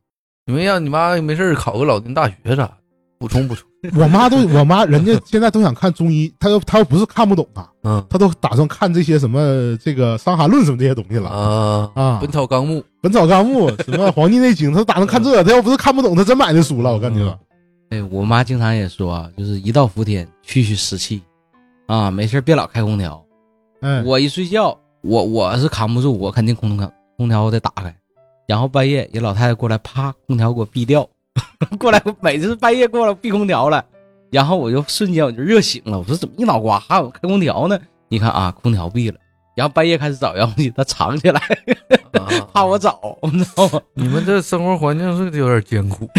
[SPEAKER 4] 你们让你妈没事儿考个老年大学啥，补充补充。
[SPEAKER 3] 我妈都我妈人家现在都想看中医，她要她要不是看不懂啊，
[SPEAKER 4] 嗯
[SPEAKER 3] 她都打算看这些什么这个《伤寒论》什么这些东西了。
[SPEAKER 4] 啊，
[SPEAKER 3] 啊，
[SPEAKER 4] 本草纲目
[SPEAKER 3] 《本草纲目》什么《黄帝内经》，他打算看
[SPEAKER 4] 嗯
[SPEAKER 3] 这，他要不是看不懂，他真买那书了。我跟你说，
[SPEAKER 2] 哎，我妈经常也说啊，就是一到伏天去去湿气，啊，没事儿别老开空调。
[SPEAKER 4] 嗯
[SPEAKER 3] 哎，
[SPEAKER 2] 我一睡觉，我我是扛不住，我肯定空调空调得打开，然后半夜一老太太过来，啪，空调给我闭掉， 过来每次半夜过来闭空调了，然后我就瞬间我就热醒了，我说怎么一脑瓜汗，我开空调呢？你看啊，空调闭了，然后半夜开始找遥控器，她藏起来，，
[SPEAKER 4] 啊
[SPEAKER 2] 怕我找，你知道吗？
[SPEAKER 4] 你们这生活环境是有点艰苦。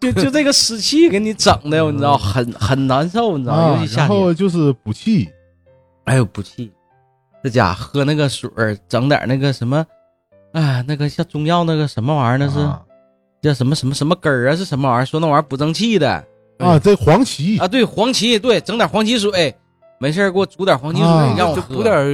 [SPEAKER 2] 就就这个湿气给你整的，你知道，很很难受，你知道，
[SPEAKER 3] 嗯啊
[SPEAKER 2] 尤其夏
[SPEAKER 3] 然
[SPEAKER 2] 天。
[SPEAKER 3] 后就是补气，
[SPEAKER 2] 哎呦，补气，这家喝那个水儿，整点那个什么，哎，那个像中药那个什么玩意儿，那是、
[SPEAKER 3] 啊
[SPEAKER 2] 叫什么什么什么根儿啊，是什么玩意儿？说那玩意儿补正气 的
[SPEAKER 4] 哎
[SPEAKER 3] 啊，这黄芪
[SPEAKER 2] 啊，对，黄芪，对，整点黄芪水，没事儿给我煮点黄芪水、
[SPEAKER 3] 啊
[SPEAKER 2] 让我
[SPEAKER 4] 就
[SPEAKER 2] 喝，
[SPEAKER 4] 补点儿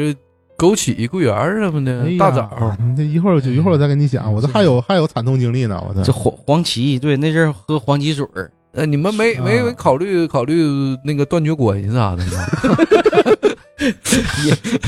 [SPEAKER 4] 枸杞、桂圆儿什么的，
[SPEAKER 3] 哎呀
[SPEAKER 4] 大枣。，哎
[SPEAKER 3] 那一会儿就一会儿我再跟你讲，我这还有还有惨痛经历呢，我
[SPEAKER 2] 这
[SPEAKER 3] 这
[SPEAKER 2] 黄黄芪，对，那阵儿喝黄芪水儿，
[SPEAKER 4] 呃，你们没
[SPEAKER 3] 是
[SPEAKER 4] 没
[SPEAKER 3] 啊
[SPEAKER 4] 没考虑考虑那个断绝关系啥的吗？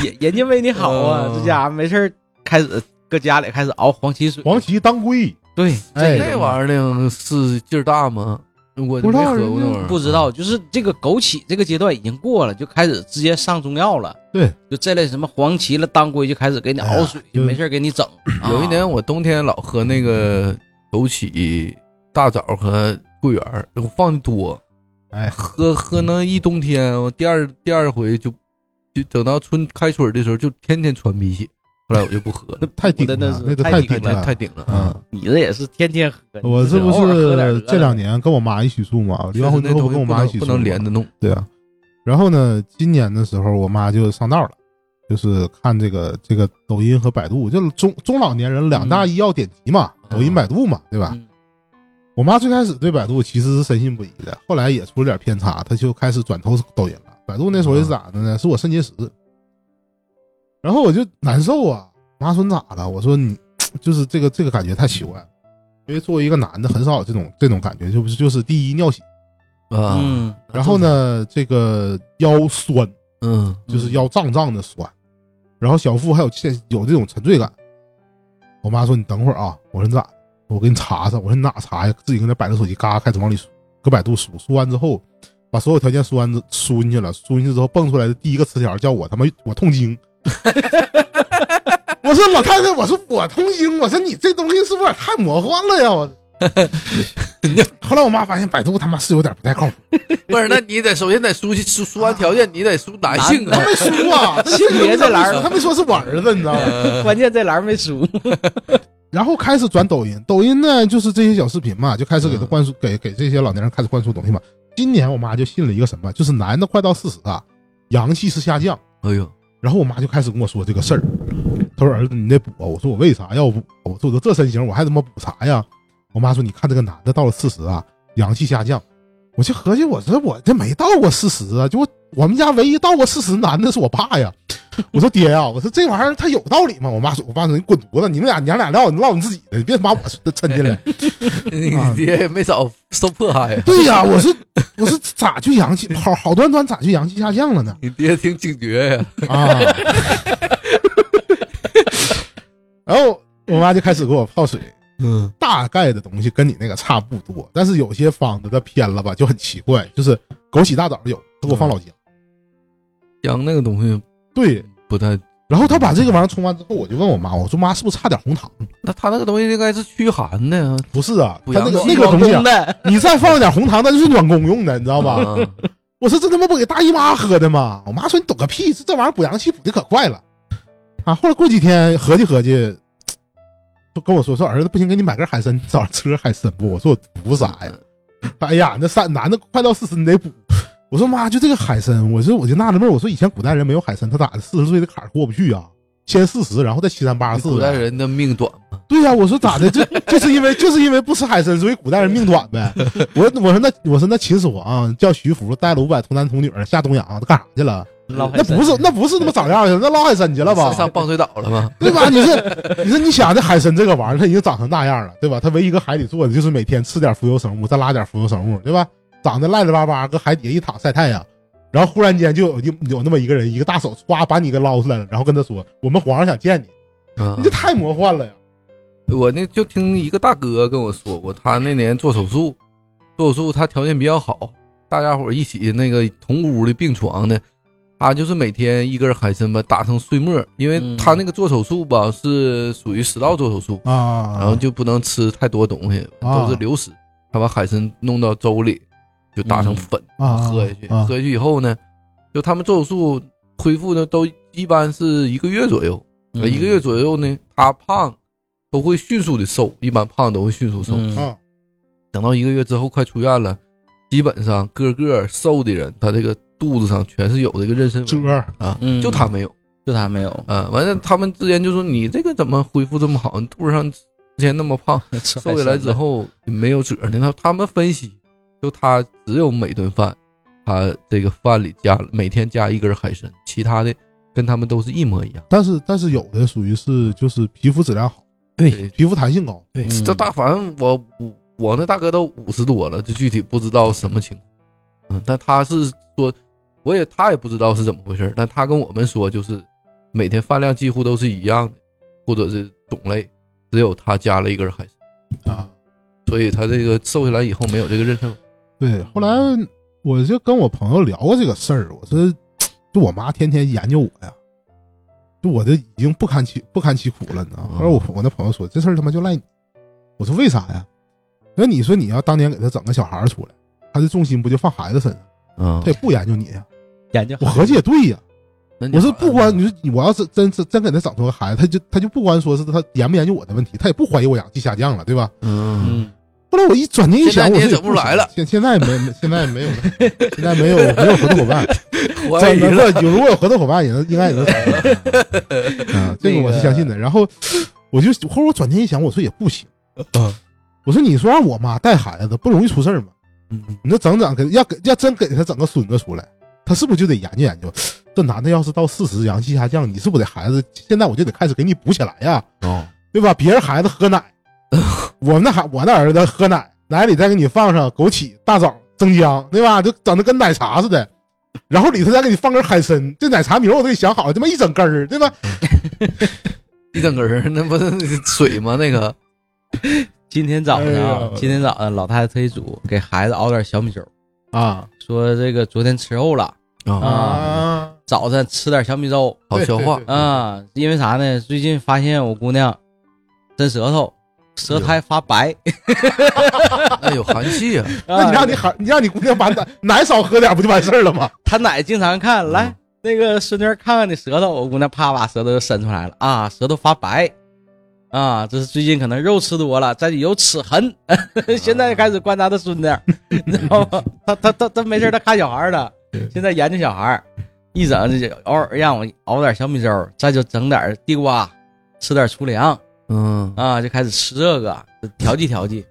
[SPEAKER 2] 也也人家为你好啊，
[SPEAKER 4] 嗯
[SPEAKER 2] 这家伙没事儿开始搁家里开始熬黄芪水，
[SPEAKER 3] 黄芪当归，
[SPEAKER 2] 对，这
[SPEAKER 3] 哎
[SPEAKER 2] 个
[SPEAKER 4] 那玩意儿呢是劲儿大吗？我
[SPEAKER 3] 不知
[SPEAKER 4] 没
[SPEAKER 3] 道
[SPEAKER 4] 喝
[SPEAKER 3] 人家
[SPEAKER 4] 过那玩意儿，
[SPEAKER 2] 不知道，就是这个枸杞这个阶段已经过了，就开始直接上中药了。
[SPEAKER 3] 对，
[SPEAKER 2] 就这类什么黄芪了、当归就开始给你熬水，
[SPEAKER 3] 哎呀
[SPEAKER 2] 没事儿给你整。啊
[SPEAKER 4] 有一年
[SPEAKER 2] 我
[SPEAKER 4] 我冬天老喝那个枸杞、大枣和桂圆儿，我放的多，
[SPEAKER 3] 哎，
[SPEAKER 4] 喝喝那一冬天，我第二第二回就就等到春开春的时候就天天传鼻血，后来我就不喝了，
[SPEAKER 3] 太顶了，
[SPEAKER 2] 那是
[SPEAKER 3] 那个
[SPEAKER 2] 太
[SPEAKER 3] 顶
[SPEAKER 2] 顶
[SPEAKER 4] 太
[SPEAKER 3] 了
[SPEAKER 4] 太。顶了
[SPEAKER 3] 啊！
[SPEAKER 2] 你这也是天天喝，
[SPEAKER 3] 我
[SPEAKER 2] 这
[SPEAKER 3] 这不是这两
[SPEAKER 2] 年
[SPEAKER 3] 年跟我妈一起住嘛，离
[SPEAKER 4] 确
[SPEAKER 3] 完
[SPEAKER 4] 实
[SPEAKER 3] 婚
[SPEAKER 4] 那
[SPEAKER 3] 之后我
[SPEAKER 4] 东西
[SPEAKER 3] 跟我
[SPEAKER 4] 不
[SPEAKER 3] 妈
[SPEAKER 4] 能
[SPEAKER 3] 一起住
[SPEAKER 4] 不
[SPEAKER 3] 嘛，
[SPEAKER 4] 能连着弄，
[SPEAKER 3] 对啊，然后呢，今年的时候，我妈就上道了，就是看这个这个抖音和百度，就是中中老年人两大医药典籍嘛，
[SPEAKER 4] 嗯
[SPEAKER 3] 抖音、百度嘛，对吧？
[SPEAKER 2] 嗯
[SPEAKER 3] 我妈最开始对百度其实是深信不疑的，后来也出了点偏
[SPEAKER 4] 嗯
[SPEAKER 3] 差，她就开始转投抖音了。百度那时候是咋的呢？是我肾结石，然后我就难受啊，妈说你咋了？我说你就是这个这个感觉太奇怪了，因为作为一个男的很少有这种这种感觉，就不是就是第一尿血，
[SPEAKER 4] 啊，
[SPEAKER 2] 嗯
[SPEAKER 3] 然后呢这个腰酸，
[SPEAKER 4] 嗯，
[SPEAKER 3] 就是腰胀胀的酸，然后小腹还有现有这种沉醉感。我妈说你等会儿啊，我说你咋的？我给你查查，我说你哪查呀？自己搁那摆着手机，嘎开始往里输，搁百度输，输完之后，把所有条件输完之输进去了，输进去之后蹦出来的第一个词条叫我他妈我 痛经。我说老太太，我说我痛经，我说你这东西是不是有点太魔幻了呀？ 我，后来我妈发现百度他妈是有点不太靠谱，
[SPEAKER 4] 不是，那你得首先得输输输完条件，你得输男性
[SPEAKER 3] 他
[SPEAKER 4] 啊，
[SPEAKER 3] 没输啊，
[SPEAKER 2] 性别这栏儿
[SPEAKER 3] 他没说是我儿子，你知道吗？
[SPEAKER 2] 关键这栏没输，
[SPEAKER 3] 然后开始转抖音，抖音呢就是这些小视频嘛，就开始给他
[SPEAKER 4] 嗯
[SPEAKER 3] 灌输，给给这些老年人开始灌输东西嘛。今年我妈就信了一个什么，就是男的快到四十啊，阳气是下降。
[SPEAKER 4] 哎 呦，
[SPEAKER 3] 然后我妈就开始跟我说这个事儿，她说儿子你得补啊。我说我为啥要补？啊我说我都这身形，我还他妈补啥呀？我妈说你看这个男的到了四十啊，阳气下降。我就合计我这我这没到过四十啊，就我我们家唯一到过四十男的是我爸呀。 我说爹呀、我说这玩意儿他有道理吗？我妈说，我爸说你滚犊子，你们俩娘俩唠，你唠你自己的，你别把我 抻进来。
[SPEAKER 4] 你
[SPEAKER 3] 啊
[SPEAKER 4] 爹也没少受迫害啊呀，
[SPEAKER 3] 对呀、我说我说咋就阳气好好端端咋就阳气下降了呢？
[SPEAKER 4] 你爹挺警觉呀，
[SPEAKER 3] 啊。 然后我妈就开始给我泡水，
[SPEAKER 4] 嗯
[SPEAKER 3] 大概的东西跟你那个差不多，但是有些方子它偏了吧，就很奇怪，就是枸杞大枣有，他给我放老姜，
[SPEAKER 4] 姜那个东西
[SPEAKER 3] 对。
[SPEAKER 4] 不太，
[SPEAKER 3] 然后他把这个玩意儿冲完之后，我就问我妈，我说妈是不是差点红糖？
[SPEAKER 4] 那他那个东西应该是驱寒的呀，
[SPEAKER 3] 不是啊，
[SPEAKER 4] 补
[SPEAKER 3] 他那
[SPEAKER 4] 阳
[SPEAKER 3] 个那
[SPEAKER 4] 气
[SPEAKER 3] 个东西、啊
[SPEAKER 2] 公，的，
[SPEAKER 3] 你再放一点红糖，那就是暖宫用的，你知道
[SPEAKER 4] 好
[SPEAKER 3] 吧？？我说这他妈不给大姨妈喝的吗？我妈说你懂个屁，这这玩意儿补阳气补的可快了啊！后来过几天合计合计，就跟我说说儿子不行，给你买根海参，早上吃根海参不？我说我补啥呀？哎呀，那三男的快到四十，你得补。我说妈，就这个海参，我说我就纳了闷儿，我说以前古代人没有海参，他咋四十岁的坎儿过不去啊？先四十，然后再七三八
[SPEAKER 4] 你
[SPEAKER 3] 四。
[SPEAKER 4] 古代人的命短嘛，
[SPEAKER 3] 对呀、我说咋的？就就是因为就是因为不吃海参，所以古代人命短呗。我我说那我说那秦始皇叫徐福带了五百童男童女儿下东洋，他干啥去了？
[SPEAKER 2] 老海
[SPEAKER 3] 那
[SPEAKER 2] 参
[SPEAKER 3] 不是那不是他妈长样去了，那捞海参去了吧
[SPEAKER 4] 上？上棒槌岛了吗？
[SPEAKER 3] 对吧？你是你说你想这海参这个玩意儿，它已经长成那样了，对吧？它唯一搁海里做的就是每天吃点浮游生物，再拉点浮游生物，对吧？长得赖赖巴巴，搁海底下一躺晒太阳，然后忽然间就有一有那么一个人，一个大手歘把你给捞出来了，然后跟他说：“我们皇上想见你。”
[SPEAKER 4] 啊
[SPEAKER 3] 你这太魔幻了呀！
[SPEAKER 4] 我那嗯就听一个大哥跟我说过，他那年做手术，做手术他条件比较好，大家伙儿一起那个同屋的病床的，他就是每天一根海参吧打成碎末儿，因为
[SPEAKER 2] 嗯
[SPEAKER 4] 他那个做手术吧是属于食道做手术，
[SPEAKER 3] 啊，
[SPEAKER 4] 然后就不能吃太多东西，
[SPEAKER 3] 啊
[SPEAKER 4] 都是流食，他把海参弄到粥里就打成粉、
[SPEAKER 3] 啊
[SPEAKER 4] 喝下去，
[SPEAKER 3] 啊
[SPEAKER 4] 喝下去以后呢，就他们做手术恢复的都一般是一个月左右。
[SPEAKER 2] 嗯
[SPEAKER 3] 嗯
[SPEAKER 4] 呃，一个月左右呢，他胖都会迅速的瘦，一般胖都会迅速瘦。
[SPEAKER 2] 嗯
[SPEAKER 3] 啊
[SPEAKER 4] 等到一个月之后快出院了，基本上个个瘦的人，他这个肚子上全是有这个妊娠纹
[SPEAKER 3] 遮
[SPEAKER 4] 啊，
[SPEAKER 2] 嗯
[SPEAKER 4] 就他没有。
[SPEAKER 2] 就他没 有，
[SPEAKER 4] 啊，完了他们之间就说你这个怎么恢复这么好？你肚子上之前那么胖，瘦
[SPEAKER 2] 瘦
[SPEAKER 4] 下来之，后没有褶呢？他他们分析，就他只有每顿饭，他这个饭里加每天加一根海参，其他的跟他们都是一模一样。
[SPEAKER 3] 但是但是有的属于是就是皮肤质量好，
[SPEAKER 5] 对
[SPEAKER 3] 皮肤弹性高，
[SPEAKER 5] 对，
[SPEAKER 2] 嗯
[SPEAKER 4] 这大反正我我我那大哥都五十多了，这具体不知道什么情况。嗯，但他是说，我也他也不知道是怎么回事儿，但他跟我们说就是每天饭量几乎都是一样的，或者是种类，只有他加了一根海参，
[SPEAKER 3] 啊。
[SPEAKER 4] 所以他这个瘦下来以后没有这个妊娠纹。
[SPEAKER 3] 对，后来我就跟我朋友聊过这个事儿，我说就我妈天天研究我呀，就我这已经不堪其不堪其苦了，你知道吗？
[SPEAKER 4] 嗯
[SPEAKER 3] 后来我我那朋友说这事儿他妈就赖你，我说为啥呀？那你说你要当年给他整个小孩儿出来，他的重心不就放孩子身上？
[SPEAKER 4] 啊
[SPEAKER 3] 他也不研究你呀。
[SPEAKER 2] 眼睛
[SPEAKER 3] 嗯我合计也对呀，我说不光
[SPEAKER 4] 关
[SPEAKER 3] 你说你我要是真真真给他整出个孩子，他就他就不光说是他研不研究我的问题，他也不怀疑我氧气下降了，对吧？
[SPEAKER 4] 嗯，
[SPEAKER 2] 嗯，
[SPEAKER 3] 后来我一转念一想，
[SPEAKER 4] 现
[SPEAKER 3] 我
[SPEAKER 4] 在你也
[SPEAKER 3] 说
[SPEAKER 4] 整不出来了
[SPEAKER 3] 现现在没没现在没有，现在没有没有合作伙伴。
[SPEAKER 4] 怀
[SPEAKER 3] 真
[SPEAKER 4] 疑
[SPEAKER 3] 的
[SPEAKER 4] 了，
[SPEAKER 3] 有如果有合作伙伴，也能应该也能 啊，这个我是相信的。然后我就后来我转念一想，我说也不行，
[SPEAKER 4] 嗯
[SPEAKER 3] 我说你说让我妈带孩子不容易出事儿吗？
[SPEAKER 4] 嗯
[SPEAKER 3] 你这整整给要给要真给他整个孙子出来，他是不是就得研究研究？这这男的要是到四十阳气下降，你是不是得孩子现在我就得开始给你补起来呀，
[SPEAKER 4] 哦，
[SPEAKER 3] 对吧？别人孩子喝 奶，我那孩我那儿子喝奶，奶里再给你放上枸杞、大枣、生姜，对吧？就整的跟奶茶似的，然后里头再给你放根海参，这奶茶名我都给想好了，他妈一整根儿，对吧？
[SPEAKER 4] 一整根儿，那不是水吗？那个
[SPEAKER 2] 今天早上
[SPEAKER 3] 哎
[SPEAKER 2] 啊
[SPEAKER 3] 呀，
[SPEAKER 2] 今天早上老太太特意煮给孩子熬点小米粥，
[SPEAKER 3] 啊
[SPEAKER 2] 说这个昨天吃肉了，
[SPEAKER 4] 啊，
[SPEAKER 3] 啊，
[SPEAKER 2] 早晨吃点小米粥
[SPEAKER 4] 好消化
[SPEAKER 3] 对对对
[SPEAKER 2] 啊。因为啥呢？最近发现我姑娘伸舌头，舌苔发白。
[SPEAKER 3] 哎
[SPEAKER 4] 那有寒气啊，
[SPEAKER 3] 那你让你
[SPEAKER 2] 啊
[SPEAKER 3] 孩你让你姑娘把奶 奶少喝点不就完事儿了吗？
[SPEAKER 2] 她奶经常看来。那个孙女儿看看你舌头，我姑娘啪把舌头就伸出来了啊，舌头发白，啊，这是最近可能肉吃多了，再有齿痕， 现在开始观察她孙子，你知道吗？她她她她没事儿，她看小孩儿的，现在研究小孩儿，一整就偶尔让我熬点小米粥，再就整点地瓜，吃点粗粮
[SPEAKER 4] 嗯，
[SPEAKER 2] 啊，就开始吃这个调剂调剂，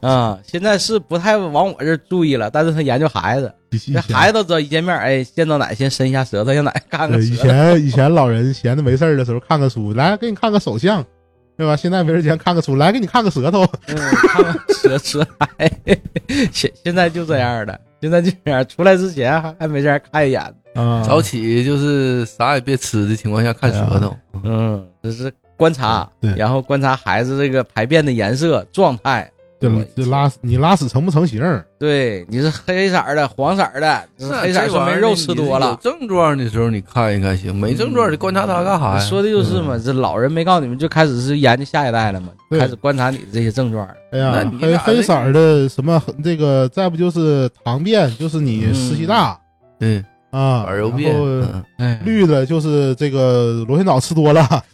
[SPEAKER 2] 啊，现在是不太往我这儿注意了，但是她研究孩子。这孩子都知道一见面，哎，见到奶先伸一下舌头，让奶看看
[SPEAKER 3] 对，以
[SPEAKER 2] 舌头。
[SPEAKER 3] 前以前老人闲着没事儿的时候看个书，来给你看个手相，对吧？现在没人闲看个书，来给你看个舌头，
[SPEAKER 2] 嗯看看 舌舌苔，现现在就这样的，现在就这样。出来之前还还没这样看一眼。
[SPEAKER 3] 啊
[SPEAKER 4] 早起就是啥也别吃的情况下看舌头，
[SPEAKER 2] 嗯，这是观
[SPEAKER 4] 啊
[SPEAKER 2] 察
[SPEAKER 3] 对，
[SPEAKER 2] 然后观察孩子这个排便的颜色、状态。
[SPEAKER 3] 就就拉你拉屎成不成形儿？
[SPEAKER 2] 对，你是黑色儿的、黄色儿的，这是黑色儿
[SPEAKER 4] 啊这
[SPEAKER 2] 说
[SPEAKER 4] 玩意
[SPEAKER 2] 明
[SPEAKER 4] 儿
[SPEAKER 2] 肉吃多
[SPEAKER 4] 有
[SPEAKER 2] 了。
[SPEAKER 4] 症状的时候你看一看行，没症状你
[SPEAKER 3] 嗯
[SPEAKER 4] 观察它干啥呀？
[SPEAKER 2] 嗯说的就是嘛，这老人没告诉你们，就开始是研究下一代了嘛，
[SPEAKER 3] 对
[SPEAKER 2] 开始观察你的这些症状了。
[SPEAKER 3] 哎
[SPEAKER 4] 那
[SPEAKER 3] 呀
[SPEAKER 4] 你，
[SPEAKER 3] 黑
[SPEAKER 4] 俩
[SPEAKER 3] 黑
[SPEAKER 4] 这
[SPEAKER 3] 色儿的什么这个，再不就是糖便，就是你湿气大、
[SPEAKER 4] 嗯，
[SPEAKER 3] 啊，
[SPEAKER 4] 耳油变，
[SPEAKER 3] 然后
[SPEAKER 4] 嗯
[SPEAKER 2] 哎，
[SPEAKER 3] 绿的就是这个螺旋藻吃多了，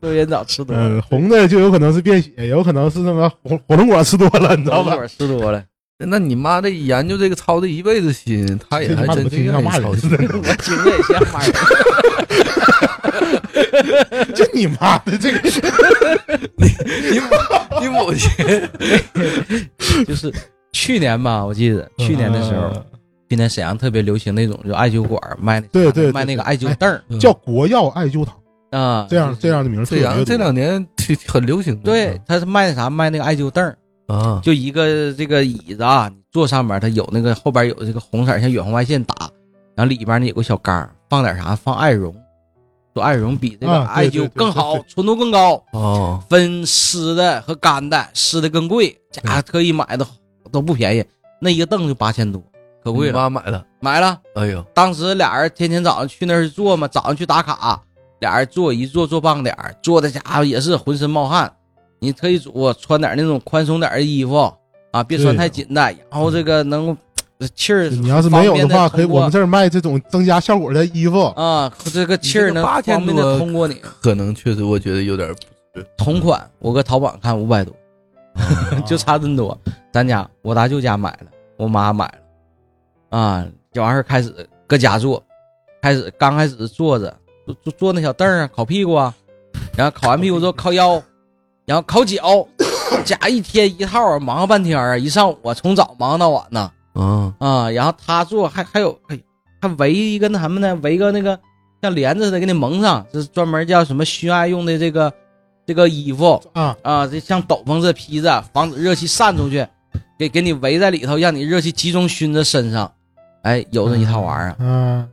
[SPEAKER 2] 肉眼早吃多了，
[SPEAKER 3] 嗯，红的就有可能是便血，也有可能是那么火火龙果吃多了，你知道
[SPEAKER 2] 老
[SPEAKER 3] 吧？
[SPEAKER 2] 果吃多了。
[SPEAKER 4] 那你妈这研究这个操这一辈子心，她也还真就愿意操心。
[SPEAKER 2] 我听着也像骂人。
[SPEAKER 3] 就你妈的这个，
[SPEAKER 4] 你母你母亲，
[SPEAKER 2] 就是去年吧，我记
[SPEAKER 3] 嗯
[SPEAKER 2] 得去年的时候，
[SPEAKER 3] 呃
[SPEAKER 2] 去年沈阳特别流行那种就艾灸馆儿卖那
[SPEAKER 3] 对对对
[SPEAKER 2] 卖那个艾灸凳 儿
[SPEAKER 3] 嗯 叫国药艾灸堂，
[SPEAKER 2] 啊，
[SPEAKER 3] 这样这样的名儿特
[SPEAKER 4] 嗯这
[SPEAKER 3] 别
[SPEAKER 4] 两
[SPEAKER 3] 多。
[SPEAKER 4] 这两年挺很流行的。
[SPEAKER 2] 对，他是卖那啥卖那个艾灸凳儿，
[SPEAKER 4] 啊，
[SPEAKER 2] 就一个这个椅子啊，你坐上面它有那个后边有这个红色儿像远红外线打，然后里边呢有个小缸儿，放点啥放艾绒，说艾绒比这个
[SPEAKER 3] 啊
[SPEAKER 2] 艾
[SPEAKER 3] 对对
[SPEAKER 2] 灸
[SPEAKER 3] 对对
[SPEAKER 2] 更好
[SPEAKER 3] 对，
[SPEAKER 2] 纯度更高。
[SPEAKER 4] 哦，
[SPEAKER 2] 分湿的和干的，湿的更贵，家伙特意买的都不便宜，那一个凳就八千多，可贵
[SPEAKER 4] 你
[SPEAKER 2] 了。
[SPEAKER 4] 妈买了，
[SPEAKER 2] 买了，
[SPEAKER 4] 哎呦，
[SPEAKER 2] 当时俩人天天早上去那儿坐嘛，早上去打卡，俩人坐一坐坐半点儿，坐的家伙也是浑身冒汗。你特意嘱穿点那种宽松点儿的衣服啊，别穿
[SPEAKER 3] 对嗯
[SPEAKER 2] 太紧的，然后这个能呃气儿
[SPEAKER 3] 你要是没有的
[SPEAKER 2] 方
[SPEAKER 3] 话，可以
[SPEAKER 2] 便地通过
[SPEAKER 3] 我们这儿卖这种增加效果的衣服，
[SPEAKER 2] 啊，这个气儿
[SPEAKER 4] 你这
[SPEAKER 2] 能
[SPEAKER 4] 个
[SPEAKER 2] 方
[SPEAKER 4] 8000
[SPEAKER 2] 便的
[SPEAKER 4] 多
[SPEAKER 2] 通过你。
[SPEAKER 4] 可能确实我觉得有点
[SPEAKER 2] 同款，我搁淘宝看五百多，
[SPEAKER 4] 啊
[SPEAKER 2] 就差真多。咱家我大舅家买了，我妈买了，啊，这玩意儿开始搁家做，开始刚开始坐着，坐坐坐那小凳儿啊，烤屁股啊，然后烤完屁股之后烤腰，然后烤脚，家一天一套啊，忙活半天啊，一上午啊，从早忙到晚呐。
[SPEAKER 4] 啊，
[SPEAKER 2] 啊，然后他做还还有还还围一个那什么呢？围个那个像帘子似的给你蒙上，这是专门叫什么熏艾用的这个这个衣服
[SPEAKER 3] 啊
[SPEAKER 2] 啊，这像斗篷似的披着，防止热气散出去，给给你围在里头，让你热气集中熏着身上。哎，有这一套玩意儿，
[SPEAKER 3] 嗯，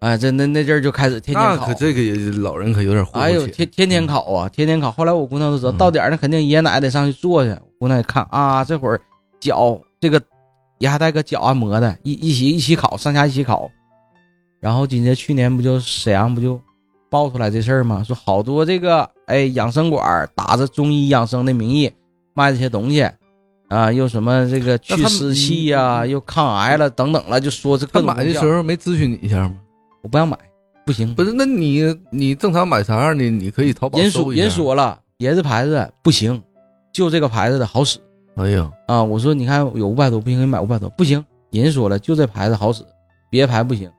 [SPEAKER 2] 哎，这那那阵儿就开始天
[SPEAKER 4] 那
[SPEAKER 2] 天烤
[SPEAKER 4] 可，这个也老人可有点火
[SPEAKER 2] 哎呦，
[SPEAKER 4] 气。
[SPEAKER 2] 天天天烤啊，天天烤。后来我姑娘都知道，
[SPEAKER 4] 嗯
[SPEAKER 2] 到点儿那肯定爷爷奶奶得上去坐去。我姑娘一看啊，这会儿脚这个也还带个脚按摩的，一一起一起烤，上下一起烤。然后紧接着去年不就沈阳不就爆出来这事儿吗？说好多这个哎养生馆儿打着中医养生的名义卖这些东西。啊，又什么这个去
[SPEAKER 4] 那他们嗯
[SPEAKER 2] 湿气呀、又抗癌了等等了，就说这
[SPEAKER 4] 他
[SPEAKER 2] 各种
[SPEAKER 4] 买
[SPEAKER 2] 功
[SPEAKER 4] 的
[SPEAKER 2] 效
[SPEAKER 4] 时候没咨询你一下吗？
[SPEAKER 2] 我不想买，不行，
[SPEAKER 4] 不是，那你你正常买啥样的，你可以淘宝
[SPEAKER 2] 人
[SPEAKER 4] 搜
[SPEAKER 2] 说
[SPEAKER 4] 一下。
[SPEAKER 2] 人，说了，椰子牌子不行，就这个牌子的好使
[SPEAKER 4] 哎呀，
[SPEAKER 2] 啊！我说你看有五百多，不行，给你买五百多，不行。人说了，就这牌子好使，别的牌不行。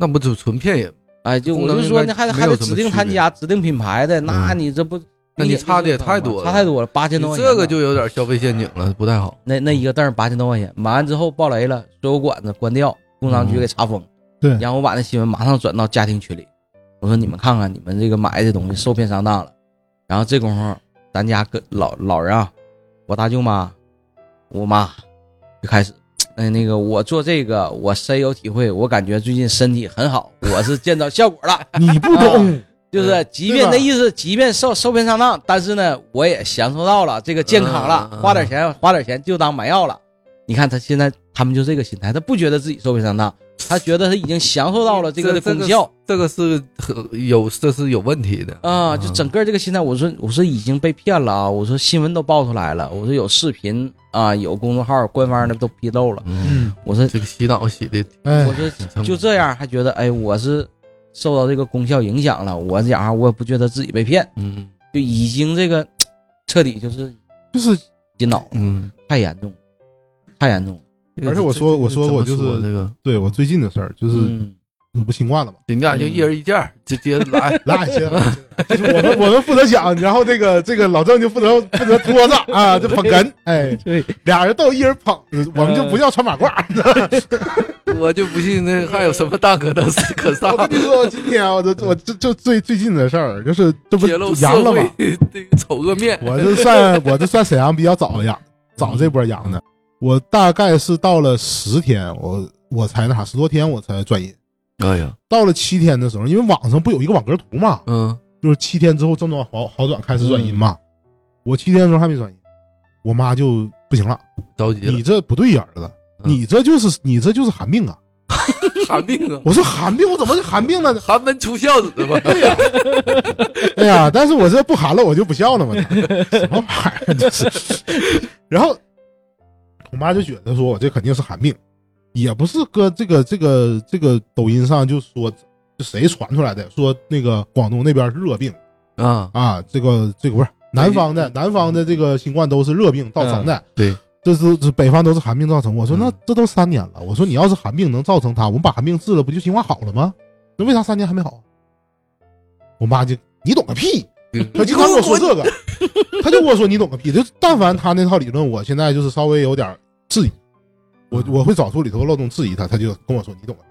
[SPEAKER 4] 那不就纯骗人？
[SPEAKER 2] 哎，就
[SPEAKER 4] 功
[SPEAKER 2] 我
[SPEAKER 4] 能
[SPEAKER 2] 就说
[SPEAKER 4] 应该
[SPEAKER 2] 那还得
[SPEAKER 4] 没
[SPEAKER 2] 还
[SPEAKER 4] 有
[SPEAKER 2] 得
[SPEAKER 4] 什么
[SPEAKER 2] 指定
[SPEAKER 4] 区
[SPEAKER 2] 他
[SPEAKER 4] 别
[SPEAKER 2] 家、指定品牌的，那
[SPEAKER 4] 嗯
[SPEAKER 2] 你这不，
[SPEAKER 4] 那你差的也太多了
[SPEAKER 2] 差太多了，八千
[SPEAKER 4] 你
[SPEAKER 2] 多块钱呢。
[SPEAKER 4] 这个就有点消费陷阱了，不太好。
[SPEAKER 2] 那那一个凳八千多块钱，买完之后爆雷了，所有馆子关掉，工商局给查封。
[SPEAKER 3] 对对，
[SPEAKER 2] 然后我把那新闻马上转到家庭群里，我说你们看看你们这个买的东西受骗上当了。然后这功夫，咱家跟老老人啊，我大舅妈，我妈就开始，哎，那个我做这个我深有体会，我感觉最近身体很好，我是见到效果了。
[SPEAKER 3] 你不懂，
[SPEAKER 2] 就是即便
[SPEAKER 3] 对吧
[SPEAKER 2] 那意思，即便受受骗上当，但是呢，我也享受到了这个健康了，
[SPEAKER 4] 嗯嗯嗯
[SPEAKER 2] 花点钱花点钱就当买药了。你看他现在他们就这个心态，他不觉得自己受骗上当，他觉得他已经享受到了这个的功效
[SPEAKER 4] 这个是很有这是有问题的
[SPEAKER 2] 啊、
[SPEAKER 4] 嗯
[SPEAKER 2] 就整个这个心态，我说我说已经被骗了啊，我说新闻都爆出来了，我说有视频啊，有公众号官方的都披露了，
[SPEAKER 4] 嗯，
[SPEAKER 3] 嗯，
[SPEAKER 2] 我说
[SPEAKER 4] 这个洗脑洗的
[SPEAKER 3] 哎
[SPEAKER 2] 我，说就这样还觉得哎我是受到这个功效影响了，我讲话我也不觉得自己被骗。
[SPEAKER 4] 嗯
[SPEAKER 2] 就已经这个彻底就是
[SPEAKER 3] 就是，
[SPEAKER 2] 洗脑了，
[SPEAKER 4] 嗯，
[SPEAKER 2] 太严重了，太严重了。
[SPEAKER 3] 而且我说
[SPEAKER 4] 这
[SPEAKER 3] 我说
[SPEAKER 4] 这
[SPEAKER 3] 我
[SPEAKER 4] 怎
[SPEAKER 3] 就
[SPEAKER 4] 么
[SPEAKER 3] 是
[SPEAKER 4] 说这个
[SPEAKER 3] 对我最近的事儿，就是
[SPEAKER 2] 嗯，
[SPEAKER 3] 你不新冠了吗？。
[SPEAKER 4] 你俩就一人一件儿，直接来
[SPEAKER 3] 来，先来先来我们我们负责讲，然后这个这个老郑就负责负责拖着啊，这捧哏，哎，
[SPEAKER 2] 对，
[SPEAKER 3] 俩人都一人捧，呃我们就
[SPEAKER 4] 嗯
[SPEAKER 3] 不叫穿马褂。
[SPEAKER 4] 我就不信那还有什么大哥的是可上
[SPEAKER 3] 我跟你说，我今天啊我这我这这最最近的事儿，就是这不
[SPEAKER 4] 揭露社
[SPEAKER 3] 阳了吗
[SPEAKER 4] 会？这个丑恶面。
[SPEAKER 3] 我这算我这算沈阳比较早养，早这波阳的。我大概是到了十天，我我才那啥十多天我才转阴。
[SPEAKER 4] 哎呀，
[SPEAKER 3] 到了七天的时候，因为网上不有一个网格图嘛，
[SPEAKER 4] 嗯，
[SPEAKER 3] 就是七天之后症状好好转开始转阴嘛。我七天的时候还没转阴，我妈就不行了，
[SPEAKER 4] 着急
[SPEAKER 3] 你
[SPEAKER 4] 了，
[SPEAKER 3] 这不对呀，儿子，
[SPEAKER 4] 嗯
[SPEAKER 3] 你这就是你这就是寒病啊！
[SPEAKER 4] 寒病啊，
[SPEAKER 3] 我说寒病，我怎么就寒病了呢？
[SPEAKER 4] 寒门出孝子嘛。
[SPEAKER 3] 哎呀，但是我这不寒了，我就不笑了 嘛，什么玩意儿这是？ 然后我妈就觉得说我这肯定是寒病，也不是搁这个这个这个抖音上就说这谁传出来的，说那个广东那边是热病
[SPEAKER 4] 啊，
[SPEAKER 3] 啊，这个这个不是南方的，南方的这个新冠都是热病造成的，
[SPEAKER 4] 嗯对。
[SPEAKER 3] 这是这北方都是寒病造成，我说那
[SPEAKER 4] 嗯
[SPEAKER 3] 这都三年了，我说你要是寒病能造成它，我们把寒病治了，不就新冠好了吗？那为啥三年还没好？啊我妈就你懂个屁，他就跟我说这个，他就跟我说你懂个屁。就但凡他那套理论，我现在就是稍微有点质疑，我我会找出里头的漏洞质疑他，他就跟我说你懂个屁。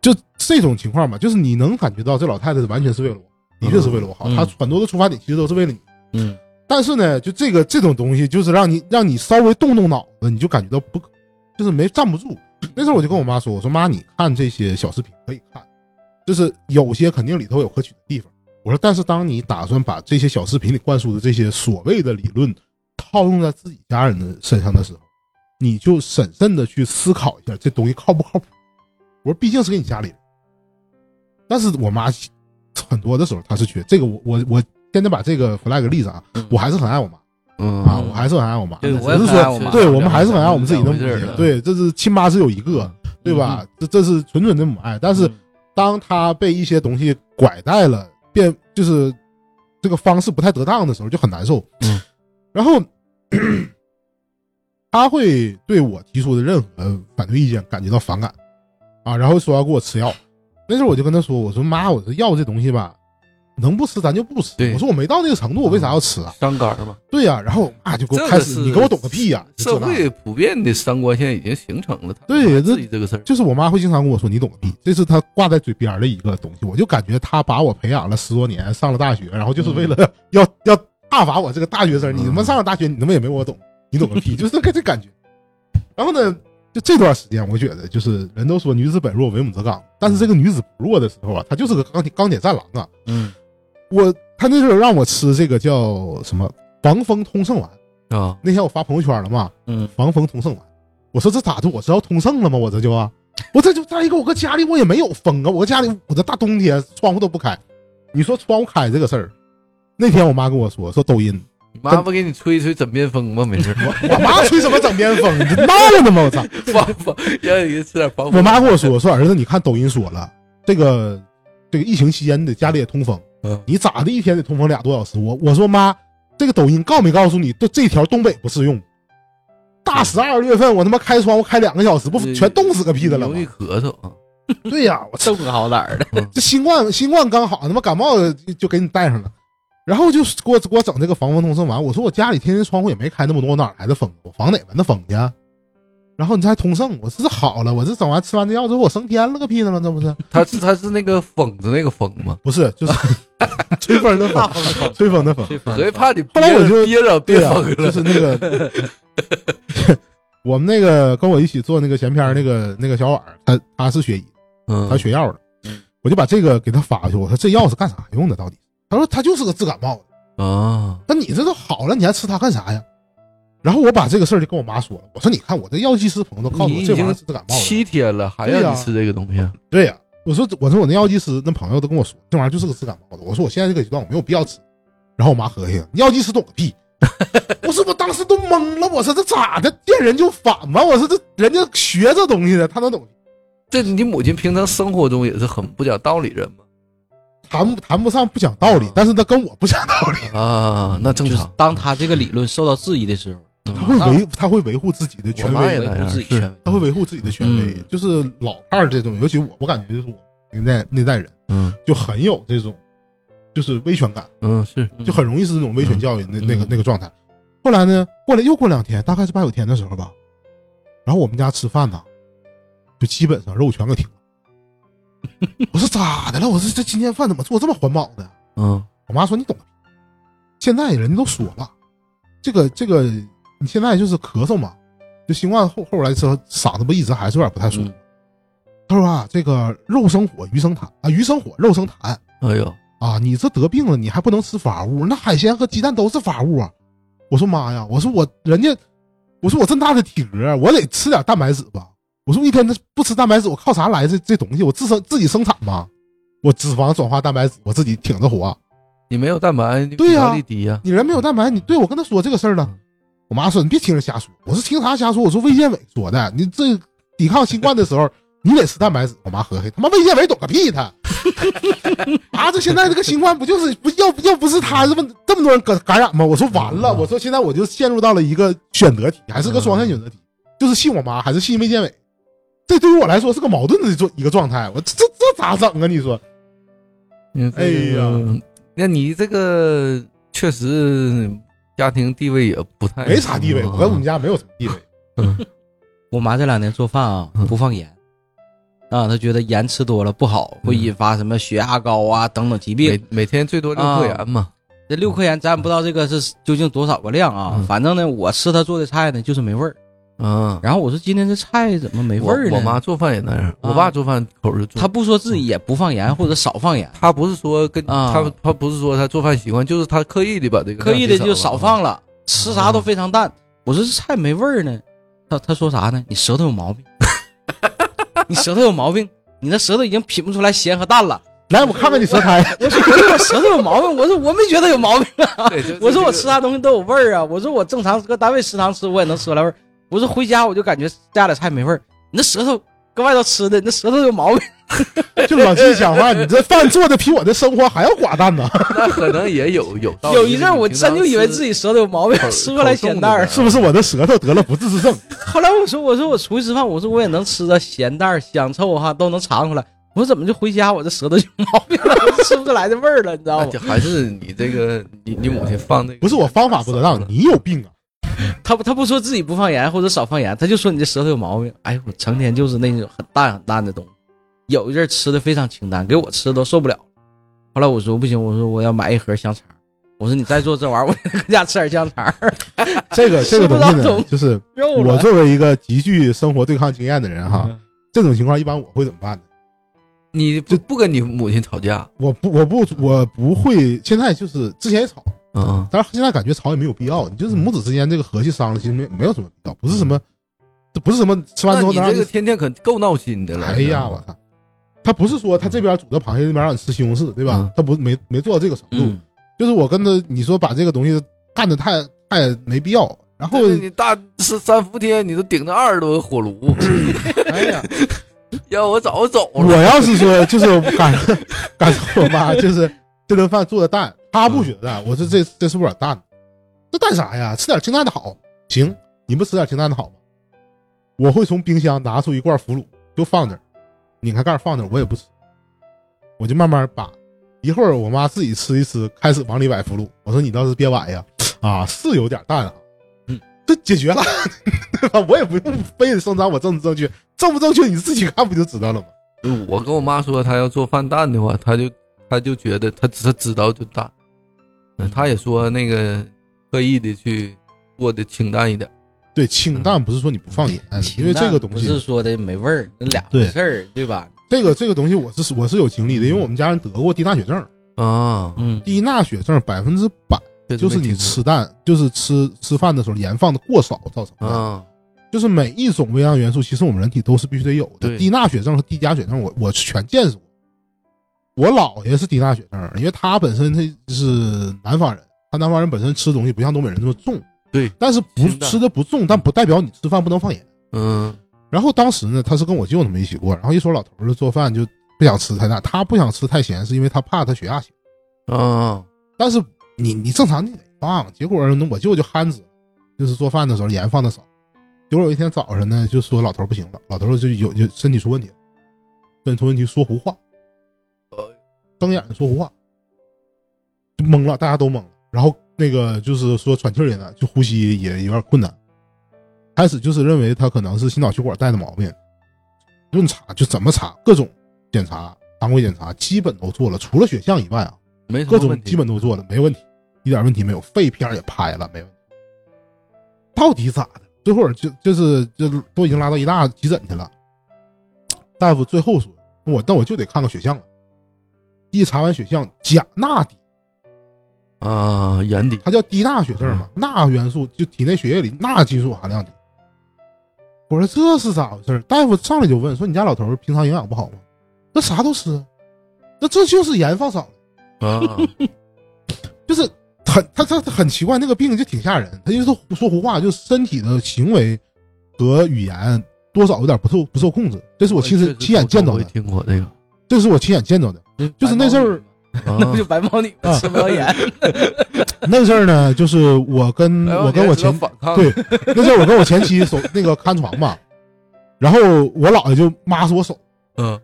[SPEAKER 3] 就这种情况嘛，就是你能感觉到这老太太是完全是为了我，的确是为了我好，
[SPEAKER 2] 嗯
[SPEAKER 3] 她很多的出发点其实都是为了你。
[SPEAKER 2] 嗯，
[SPEAKER 3] 但是呢，就这个这种东西，就是让你让你稍微动动脑子，你就感觉到不可，就是没站不住。那时候我就跟我妈说：“我说妈，你看这些小视频可以看，就是有些肯定里头有可取的地方。我说，但是当你打算把这些小视频里灌输的这些所谓的理论套用在自己家人的身上的时候，你就审慎的去思考一下这东西靠不靠谱。我说，毕竟是给你家里人。但是我妈很多的时候，她是觉得这个我我我现在把这个 flag 立上啊，我还是很爱我妈
[SPEAKER 4] 嗯
[SPEAKER 3] 啊，我还是很爱我妈。
[SPEAKER 2] 对，
[SPEAKER 4] 嗯
[SPEAKER 2] 我也
[SPEAKER 3] 只
[SPEAKER 2] 很
[SPEAKER 3] 是
[SPEAKER 2] 爱
[SPEAKER 3] 说，
[SPEAKER 2] 我妈。
[SPEAKER 3] 对
[SPEAKER 4] 嗯
[SPEAKER 3] 我们还是很爱我们自己的母
[SPEAKER 4] 两回事
[SPEAKER 3] 亲
[SPEAKER 4] 儿。
[SPEAKER 3] 对，这是亲妈只有一个，
[SPEAKER 2] 嗯
[SPEAKER 3] 对吧？这这是纯纯的母爱。但是当他被一些东西拐带了，变就是这个方式不太得当的时候，就很难受。
[SPEAKER 4] 嗯，
[SPEAKER 3] 然后 他会对我提出的任何反对意见感觉到反感啊，然后说要给我吃药。那时候我就跟他说：“我说妈，我说药这东西吧，能不吃咱就不吃。
[SPEAKER 4] 对
[SPEAKER 3] 我说我没到那个程度，我为啥要吃啊？
[SPEAKER 4] 伤肝嘛，
[SPEAKER 3] 对呀、然后我妈就给我
[SPEAKER 4] 这个
[SPEAKER 3] 开始，
[SPEAKER 4] 是
[SPEAKER 3] 你给我懂个屁呀、就
[SPEAKER 4] 社
[SPEAKER 3] 这那的
[SPEAKER 4] 会普遍的三观现在已经形成了。他
[SPEAKER 3] 对
[SPEAKER 4] 自
[SPEAKER 3] 这
[SPEAKER 4] 己这个事儿，
[SPEAKER 3] 就是我妈会经常跟我说：“你懂个屁！”这是她挂在嘴边儿的一个东西，我就感觉她把我培养了十多年，上了大学，然后就是为了
[SPEAKER 4] 嗯
[SPEAKER 3] 要、要大罚我这个大学生。你他妈上了大学，你他妈也没我懂，你懂个屁！就是这个这感觉。然后呢，就这段时间，我觉得就是人都说女子本弱，唯母则刚，但是这个女子不弱的时候啊，她就是个钢铁钢铁战狼啊。
[SPEAKER 2] 嗯，
[SPEAKER 3] 我她那时候让我吃这个叫什么防风通圣丸，
[SPEAKER 4] 啊，
[SPEAKER 3] 那天我发朋友圈了嘛，
[SPEAKER 2] 嗯，
[SPEAKER 3] 防风通圣丸。我说这咋的？我是要通圣了吗？我这就啊，我这就再一个，我搁家里我也没有风啊，我搁家里我这大冬天窗户都不开。你说窗户开这个事儿，那天我妈跟我说，说抖音，
[SPEAKER 4] 你妈不给你吹一吹枕边风吗？没事儿，
[SPEAKER 3] 我妈吹什么枕边风？你这闹呢吗？我操！
[SPEAKER 4] 防防让人吃点防。
[SPEAKER 3] 我妈跟我，说，说儿子，你看抖音说了，这个这个疫情期间你得家里也通风
[SPEAKER 4] 嗯，
[SPEAKER 3] 你咋的一天得通风俩多小时？我我说妈，这个抖音告没告诉你，这这条东北不适用。大十二月份，我他妈开窗户开两个小时，不全冻死个屁的了吗
[SPEAKER 4] 容？易咳嗽啊。
[SPEAKER 3] 对呀、我 操！
[SPEAKER 2] 正好歹儿的。
[SPEAKER 3] 这新冠新冠刚好，他妈感冒就就给你带上了，然后就给我给我整这个防风通圣丸。我说我家里天天窗户也没开那么多，我哪来的风？我防哪门子风去啊？然后你这还通胜，我这是好了，我这整完吃完这药之后，我升天了个屁呢吗？这不是，
[SPEAKER 4] 他是他是那个疯子那个疯吗？
[SPEAKER 3] 不是， 就是吹风的风，吹风的风。
[SPEAKER 4] 所以怕你
[SPEAKER 3] 后来我就
[SPEAKER 4] 憋着
[SPEAKER 3] 对
[SPEAKER 4] 憋着
[SPEAKER 3] 呀、
[SPEAKER 4] 憋疯
[SPEAKER 3] 就
[SPEAKER 4] 了。
[SPEAKER 3] 是那个 我们那个跟我一起做那个闲篇儿那个那个小婉儿，她她是学医，
[SPEAKER 4] 嗯
[SPEAKER 3] 她学药的，我就把这个给她发过去，我说这药是干啥用的？到底？她说她就是个治感冒的。
[SPEAKER 4] 啊，
[SPEAKER 3] 那你这都好了，你还吃它干啥呀？然后我把这个事儿就跟我妈说了，我说你看我这药剂师朋友都告诉我
[SPEAKER 4] 你已
[SPEAKER 3] 这玩意儿
[SPEAKER 4] 经
[SPEAKER 3] 是治感冒的，
[SPEAKER 4] 七天了还
[SPEAKER 3] 对
[SPEAKER 4] 让
[SPEAKER 3] 呀
[SPEAKER 4] 你吃这个东西，啊
[SPEAKER 3] 对呀、我说我说我那药剂师那朋友都跟我说这玩意儿就是个治感冒的，我说我现在这个阶段我没有必要吃。然后我妈合计，你药剂师懂个 屁！我说我当时都懵了，我说这咋的？见人就反吗？我说这人家学这东西的，他能懂？
[SPEAKER 4] 这你母亲平常生活中也是很不讲道理人嘛？
[SPEAKER 3] 谈不谈不上不讲道理，但是他跟我不讲道理，
[SPEAKER 4] 啊，那正
[SPEAKER 2] 就是
[SPEAKER 4] 常。嗯
[SPEAKER 2] 当他这个理论受到质疑的时候，
[SPEAKER 3] 他会维他会维护自己的
[SPEAKER 4] 啊我
[SPEAKER 3] 权
[SPEAKER 4] 妈
[SPEAKER 3] 威
[SPEAKER 4] 也，那
[SPEAKER 2] 维护
[SPEAKER 4] 样
[SPEAKER 2] 自己
[SPEAKER 4] 是
[SPEAKER 2] 权威。
[SPEAKER 3] 他会维护自己的权威，
[SPEAKER 4] 嗯
[SPEAKER 3] 就是老派儿这种，尤其我我感觉就是我那代那代人
[SPEAKER 4] 嗯
[SPEAKER 3] 就很有这种，就是威权感。
[SPEAKER 4] 嗯是
[SPEAKER 3] 就很容易是那种威权教育那、
[SPEAKER 2] 嗯
[SPEAKER 3] 那个那个状态。后来呢，过来又过两天，大概是八九天的时候吧，然后我们家吃饭呢，就基本上肉全给停了。我说咋的了？我说这今天饭怎么做这么环保呢？
[SPEAKER 4] 嗯
[SPEAKER 3] 我妈说你懂个屁，现在人家都说了，这个这个你现在就是咳嗽嘛，就新冠后后来之后嗓子不一直还是有点不太舒服。
[SPEAKER 2] 嗯
[SPEAKER 3] 她说啊，这个肉生火，鱼生痰啊，鱼生火，肉生痰。
[SPEAKER 4] 哎呦
[SPEAKER 3] 啊，你这得病了，你还不能吃法物？那海鲜和鸡蛋都是法物啊！我说妈呀，我说我人家，我说我这么大的体格，啊我得吃点蛋白质吧。我说一天不吃蛋白质，我靠啥来这这东西？我自生自己生产吗？我脂肪转化蛋白质，我自己挺着活。啊
[SPEAKER 4] 你没有蛋白，你
[SPEAKER 3] 对呀
[SPEAKER 4] 抵抗力低啊呀。
[SPEAKER 3] 你人没有蛋白，你对我跟他说这个事儿了。我妈说你别听人瞎说，我说听啥瞎说？我说卫健委说的，你这抵抗新冠的时候你得吃蛋白质。我妈合计，他妈卫健委懂个屁他！ 啊，这现在这个新冠不就是不要要不是他这么这么多人感感染吗？我说完了，
[SPEAKER 4] 嗯
[SPEAKER 3] 我说现在我就陷入到了一个选择题，还是个双向选择题，就是信我妈还是信卫健委？这对于我来说是个矛盾的状一个状态，我这这这咋整啊？你说
[SPEAKER 4] 嗯
[SPEAKER 3] 哎呀，
[SPEAKER 4] 那你这个确实家庭地位也不太
[SPEAKER 3] 没啥
[SPEAKER 4] 哎
[SPEAKER 3] 地位，我跟我们家没有什么地位。
[SPEAKER 2] 我妈这两年做饭啊
[SPEAKER 4] 嗯，
[SPEAKER 2] 不放盐，啊，她觉得盐吃多了不好，会
[SPEAKER 4] 嗯
[SPEAKER 2] 引发什么血压高啊等等疾病
[SPEAKER 4] 每。每天最多六克盐嘛。
[SPEAKER 2] 这六克盐咱也不知道这个是究竟多少个量啊
[SPEAKER 4] 嗯，
[SPEAKER 2] 反正呢，我吃她做的菜呢就是没味儿。
[SPEAKER 4] 嗯，
[SPEAKER 2] 然后我说今天这菜怎么没味儿呢？
[SPEAKER 4] 我我妈嗯做饭也那样，我
[SPEAKER 2] 啊
[SPEAKER 4] 爸做饭口儿就重
[SPEAKER 2] 她不说自己也不放盐或者少放盐，
[SPEAKER 4] 他不是说跟、
[SPEAKER 2] 啊
[SPEAKER 4] 他他不是说他做饭习惯，就是他刻意的把这个
[SPEAKER 2] 刻意的
[SPEAKER 4] 量
[SPEAKER 2] 就
[SPEAKER 4] 给
[SPEAKER 2] 少
[SPEAKER 4] 了嗯
[SPEAKER 2] 放了，吃啥都非常淡。我说这菜没味儿呢，她她说啥呢？你舌头有毛病， 你舌头有毛病，你那舌头已经品不出来咸和淡了。
[SPEAKER 3] 来，我看看你舌苔。
[SPEAKER 2] 我说我说我舌头有毛病，我说我没觉得有毛病。啊
[SPEAKER 4] 对就
[SPEAKER 2] 我说我
[SPEAKER 4] 就
[SPEAKER 2] 吃啥东西都有味儿啊！我说我正常搁单位食堂吃我也能吃出来味儿，我说回家我就感觉家里菜没味儿。你那舌头搁外头吃的，你那舌头有毛病。
[SPEAKER 3] 就老季讲话，你这饭做的比我的生活还要寡淡呢，
[SPEAKER 4] 那可能也有有道理
[SPEAKER 2] 有一阵儿我真就以为自己舌头有毛病
[SPEAKER 4] 口，
[SPEAKER 2] 吃过来咸淡
[SPEAKER 4] 口
[SPEAKER 2] 儿
[SPEAKER 4] 重。
[SPEAKER 3] 是不是？我的舌头得了不治之症，
[SPEAKER 2] 后来我说我说我出去吃饭，我说我也能吃着咸淡儿、香臭哈都能尝出来。我说怎么就回家我这舌头就有毛病了，我就吃不出来这味儿了，你知道
[SPEAKER 4] 那
[SPEAKER 2] 吗
[SPEAKER 4] 就？还是你这个你你母亲放那个
[SPEAKER 3] 不是我方法不得当，你有病啊！
[SPEAKER 2] 他不他不说自己不放盐或者少放盐，他就说你这舌头有毛病。哎，我成天就是那种很淡很淡的东西，有一阵儿吃的非常清淡，给我吃的都受不了。后来我说不行，我说我要买一盒香肠。我说你再做这玩意儿，我得搁家吃点香肠
[SPEAKER 3] 这个这个东
[SPEAKER 2] 吃
[SPEAKER 3] 西
[SPEAKER 2] 不到
[SPEAKER 3] 呢
[SPEAKER 2] 懂，
[SPEAKER 3] 就是
[SPEAKER 2] 肉
[SPEAKER 3] 我
[SPEAKER 2] 了。
[SPEAKER 3] 作为一个极具生活对抗经验的人哈，这种情况一般我会怎么办呢？
[SPEAKER 4] 你不不跟你母亲吵架，
[SPEAKER 3] 我不我不我不会，现在就是之前也吵，
[SPEAKER 4] 嗯
[SPEAKER 3] 但是现在感觉吵也没有必要，你就是母子之间这个和气商量，其实没没有什么必要，不是什么，这不是什么吃完
[SPEAKER 4] 那
[SPEAKER 3] 之后
[SPEAKER 4] 你
[SPEAKER 3] 能让
[SPEAKER 4] 这
[SPEAKER 3] 你
[SPEAKER 4] 个天天可够闹心的了。
[SPEAKER 3] 哎呀，我操！他不是说他这边煮的螃蟹，那边让你吃西红柿，对吧？
[SPEAKER 4] 嗯
[SPEAKER 3] 他不没没做到这个程度，
[SPEAKER 2] 嗯，
[SPEAKER 3] 就是我跟他你说把这个东西干的太太没必要，然后
[SPEAKER 4] 但是你大是三伏天，你都顶着二十多个火 炉，
[SPEAKER 3] 哎呀，
[SPEAKER 4] 要我早走
[SPEAKER 3] 我
[SPEAKER 4] 了。
[SPEAKER 3] 要是 说就是赶上赶上我妈，就是这顿饭做的淡，她不觉得淡，我说这这是不是有点淡？这淡啥呀？吃点清淡的好，行，你不吃点清淡的好吗？我会从冰箱拿出一罐腐乳，就放那儿，拧开盖儿放那儿，我也不吃，我就慢慢扒。一会儿我妈自己吃一吃，开始往里崴腐乳。我说你倒是别崴呀，啊，是有点淡啊
[SPEAKER 2] 嗯。
[SPEAKER 3] 这这解决了， 对吧？我也不用非得声张我正不正确，正不正确你自己看不就知道了吗？
[SPEAKER 4] 就我跟我妈说，她要做饭蛋的话，她就她就觉得她她知道就蛋，嗯她也说那个刻意的去做的清淡一点，
[SPEAKER 3] 对，
[SPEAKER 4] 嗯
[SPEAKER 3] 清淡不是说你不放盐，
[SPEAKER 4] 哎
[SPEAKER 3] 因为这个东
[SPEAKER 2] 不是
[SPEAKER 3] 西，
[SPEAKER 2] 说的没味儿，那俩回事儿，对吧？
[SPEAKER 3] 这个这个东西我是我是有经历的，因为我们家人得过低钠血症，
[SPEAKER 4] 啊，
[SPEAKER 2] 嗯，
[SPEAKER 3] 低钠血症百分之百
[SPEAKER 4] 这
[SPEAKER 3] 就是
[SPEAKER 4] 没
[SPEAKER 3] 你
[SPEAKER 4] 听过
[SPEAKER 3] 吃蛋，就是吃吃饭的时候盐放的过少造成的。
[SPEAKER 4] 啊，
[SPEAKER 3] 就是每一种微量元素，其实我们人体都是必须得有的。
[SPEAKER 4] 对
[SPEAKER 3] 低钠血症和低钾血症我，我全见识过。我姥爷是低钠血症，因为他本身他是南方人，他南方人本身吃东西不像东北人这么重，
[SPEAKER 4] 对，
[SPEAKER 3] 但是不
[SPEAKER 4] 清淡
[SPEAKER 3] 吃的不重，但不代表你吃饭不能放盐。
[SPEAKER 4] 嗯
[SPEAKER 3] 然后当时呢，他是跟我舅他们一起过，然后一说老头儿做饭就不想吃太大，他不想吃太咸，是因为他怕他血压小。
[SPEAKER 4] 啊，
[SPEAKER 3] 但是你你正常你得放，结果呢，我舅就憨着，就是做饭的时候盐放的少。结果有一天早上呢，就说老头儿不行了，老头儿就有就身体出问题了，身体出问题说胡话，
[SPEAKER 4] 呃
[SPEAKER 3] 睁眼睛说胡话，就懵了，大家都懵了。然后那个就是说喘气儿也难，就呼吸也有点困难。开始就是认为他可能是心脑血管带的毛病，论查就怎么查，各种检查、常规检查基本都做了，除了血项以外啊，
[SPEAKER 4] 没什么
[SPEAKER 3] 各种
[SPEAKER 4] 问题
[SPEAKER 3] 基本都做了，没问题，一点问题没有。肺片儿也拍了，没问题。到底咋的？最后就就是就都已经拉到医大急诊去了。大夫最后说，我那我就得看看血象了。啊一查完血象，钾钠低，
[SPEAKER 4] 啊，眼底
[SPEAKER 3] 它叫低钠血症嘛，
[SPEAKER 4] 嗯
[SPEAKER 3] 钠元素就体内血液里钠激素含量低。我说这是咋回事儿？大夫上来就问说：“你家老头儿平常营养不好吗？那啥都吃，啊那这就是盐放少了。”
[SPEAKER 4] 啊，
[SPEAKER 3] 就是很他他他很奇怪，那个病就挺吓人。他就是胡说胡话，就是身体的行为和语言多少有点不受不受控制。这是我亲身
[SPEAKER 4] 哦确实嗯
[SPEAKER 3] 亲眼
[SPEAKER 4] 头
[SPEAKER 3] 见
[SPEAKER 4] 头
[SPEAKER 3] 到
[SPEAKER 4] 回
[SPEAKER 3] 的，
[SPEAKER 4] 听过这个，
[SPEAKER 3] 这是我亲眼见到的。就是那阵儿
[SPEAKER 4] 啊
[SPEAKER 2] 那不 就白猫你们吃不着盐，
[SPEAKER 3] 那阵儿 呢，就是我跟
[SPEAKER 4] 哎
[SPEAKER 3] 我跟我
[SPEAKER 4] 你还知道
[SPEAKER 3] 前
[SPEAKER 4] 反抗
[SPEAKER 3] 对那阵儿我跟我前妻手那个看床嘛，然后我姥爷就抹着我手，
[SPEAKER 4] 嗯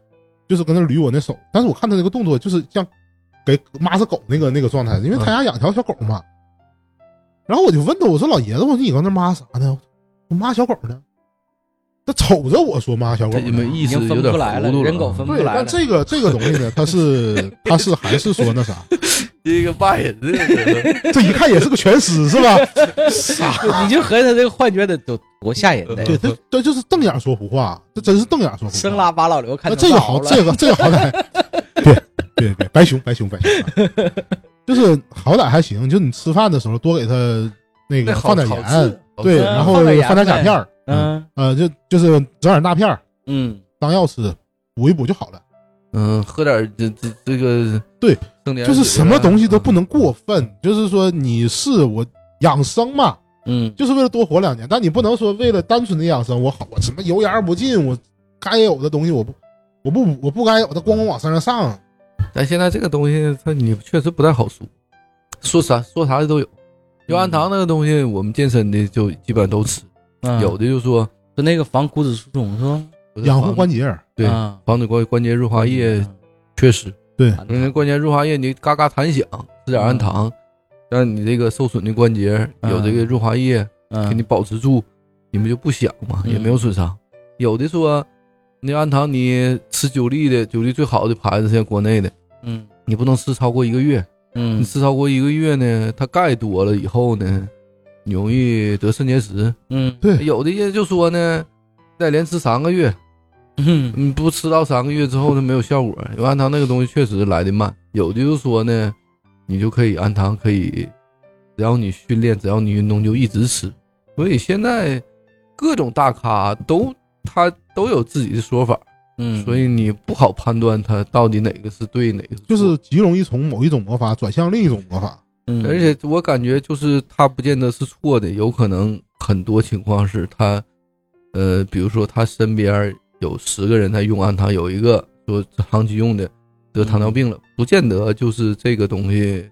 [SPEAKER 3] 就是跟那捋我那手，但是我看他那个动作就是像给抹着狗那个那个状态，因为
[SPEAKER 2] 嗯
[SPEAKER 3] 他家养条小狗嘛。然后我就问他，我说老爷子，我说你搁那抹啥呢？我抹小狗呢？他瞅着我说抹小狗
[SPEAKER 4] 这
[SPEAKER 3] 呢，
[SPEAKER 4] 你们意
[SPEAKER 2] 已
[SPEAKER 4] 思
[SPEAKER 2] 经分
[SPEAKER 4] 有
[SPEAKER 2] 不
[SPEAKER 4] 点
[SPEAKER 2] 出来
[SPEAKER 4] 糊涂
[SPEAKER 2] 人狗
[SPEAKER 4] 啊
[SPEAKER 2] 分不
[SPEAKER 3] 对，
[SPEAKER 2] 出来
[SPEAKER 3] 但
[SPEAKER 2] 了。
[SPEAKER 3] 这个这个东西呢，他是他是还是说那啥，
[SPEAKER 4] 这个骂人的这个，
[SPEAKER 3] 这一看也是个全尸 是吧？傻，
[SPEAKER 2] 你 就合计他这个幻觉得多多吓人的，
[SPEAKER 3] 对，他他就是瞪眼说胡话，这真是瞪眼说胡话。
[SPEAKER 2] 生拉把老刘看
[SPEAKER 3] 那
[SPEAKER 2] 成
[SPEAKER 3] 这个
[SPEAKER 2] 大
[SPEAKER 3] 好，
[SPEAKER 2] 猴了
[SPEAKER 3] 这个这个好歹，别别别，白熊白熊白熊，就是好歹还行，就你吃饭的时候多给他那个
[SPEAKER 4] 那
[SPEAKER 3] 放
[SPEAKER 4] 好
[SPEAKER 3] 点
[SPEAKER 4] 好吃啊
[SPEAKER 3] 盐，，对，
[SPEAKER 2] 嗯
[SPEAKER 3] 然后
[SPEAKER 2] 放点盐
[SPEAKER 3] 放点钾片儿，
[SPEAKER 2] 嗯
[SPEAKER 3] 呃，就就是整点大片儿
[SPEAKER 2] 嗯，
[SPEAKER 3] 当药吃，补一补就好了。
[SPEAKER 4] 嗯，喝点儿这这这个，
[SPEAKER 3] 对，就是什么东西都不
[SPEAKER 4] 能。
[SPEAKER 3] 能过分，就是说你是我养生嘛，
[SPEAKER 2] 嗯，
[SPEAKER 3] 就是为了多活两年，但你不能说为了单纯的养生，我好我什么油盐不进，我该有的东西我不我不我不该有的咣咣往身上上，
[SPEAKER 4] 但现在这个东西，它你确实不太好说，说啥说啥的都有。就
[SPEAKER 3] 嗯
[SPEAKER 4] 氨糖那个东西，我们健身的就基本上都吃，
[SPEAKER 2] 嗯
[SPEAKER 4] 有的就说
[SPEAKER 2] 就那个防骨质疏松是吧？
[SPEAKER 4] 不是
[SPEAKER 3] 养护
[SPEAKER 4] 防
[SPEAKER 3] 关节嗯儿。
[SPEAKER 4] 对
[SPEAKER 2] 啊嗯
[SPEAKER 4] 防止关关节润滑液缺失，因为关节润滑液你嘎嘎弹响，吃点
[SPEAKER 3] 嗯
[SPEAKER 4] 氨糖，让你这个受损的关节有这个润滑液给你
[SPEAKER 2] 嗯，
[SPEAKER 4] 保持住，你们就不响嘛，
[SPEAKER 2] 嗯
[SPEAKER 4] 也没有损伤。有的说那氨糖你吃九粒的，九粒最好的牌子像国内的，
[SPEAKER 2] 嗯
[SPEAKER 4] 你不能吃超过一个月。你
[SPEAKER 2] 嗯
[SPEAKER 4] 吃超过一个月呢，它钙多了以后呢，你容易得肾结石。
[SPEAKER 2] 嗯
[SPEAKER 3] 对
[SPEAKER 4] 有的人就说呢，再连吃三个月，
[SPEAKER 2] 嗯
[SPEAKER 4] 你不吃到三个月之后它没有效果。因为氨糖那个东西确实来的慢。有的就说呢，你就可以氨糖可以，只要你训练，只要你运动就一直吃。所以现在各种大咖都他都有自己的说法，
[SPEAKER 2] 嗯，
[SPEAKER 4] 所以你不好判断他到底哪个是对，哪个是错
[SPEAKER 3] 就是极容易从某一种魔法转向另一种魔法。
[SPEAKER 2] 嗯
[SPEAKER 4] 而且我感觉就是他不见得是错的，有可能很多情况是他，呃，比如说他身边有十个人在用氨糖，有一个说长期用的得糖尿
[SPEAKER 3] 嗯
[SPEAKER 4] 病了，不见得就是这个东西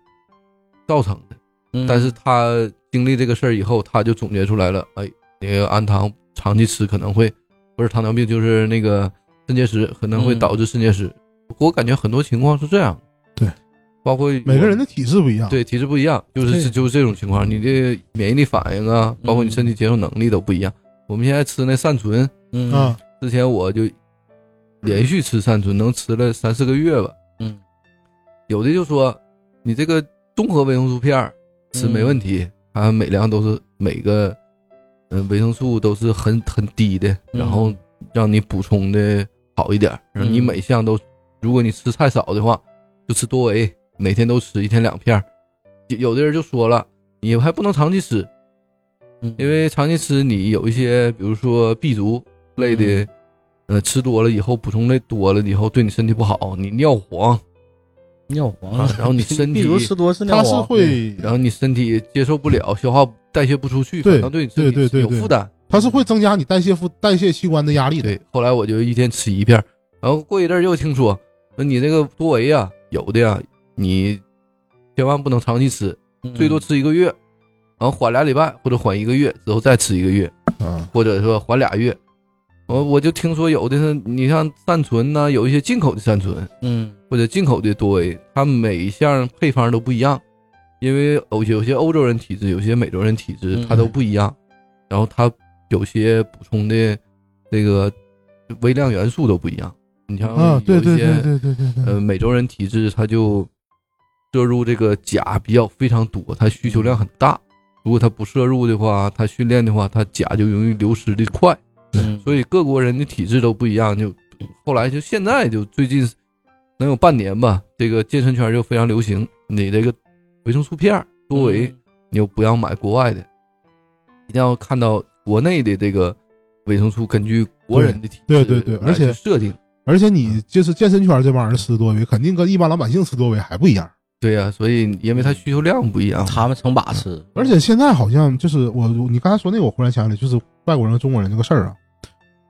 [SPEAKER 4] 造成的。
[SPEAKER 2] 嗯
[SPEAKER 4] 但是他经历这个事儿以后，他就总结出来了，哎，那个氨糖长期吃可能会不是糖尿病，就是那个肾结石，可能会
[SPEAKER 2] 嗯
[SPEAKER 4] 导致肾结石。我感觉很多情况是这样。
[SPEAKER 3] 对，
[SPEAKER 4] 包括
[SPEAKER 3] 每个
[SPEAKER 4] 我
[SPEAKER 3] 人的体质不一样。
[SPEAKER 4] 对体质不一样，就是
[SPEAKER 2] 对
[SPEAKER 4] 这就是这种情况，你的免疫力反应啊，包括你身体接受能力都不一样。我们现在吃那善存，
[SPEAKER 2] 嗯
[SPEAKER 3] 啊，
[SPEAKER 4] 之前我就连续吃善存，能吃了三四个月吧。
[SPEAKER 2] 嗯，
[SPEAKER 4] 有的就说你这个综合维生素片儿吃没问
[SPEAKER 2] 嗯
[SPEAKER 4] 题，它每量都是每个嗯、呃维生素都是很很低的，
[SPEAKER 2] 嗯
[SPEAKER 4] 然后让你补充的好一点儿，然后你
[SPEAKER 2] 嗯
[SPEAKER 4] 每项都，如果你吃太少的话，就吃多维，每天都吃一天两片儿。有有的人就说了，你还不能长期吃，
[SPEAKER 2] 嗯
[SPEAKER 4] 因为长期吃你有一些，比如说 B 族类的，
[SPEAKER 3] 嗯
[SPEAKER 4] 呃，吃多了以后补充的多了以后对你身体不好，你尿黄，
[SPEAKER 2] 尿黄
[SPEAKER 4] 啊，然后你身体
[SPEAKER 2] 比如吃多是尿
[SPEAKER 3] 嗯他是
[SPEAKER 2] 黄，
[SPEAKER 3] 会，
[SPEAKER 4] 然后你身体接受不了，消化代谢不出去，
[SPEAKER 3] 对
[SPEAKER 4] 反倒对你身
[SPEAKER 3] 对对
[SPEAKER 4] 体
[SPEAKER 3] 对
[SPEAKER 4] 有
[SPEAKER 3] 对
[SPEAKER 4] 负担。
[SPEAKER 3] 他是会增加你代谢负代谢器官的压力的。
[SPEAKER 4] 对，后来我就一天吃一片儿，然后过一阵儿又听说，说你这个多维啊，有的呀、你千万不能长期吃，
[SPEAKER 2] 嗯
[SPEAKER 4] 最多吃一个月，然后缓俩礼拜或者缓一个月之后再吃一个月，
[SPEAKER 3] 啊，
[SPEAKER 4] 或者说缓俩月。我我就听说有的是，你像善存呐、有一些进口的善存
[SPEAKER 2] 嗯
[SPEAKER 4] 或者进口的多维，它每一项配方都不一样，因为有有些欧洲人体质，有些美洲人体质
[SPEAKER 2] 嗯，
[SPEAKER 4] 它都不一样。然后它有些补充的这个微量元素都不一样。你像
[SPEAKER 3] 啊，对
[SPEAKER 4] 有一
[SPEAKER 3] 对
[SPEAKER 4] 些
[SPEAKER 3] 对对对对对，
[SPEAKER 4] 呃美洲人体质，它就摄入这个钾比较非常多，它需求量很大。如果它不摄入的话，它训练的话，它钾就容易流失的快。
[SPEAKER 2] 嗯，
[SPEAKER 4] 所以各国人的体质都不一样。就后来就现在就最近能有半年吧，这个健身圈就非常流行，你这个维生素片儿多
[SPEAKER 2] 嗯
[SPEAKER 4] 维，
[SPEAKER 3] 嗯
[SPEAKER 4] 你就不要买国外的，一定要看到国内的这个维生素根据国人的体质
[SPEAKER 3] 对对对
[SPEAKER 4] 来
[SPEAKER 3] 而且
[SPEAKER 4] 去设定。
[SPEAKER 3] 而且
[SPEAKER 4] 嗯
[SPEAKER 3] 你就是健身圈这帮人吃多维，肯定跟一般老百姓吃多维还不一样。
[SPEAKER 4] 对呀、所以因为它需求量不一样，
[SPEAKER 2] 他们成把吃，
[SPEAKER 3] 而且现在好像就是我，你刚才说那个，我忽然想起来，就是外国人和中国人这个事儿啊，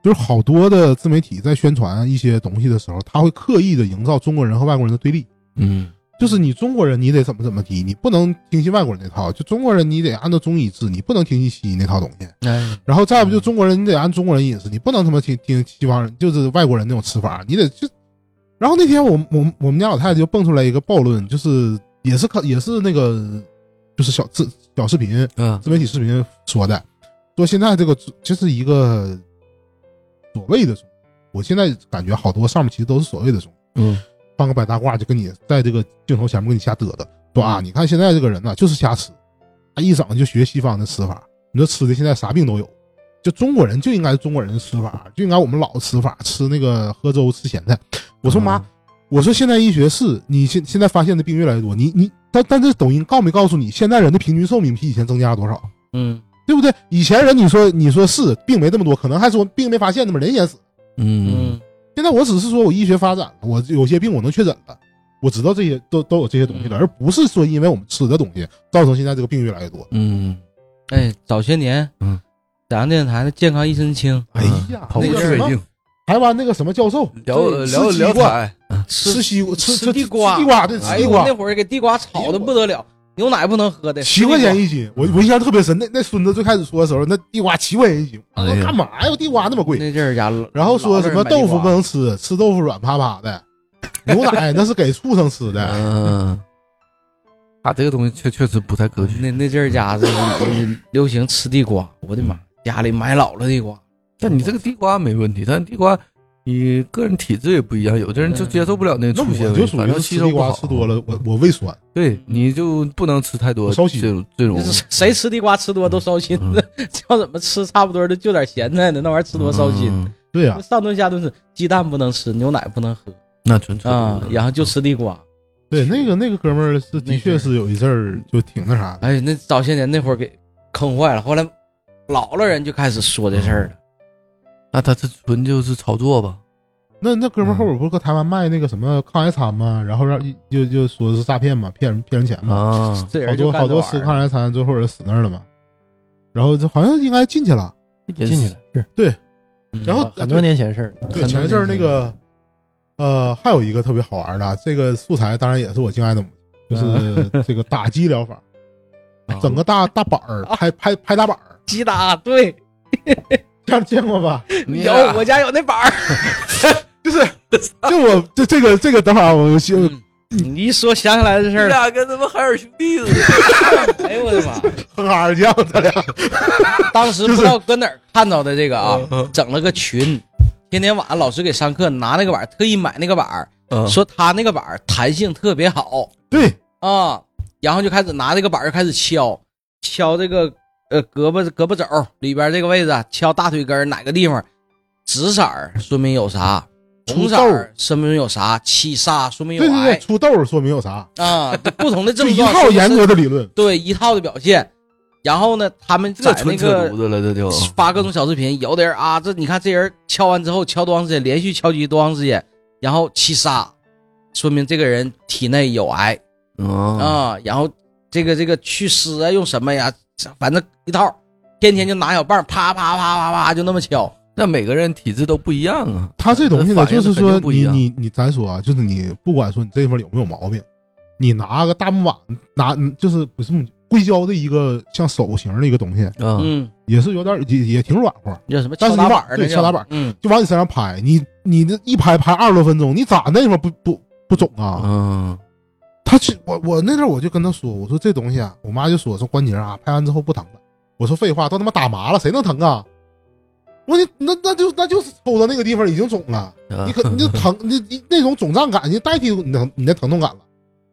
[SPEAKER 3] 就是好多的自媒体在宣传一些东西的时候，他会刻意的营造中国人和外国人的对立，
[SPEAKER 4] 嗯，
[SPEAKER 3] 就是你中国人你得怎么怎么地，你不能听信外国人那套，就中国人你得按照中医治，你不能听信西医那套东西。
[SPEAKER 2] 哎
[SPEAKER 3] 然后再不就中国人，你得按中国人饮食，你不能他妈听听西方人，就是外国人那种吃法，你得就。然后那天我我我们家老太太就蹦出来一个暴论，就是也是看也是那个就是小自小视频
[SPEAKER 4] 啊，
[SPEAKER 3] 自媒体视频说的，说现在这个就是一个所谓的中国，我现在感觉好多上面其实都是所谓的中国，
[SPEAKER 4] 嗯，
[SPEAKER 3] 放个白大褂就跟你在这个镜头前面跟你瞎嘚嘚，说啊，你看现在这个人呢、就是瞎吃，他一整就学西方的吃法，你说吃的现在啥病都有，就中国人就应该是中国人的吃法，就应该我们老的吃法，吃那个喝粥吃咸菜。我
[SPEAKER 2] 嗯
[SPEAKER 3] 说妈，我说现代医学是你现现在发现的病越来越多，你你但但这抖音告没告诉你，现在人的平均寿命比以前增加了多少？
[SPEAKER 2] 嗯
[SPEAKER 3] 对不对？以前人你说你说是病没这么多，可能还说病没发现那么人先死。
[SPEAKER 4] 嗯
[SPEAKER 2] 嗯
[SPEAKER 3] 现在我只是说我医学发展了，我有些病我能确诊了，我知道这些都都有这些东西了，
[SPEAKER 2] 嗯
[SPEAKER 3] 而不是说因为我们吃的东西造成现在这个病越来越多。
[SPEAKER 4] 嗯，
[SPEAKER 2] 哎，早些年
[SPEAKER 4] 嗯，
[SPEAKER 2] 沈阳电视台的健康一身轻，
[SPEAKER 3] 哎
[SPEAKER 2] 嗯
[SPEAKER 3] 呀，
[SPEAKER 4] 跑
[SPEAKER 3] 那
[SPEAKER 4] 步
[SPEAKER 3] 个
[SPEAKER 4] 吃
[SPEAKER 3] 什
[SPEAKER 4] 水
[SPEAKER 3] 么
[SPEAKER 4] 晶，
[SPEAKER 3] 台湾那个什么教授
[SPEAKER 4] 聊
[SPEAKER 2] 对
[SPEAKER 4] 聊
[SPEAKER 3] 吃
[SPEAKER 4] 聊
[SPEAKER 3] 西瓜
[SPEAKER 4] 彩，
[SPEAKER 3] 吃西瓜吃
[SPEAKER 2] 吃地瓜
[SPEAKER 3] 吃地瓜对吃
[SPEAKER 2] 哎
[SPEAKER 3] 地
[SPEAKER 2] 呦，
[SPEAKER 3] 瓜
[SPEAKER 2] 那，会儿给地瓜炒的不得了，牛奶不能喝的，
[SPEAKER 3] 七块钱一斤，我我印象特别深。那那孙子最开始说的时候，那地瓜七块钱一斤，我
[SPEAKER 4] 哎
[SPEAKER 3] 说
[SPEAKER 4] 呀
[SPEAKER 3] 干嘛呀？地瓜那么贵？
[SPEAKER 2] 那阵儿家老，
[SPEAKER 3] 然后说什么
[SPEAKER 2] 老人买地
[SPEAKER 3] 豆
[SPEAKER 2] 瓜
[SPEAKER 3] 腐不能吃，吃豆腐软趴趴的，牛奶那是给畜生吃的。
[SPEAKER 4] 嗯，它这个东西确确实不太科学。
[SPEAKER 2] 那那阵儿家是流行吃地瓜，我的妈，家里买老了地瓜，
[SPEAKER 4] 但你这个地瓜没问题，但地瓜你个人体质也不一样，有的人就接受不了那
[SPEAKER 3] 那
[SPEAKER 4] 粗纤
[SPEAKER 3] 我
[SPEAKER 4] 维，
[SPEAKER 3] 就属
[SPEAKER 4] 反
[SPEAKER 3] 于
[SPEAKER 4] 正吸
[SPEAKER 3] 吃
[SPEAKER 4] 收
[SPEAKER 3] 地
[SPEAKER 4] 不
[SPEAKER 3] 瓜
[SPEAKER 4] 好。
[SPEAKER 3] 吃多了，我我胃酸。
[SPEAKER 4] 对，你就不能吃太多
[SPEAKER 3] 我烧心
[SPEAKER 4] 这种 这种
[SPEAKER 2] 那。是谁吃地瓜吃多都烧心，
[SPEAKER 4] 嗯
[SPEAKER 2] 叫怎么吃差不多的就点咸菜呢，那玩意儿吃多烧心。
[SPEAKER 4] 嗯
[SPEAKER 3] 对呀、
[SPEAKER 2] 上顿下顿是鸡蛋不能吃，牛奶不能喝
[SPEAKER 4] 那纯粹
[SPEAKER 2] 啊，然后就吃地瓜。
[SPEAKER 3] 对那个那个哥们儿是的确是有一阵儿就挺那啥的，
[SPEAKER 2] 哎，那早些年那会儿给坑坏了，后来老了人就开始说这事儿了。
[SPEAKER 4] 那他这纯就是炒作吧？
[SPEAKER 3] 那那哥们儿后边不是搁台湾卖那个什么抗癌餐吗？然后让就就说是诈骗嘛，骗人骗人钱嘛，
[SPEAKER 4] 啊，
[SPEAKER 2] 这
[SPEAKER 3] 好
[SPEAKER 2] 嗯人就
[SPEAKER 3] 多
[SPEAKER 2] 干
[SPEAKER 3] 好
[SPEAKER 2] 这
[SPEAKER 3] 多
[SPEAKER 2] 玩意
[SPEAKER 3] 吃
[SPEAKER 2] 儿
[SPEAKER 3] 抗癌餐，最后人死那儿了嘛。然后这好像应该进去了，
[SPEAKER 5] 进去了，是
[SPEAKER 2] 嗯
[SPEAKER 3] 然后
[SPEAKER 5] 很多年前事儿。
[SPEAKER 3] 哦对
[SPEAKER 2] 很多
[SPEAKER 3] 前一阵儿那个呃还有一个特别好玩的啊，这个素材当然也是我敬爱的母亲，就是这个打击疗法，整个大大板儿拍拍拍大板儿，
[SPEAKER 2] 鸡打对，
[SPEAKER 3] 这样见过吧？
[SPEAKER 4] 你
[SPEAKER 2] 有我家有那板儿，
[SPEAKER 3] 就是就我这这个这个等会儿啊我我希
[SPEAKER 2] 嗯你一说想起来这事
[SPEAKER 4] 你
[SPEAKER 2] 儿了，
[SPEAKER 4] 俩跟他妈海尔兄弟似 的。
[SPEAKER 2] 哎呦我的 妈！
[SPEAKER 3] 哼哈二将，咱俩
[SPEAKER 2] 当时不知道搁哪儿看到的这个啊
[SPEAKER 4] 嗯嗯，
[SPEAKER 2] 整了个群，天天晚上老师给上课拿那个板儿，特意买那个板儿，
[SPEAKER 4] 嗯
[SPEAKER 2] 说他那个板儿弹性特别好
[SPEAKER 3] 对
[SPEAKER 2] 啊，然后就开始拿这个板儿就开始敲，敲这个呃胳膊胳膊肘儿里边这个位置啊，敲大腿根儿哪个地方，紫色儿说明有啥，红色
[SPEAKER 3] 出痘
[SPEAKER 2] 儿
[SPEAKER 3] 儿
[SPEAKER 2] 说明有啥，七煞说明
[SPEAKER 3] 对
[SPEAKER 2] 有
[SPEAKER 3] 对对，
[SPEAKER 2] 癌
[SPEAKER 3] 出痘说明有啥？
[SPEAKER 2] 啊，这不同的
[SPEAKER 3] 就
[SPEAKER 2] 症
[SPEAKER 3] 一
[SPEAKER 2] 状
[SPEAKER 3] 套
[SPEAKER 2] 说明
[SPEAKER 3] 严
[SPEAKER 2] 是
[SPEAKER 3] 格的理论，
[SPEAKER 2] 对一套的表现。然后呢，他们
[SPEAKER 4] 这
[SPEAKER 2] 在那
[SPEAKER 4] 纯扯
[SPEAKER 2] 个
[SPEAKER 3] 嗯
[SPEAKER 4] 犊子了，这就
[SPEAKER 2] 发各种小视频，有的人啊，这你看这人敲完之后敲多长时间，连续敲击多长时间，然后七杀，说明这个人体内有癌
[SPEAKER 3] 嗯
[SPEAKER 4] 啊
[SPEAKER 2] 啊、然后这个这个祛湿啊，用什么呀？这反正一套，天天就拿小棒啪啪啪啪啪就那么敲。
[SPEAKER 4] 那每个人体质都不一样啊。
[SPEAKER 3] 他这东西呢，
[SPEAKER 4] 反应
[SPEAKER 3] 就是
[SPEAKER 4] 肯
[SPEAKER 3] 说
[SPEAKER 4] 定不一
[SPEAKER 3] 你
[SPEAKER 4] 样
[SPEAKER 3] 你你，咱说啊，就是你不管说你这地方有没有毛病，你拿个大木板，拿就是不是木硅胶的一个像手型的一个东西，
[SPEAKER 4] 啊，
[SPEAKER 2] 嗯，
[SPEAKER 3] 也是有点也也挺软和，
[SPEAKER 2] 叫什么
[SPEAKER 3] 但
[SPEAKER 2] 敲
[SPEAKER 3] 是
[SPEAKER 2] 打
[SPEAKER 3] 你
[SPEAKER 2] 板儿
[SPEAKER 3] 对
[SPEAKER 2] 那
[SPEAKER 3] 敲打
[SPEAKER 2] 叫
[SPEAKER 3] 板儿
[SPEAKER 2] 嗯，
[SPEAKER 3] 就往你身上拍，你你那一拍拍二十多分钟，你咋那地方不不不肿啊？
[SPEAKER 4] 嗯
[SPEAKER 3] 他去我我那阵儿我就跟他说，我说这东西啊，我妈就说说关节啊，拍完之后不疼了。我说废话，都他妈打麻了，谁能疼啊？我说那那那就那就是抽到那个地方已经肿了。
[SPEAKER 4] 啊
[SPEAKER 3] 你可你就疼，你你那种肿胀感，你代替你疼你的疼痛感了，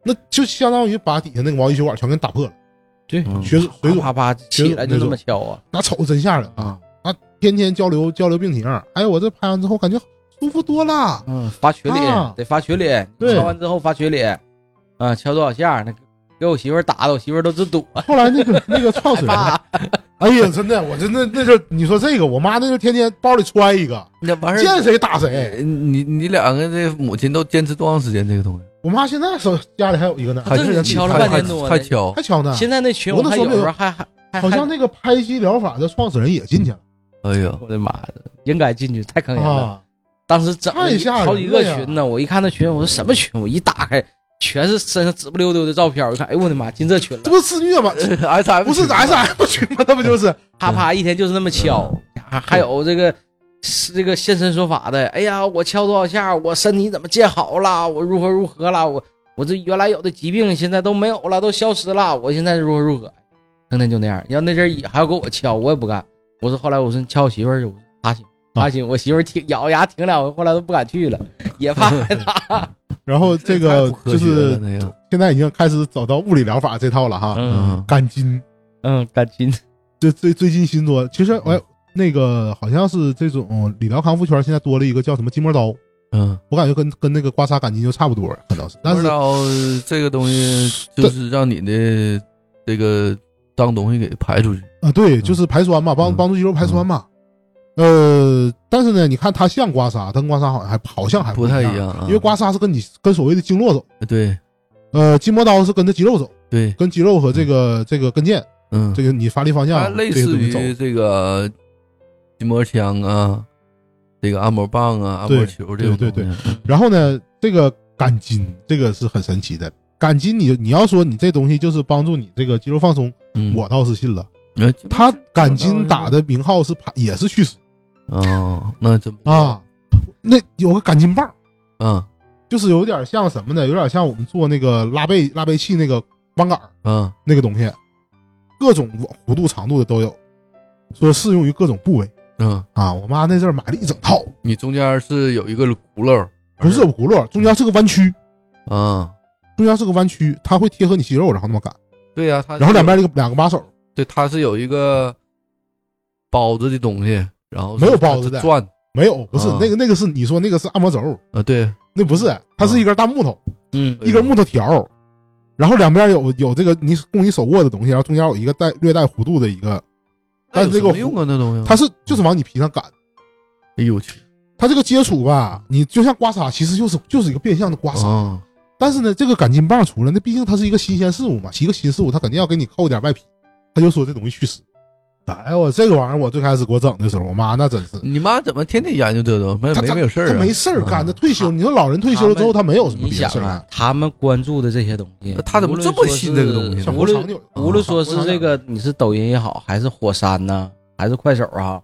[SPEAKER 3] 那就相当于把底下那个毛细血管全给你打破了。
[SPEAKER 2] 对
[SPEAKER 4] 嗯
[SPEAKER 3] 血水肿
[SPEAKER 2] 啪啪啪起来就这么敲啊。
[SPEAKER 3] 那瞅着真吓人啊！啊，天天交流交流病情，哎，我这拍完之后感觉舒服多了。
[SPEAKER 2] 嗯，发群里、
[SPEAKER 3] 啊
[SPEAKER 2] 得发群里，
[SPEAKER 3] 对
[SPEAKER 2] 敲完之后发群里，啊，敲多少下？那给我媳妇儿打的，我媳妇儿都直躲。
[SPEAKER 3] 后来那个那个创始人，
[SPEAKER 2] 怕
[SPEAKER 3] 哎呀，真的，我真的那阵儿你说这个，我妈那阵儿天天包里揣一个，
[SPEAKER 4] 那完事
[SPEAKER 3] 见
[SPEAKER 4] 儿，
[SPEAKER 3] 谁打谁。
[SPEAKER 4] 你你两个这母亲都坚持多长时间这个东西？
[SPEAKER 3] 我妈现在手家里还有一个呢，
[SPEAKER 2] 还
[SPEAKER 3] 啊还是人
[SPEAKER 2] 敲了
[SPEAKER 3] 还
[SPEAKER 2] 半年多呢
[SPEAKER 4] 还敲
[SPEAKER 3] 还敲呢。
[SPEAKER 2] 现在那群
[SPEAKER 3] 我
[SPEAKER 2] 我
[SPEAKER 3] 那
[SPEAKER 2] 还
[SPEAKER 3] 说
[SPEAKER 2] 有
[SPEAKER 3] 没有
[SPEAKER 2] 时候还还还
[SPEAKER 3] 好像那个拍击疗法的创始人也进去了
[SPEAKER 4] 哎呀，
[SPEAKER 2] 我的妈的，应该进去，太坑人了。
[SPEAKER 3] 啊！
[SPEAKER 2] 当时整了
[SPEAKER 3] 太吓人
[SPEAKER 2] 好几个
[SPEAKER 3] 了呀
[SPEAKER 2] 群呢，我一看那群，我说什么群？我一打开，全是身上紫不溜丢的照片，我一看，哎呦我的妈，进这群了，
[SPEAKER 3] 这不自虐吗？
[SPEAKER 4] S M
[SPEAKER 3] 不是 S M 群吗？那不就是
[SPEAKER 2] 啪啪一天就是那么敲，
[SPEAKER 3] 嗯
[SPEAKER 2] 还还有这个。是这个现身说法的，哎呀，我敲多少下，我身体怎么见好了，我如何如何了，我我这原来有的疾病现在都没有了，都消失了，我现在如何如何，天天就那样。要那阵儿也还要给我敲，我也不干。我说后来我说你敲我媳妇儿去，我说她行，她行，我媳妇儿挺咬牙挺两回，后来都不敢去了，也怕挨打。
[SPEAKER 3] 然后这个呃就
[SPEAKER 4] 了
[SPEAKER 3] 是
[SPEAKER 4] 那样，
[SPEAKER 3] 现在已经开始走到物理疗法这套了哈，
[SPEAKER 4] 嗯
[SPEAKER 3] 赶筋，
[SPEAKER 2] 嗯，感情
[SPEAKER 3] 这最最近新多。其实哎，那个好像是这种理疗康复圈现在多了一个叫什么筋膜刀，
[SPEAKER 4] 嗯，
[SPEAKER 3] 我感觉跟跟那个刮痧赶筋就差不多，可能是。但
[SPEAKER 4] 不知
[SPEAKER 3] 是
[SPEAKER 4] 道这个东西就是让你的这个脏东西给排出去，
[SPEAKER 3] 啊，对，就是排酸嘛，帮
[SPEAKER 4] 嗯
[SPEAKER 3] 帮助肌肉排酸嘛。呃，但是呢，你看它像刮痧，但刮痧好像还好像还
[SPEAKER 4] 不太一样啊
[SPEAKER 3] 因为刮痧是跟你跟所谓的经络走，
[SPEAKER 4] 对
[SPEAKER 3] 呃，筋膜刀是跟着肌肉走，
[SPEAKER 4] 对，
[SPEAKER 3] 跟肌肉和这个这个跟腱，
[SPEAKER 4] 嗯，
[SPEAKER 3] 这个你发力方
[SPEAKER 4] 它
[SPEAKER 3] 向，
[SPEAKER 4] 类
[SPEAKER 3] 这些
[SPEAKER 4] 似
[SPEAKER 3] 东西走。
[SPEAKER 4] 于这个筋膜枪啊，这个按摩棒啊，按摩
[SPEAKER 3] 对
[SPEAKER 4] 球这种
[SPEAKER 3] 对
[SPEAKER 4] 东西，
[SPEAKER 3] 对然后呢，这个杆筋这个是很神奇的。杆筋你，你要说你这东西就是帮助你这个肌肉放松，
[SPEAKER 4] 嗯，
[SPEAKER 3] 我倒是信了。
[SPEAKER 4] 哎
[SPEAKER 3] 他杆筋打的名号是排也是祛湿
[SPEAKER 4] 哦，那真不
[SPEAKER 3] 啊，那有个杆筋棒，
[SPEAKER 4] 啊
[SPEAKER 3] 就是有点像什么呢？有点像我们做那个拉背拉背器那个弯杆儿
[SPEAKER 4] 啊
[SPEAKER 3] 那个东西，各种弧度长度的都有，说适用于各种部位
[SPEAKER 4] 啊！
[SPEAKER 3] 啊。我妈那阵儿买了一整套，
[SPEAKER 4] 你中间是有一个轱辘，
[SPEAKER 3] 不
[SPEAKER 4] 哎
[SPEAKER 3] 是有轱辘，中间是个弯曲，
[SPEAKER 4] 啊？
[SPEAKER 3] 中间是个弯曲，它会贴合你肌肉，然后那么杆，
[SPEAKER 4] 对呀、它
[SPEAKER 3] 然后两边这个两个把手。
[SPEAKER 4] 对，它是有一个包子的东西，然后是
[SPEAKER 3] 没有包子的
[SPEAKER 4] 它转
[SPEAKER 3] 没有，不是、
[SPEAKER 4] 啊
[SPEAKER 3] 那个，那个是你说那个是按摩轴，
[SPEAKER 4] 啊，对，
[SPEAKER 3] 那不是，它是一根大木头，
[SPEAKER 2] 嗯
[SPEAKER 4] 哎
[SPEAKER 3] 一根木头条儿，然后两边有有这个你供你手握的东西，然后中间有一个带略带弧度的一个，但
[SPEAKER 4] 那有
[SPEAKER 3] 这
[SPEAKER 4] 什
[SPEAKER 3] 个
[SPEAKER 4] 么用啊？那东西
[SPEAKER 3] 它是就是往你皮上擀，
[SPEAKER 4] 哎呦我去
[SPEAKER 3] 它这个接触吧，你就像刮痧，其实就是就是一个变相的刮痧，
[SPEAKER 4] 啊！
[SPEAKER 3] 但是呢，这个擀筋棒出来，那毕竟它是一个新鲜事物嘛，一个新事物，它肯定要给你扣点外皮，他就说这东西去死。哎呦，我这个玩意儿，我最开始给我整的时候，我妈那真是，
[SPEAKER 4] 你妈怎么天天研究这都没
[SPEAKER 3] 她
[SPEAKER 4] 没没有事儿、啊？
[SPEAKER 3] 她没事儿干。她
[SPEAKER 4] 啊
[SPEAKER 3] 退休，你说老人退休了之后，
[SPEAKER 2] 他
[SPEAKER 3] 她没有什么
[SPEAKER 2] 你
[SPEAKER 3] 别的
[SPEAKER 2] 想
[SPEAKER 3] 事儿干
[SPEAKER 2] 啊。，他们关注的这些东西
[SPEAKER 4] 那，他怎么
[SPEAKER 2] 无论
[SPEAKER 4] 这么
[SPEAKER 2] 说
[SPEAKER 4] 信
[SPEAKER 2] 是
[SPEAKER 4] 这个东西呢
[SPEAKER 3] 小
[SPEAKER 2] 无
[SPEAKER 3] 红
[SPEAKER 2] 论
[SPEAKER 3] 长就有
[SPEAKER 2] 无论说是这个，你是抖音也好，还是火山呐、还是快手啊，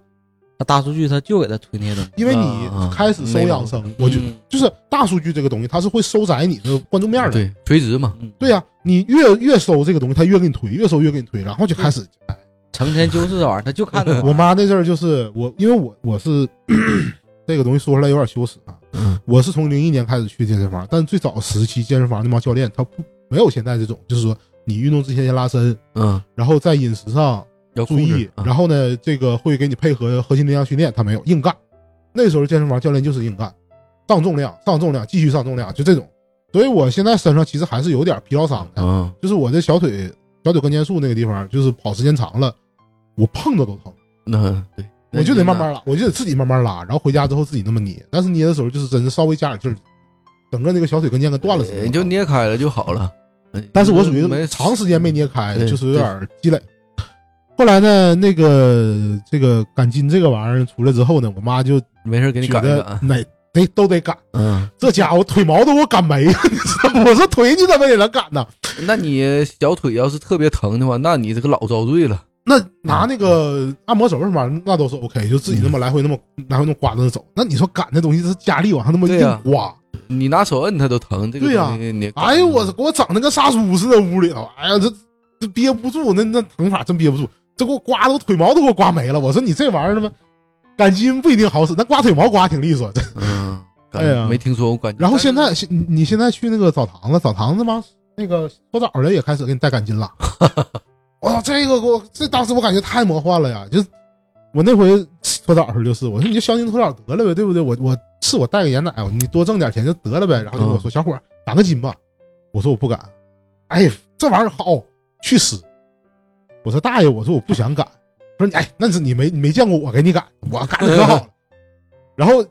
[SPEAKER 2] 它大数据它就给它推那些东西。
[SPEAKER 3] 因为你
[SPEAKER 4] 啊
[SPEAKER 3] 开始收养生，我就
[SPEAKER 4] 嗯
[SPEAKER 3] 就是大数据这个东西，它是会收窄你的关注面的。
[SPEAKER 4] 对垂直嘛，
[SPEAKER 2] 嗯，
[SPEAKER 3] 对呀、啊你越越收这个东西，它越给你推，越收越给你推，然后就开始。
[SPEAKER 2] 成天揪是这玩意儿，他就看
[SPEAKER 3] 我妈那阵儿就是我，因为我我是 这个东西说出来有点羞耻啊，
[SPEAKER 4] 嗯
[SPEAKER 3] 我是从零一年开始去健身房，但最早时期健身房那帮教练他不没有现在这种，就是说你运动之前先拉伸，
[SPEAKER 4] 嗯，
[SPEAKER 3] 然后在饮食上
[SPEAKER 4] 要
[SPEAKER 3] 注
[SPEAKER 4] 控制
[SPEAKER 3] 意，
[SPEAKER 4] 啊
[SPEAKER 3] 然后呢，这个会给你配合核心力量训练，他没有硬干。那时候健身房教练就是硬干，上重量，上重量，继续上重量，就这种。所以我现在身上其实还是有点疲劳伤的，
[SPEAKER 4] 嗯
[SPEAKER 3] 就是我这小腿小腿关节处那个地方，就是跑时间长了，我碰着都疼，
[SPEAKER 4] 那对，
[SPEAKER 3] 我就得慢慢拉，我就得自己慢慢拉，然后回家之后自己那么捏。但是捏的时候就是真是稍微加点劲儿，整个那个小腿跟腱跟断了似的。
[SPEAKER 4] 你就捏开了就好了。嗯
[SPEAKER 3] 但是我属于
[SPEAKER 4] 没
[SPEAKER 3] 长时间没捏开，
[SPEAKER 4] 对
[SPEAKER 3] 就是有点儿积累。后来呢，那个这个赶筋这个玩意儿出来之后呢，我妈就
[SPEAKER 4] 没事给你
[SPEAKER 3] 觉
[SPEAKER 4] 改
[SPEAKER 3] 得
[SPEAKER 4] 改，
[SPEAKER 3] 哪得都得赶。
[SPEAKER 4] 嗯，
[SPEAKER 3] 这家伙腿毛都给我赶没了， 你知道吗我说腿你怎么也能赶呢？
[SPEAKER 4] 那你小腿要是特别疼的话，那你这个老遭罪了。
[SPEAKER 3] 那拿那
[SPEAKER 4] 嗯
[SPEAKER 3] 个按摩手什么玩意儿，那都是 OK，就自己那么来回那么来回那么刮着走。那你说赶那东西是加力往上那么
[SPEAKER 4] 对
[SPEAKER 3] 硬
[SPEAKER 4] 呀
[SPEAKER 3] 刮，
[SPEAKER 4] 你拿手摁它都疼，这个
[SPEAKER 3] 对呀
[SPEAKER 4] 东西你
[SPEAKER 3] 哎呦我给我整的跟杀猪似的屋里头，哎呀这这憋不住，那那疼法真憋不住，这给我刮的我腿毛都给我刮没了。我说你这玩意儿他妈赶筋不一定好使，那刮腿毛刮挺利索。这
[SPEAKER 4] 嗯，
[SPEAKER 3] 哎呀
[SPEAKER 4] 没听说过关。
[SPEAKER 3] 然后现在现你你现在去那个澡堂子，澡堂子吗？那个搓澡的也开始给你带赶筋了。我操，这个给我这当时我感觉太魔幻了呀！就我那回搓澡的时候就是，我说你就消停搓澡得了呗，对不对？我我是我带个眼奶，你多挣点钱就得了呗。然后就跟我说、小伙儿打个筋吧，我说我不敢。哎，这玩意儿好去死！我说大爷，我说我不想赶。他说你哎，那是你没你没见过我给你赶，我赶的可好了。然后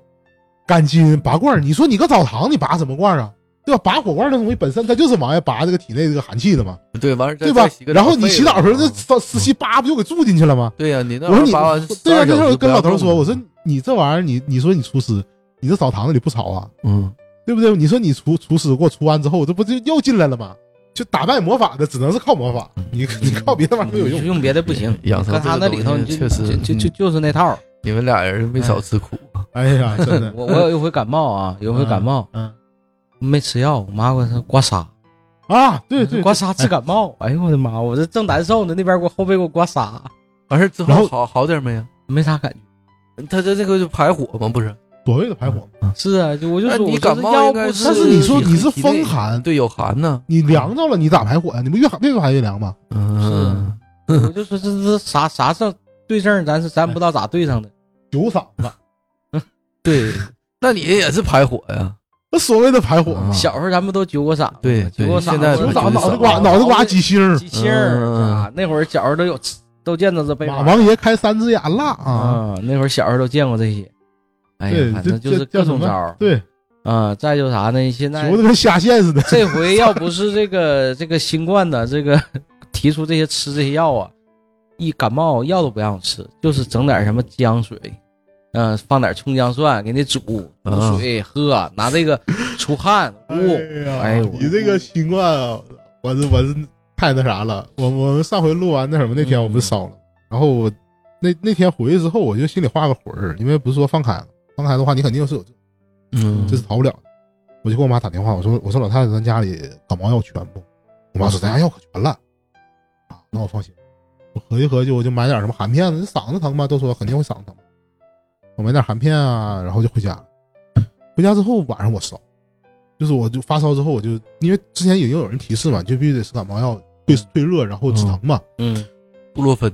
[SPEAKER 3] 赶筋拔罐儿，你说你搁澡堂你拔什么罐儿啊？对吧？拔火罐儿那东西本身它就是往外拔这个体内这个寒气的嘛，
[SPEAKER 4] 对完了再
[SPEAKER 3] 对吧
[SPEAKER 4] 再洗？个澡
[SPEAKER 3] 然后你洗澡的时候，
[SPEAKER 4] 废
[SPEAKER 3] 这
[SPEAKER 4] 了啊
[SPEAKER 3] 这湿气叭不就给住进去了吗？
[SPEAKER 4] 对呀，你嗯那
[SPEAKER 3] 我说你
[SPEAKER 4] 玩意儿拔完
[SPEAKER 3] 对呀、
[SPEAKER 4] 12
[SPEAKER 3] 那时
[SPEAKER 4] 小
[SPEAKER 3] 候
[SPEAKER 4] 时
[SPEAKER 3] 跟
[SPEAKER 4] 不
[SPEAKER 3] 老
[SPEAKER 4] 要
[SPEAKER 3] 头
[SPEAKER 4] 动
[SPEAKER 3] 说，我
[SPEAKER 4] 了
[SPEAKER 3] 说你这玩意儿，你你说你除湿，你这澡堂子里不潮啊，
[SPEAKER 4] 嗯，
[SPEAKER 3] 对不对？你说你除除湿给我除完之后，这不就又进来了吗？就打败魔法的只能是靠魔
[SPEAKER 4] 嗯
[SPEAKER 3] 法，你你靠别的玩意儿没有用。
[SPEAKER 2] 用别的不行，
[SPEAKER 4] 养成
[SPEAKER 2] 搁他
[SPEAKER 4] 这
[SPEAKER 2] 那
[SPEAKER 4] 个
[SPEAKER 2] 里头
[SPEAKER 4] 东
[SPEAKER 2] 你就
[SPEAKER 4] 西确实
[SPEAKER 2] 就就就
[SPEAKER 4] 嗯
[SPEAKER 2] 就是那套。
[SPEAKER 4] 你们俩人没少吃苦。
[SPEAKER 3] 哎呀，真的，
[SPEAKER 2] 我我有一回感冒啊，有一回感冒
[SPEAKER 3] 嗯
[SPEAKER 2] 没吃药，我妈给我刮痧，
[SPEAKER 3] 啊，对对，
[SPEAKER 2] 刮痧治感冒。哎呦我的妈，我这正难受呢，那边给我后背给我刮痧，
[SPEAKER 4] 完事儿之
[SPEAKER 3] 嗯然
[SPEAKER 4] 后
[SPEAKER 3] 后
[SPEAKER 4] 好好点没呀？
[SPEAKER 2] 没啥感觉。
[SPEAKER 4] 他这这个就排火吗？不是，
[SPEAKER 3] 所谓的排火，
[SPEAKER 2] 是啊，就我就
[SPEAKER 4] 那
[SPEAKER 2] 说
[SPEAKER 4] 你
[SPEAKER 2] 我说
[SPEAKER 4] 感
[SPEAKER 2] 这
[SPEAKER 4] 冒
[SPEAKER 2] 药
[SPEAKER 4] 应该
[SPEAKER 2] 不
[SPEAKER 4] 是
[SPEAKER 3] 但是你说你是风寒，
[SPEAKER 4] 对，有寒呢。
[SPEAKER 3] 你凉着了，你咋排火呀？你不越寒越排越凉吗？
[SPEAKER 4] 嗯，
[SPEAKER 2] 我就说这这啥啥症对症，咱是咱不知道咋对上的。
[SPEAKER 3] 酒嗓子，
[SPEAKER 4] 对，那你也是排火呀？
[SPEAKER 3] 那所谓的排火嘛
[SPEAKER 4] 啊，
[SPEAKER 2] 小时候咱们都揪过嗓子，
[SPEAKER 4] 对
[SPEAKER 2] 揪过
[SPEAKER 4] 对
[SPEAKER 2] 嗓子，
[SPEAKER 4] 现在
[SPEAKER 3] 酒
[SPEAKER 2] 揪
[SPEAKER 4] 不揪
[SPEAKER 2] 过
[SPEAKER 3] 嗓子脑袋
[SPEAKER 4] 嗓子
[SPEAKER 3] 瓜脑袋瓜鸡心儿，
[SPEAKER 2] 鸡心儿
[SPEAKER 4] 嗯
[SPEAKER 2] 啊，那会儿小时候都有，都见着这被
[SPEAKER 3] 马王爷开三只眼了啊！
[SPEAKER 2] 啊，那会儿小时候都见过这些。哎呀
[SPEAKER 3] 对，，
[SPEAKER 2] 反
[SPEAKER 3] 这
[SPEAKER 2] 正就是
[SPEAKER 3] 这
[SPEAKER 2] 各
[SPEAKER 3] 叫什
[SPEAKER 2] 种
[SPEAKER 3] 么
[SPEAKER 2] 招儿
[SPEAKER 3] 对，
[SPEAKER 2] 啊。再就是啥呢？现在
[SPEAKER 3] 球的跟虾线似的。。
[SPEAKER 2] 这回要不是这个这个新冠的这个提出这些吃这些药啊，一感冒药都不让我吃，就是整点什么姜水，嗯、放点葱姜蒜给你煮，
[SPEAKER 4] 啊
[SPEAKER 2] 煮水、喝，拿这个除汗捂、 哎呦
[SPEAKER 3] 你这个新冠啊，我这我这太那啥了。我我们上回录完那什么那天，
[SPEAKER 2] 嗯
[SPEAKER 3] 我不是烧了，然后我那那天回去之后，我就心里画个魂儿，因为不是说放开了，放开的话你肯定是有这
[SPEAKER 4] 嗯，
[SPEAKER 3] 这是逃不了的。我就给我妈打电话，我说我说老太太，咱家里感冒药全不？我妈说咱家药可全了。啊，那我放心。我合计合计，我就买点什么含片子，嗓子疼吗？都说肯定会嗓子疼。我买点含片啊，然后就回家了。回家之后晚上我烧，就是我就发烧之后，我就因为之前已经有人提示嘛，就必须得吃感冒药退退热，然后止疼嘛。
[SPEAKER 2] 嗯，
[SPEAKER 4] 布洛芬。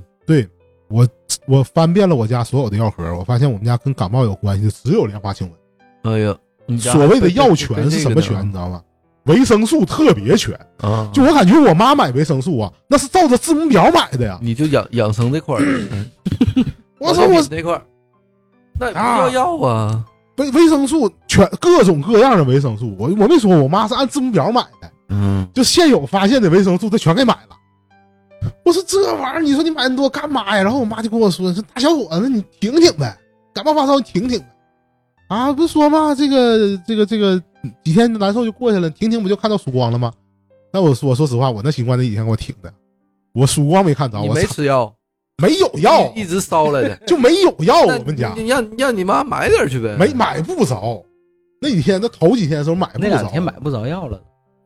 [SPEAKER 3] 我翻遍了我家所有的药盒，我发现我们家跟感冒有关系的只有莲花清瘟。
[SPEAKER 4] 哎呀，你家
[SPEAKER 3] 所谓的
[SPEAKER 4] 跟
[SPEAKER 3] 药全是什么全，你知道吗？维生素特别全。
[SPEAKER 4] 跟啊，
[SPEAKER 3] 就我感觉我妈买维生素啊，那是照着字母表买的呀。
[SPEAKER 4] 你就养养生 这块儿，嗯
[SPEAKER 3] 我操，我
[SPEAKER 4] 那块儿，那也不叫药啊，
[SPEAKER 3] 维维生素全各种各样的维生素，我我没说，我妈是按字母表买的，
[SPEAKER 4] 嗯，
[SPEAKER 3] 就现有发现的维生素，她全给买了。我说这玩意儿，你说你买那么多干嘛呀？然后我妈就跟我说：“说大小伙子，你挺挺呗，感冒发烧你挺挺呗。”啊，不是说嘛，这个这个这个几天难受就过去了，挺挺不就看到曙光了吗？那我说我说实话，我那新冠那几天给我挺的，我曙光没看着，
[SPEAKER 4] 你
[SPEAKER 3] 我
[SPEAKER 4] 没
[SPEAKER 3] 操
[SPEAKER 4] 吃药，
[SPEAKER 3] 没有药，
[SPEAKER 4] 一直烧了的。
[SPEAKER 3] 就没有药。
[SPEAKER 4] 那
[SPEAKER 3] 我们家
[SPEAKER 4] 你你让让你妈买点去呗。
[SPEAKER 3] 没买不着，那几天那头几天的时候买
[SPEAKER 2] 哎
[SPEAKER 3] 不
[SPEAKER 2] 那两
[SPEAKER 3] 着，
[SPEAKER 2] 天买不着药了，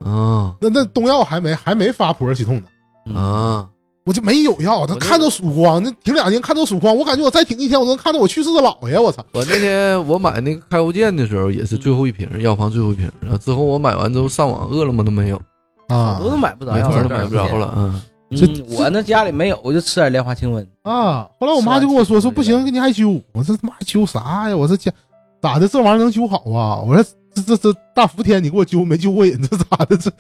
[SPEAKER 4] 啊
[SPEAKER 3] 那那中药还没还没发普热息痛呢，
[SPEAKER 4] 啊，
[SPEAKER 3] 我就没有药。他
[SPEAKER 4] 我就
[SPEAKER 3] 看到曙光，那挺两天看到曙光，我感觉我再挺一天，我能看到我去世的姥爷。我操！
[SPEAKER 4] 我那天我买那个开国健的时候也是最后一瓶，药房最后一瓶。然后之后我买完之后上网饿了么都没有，
[SPEAKER 2] 好
[SPEAKER 3] 啊
[SPEAKER 2] 多都买不着
[SPEAKER 4] 没
[SPEAKER 2] 药
[SPEAKER 4] 错
[SPEAKER 2] 了，
[SPEAKER 4] 儿都买不着了。嗯，
[SPEAKER 2] 嗯
[SPEAKER 3] 这
[SPEAKER 2] 我那家里没有，我就吃点莲花清瘟。
[SPEAKER 3] 啊！后来我妈就跟我说
[SPEAKER 2] 是
[SPEAKER 3] 说
[SPEAKER 2] 啊
[SPEAKER 3] 不行，给你艾灸。我说他妈灸啥呀？我说这咋的？这玩意儿能灸好啊？我说这这这大伏天你给我灸没灸过瘾，这咋的？这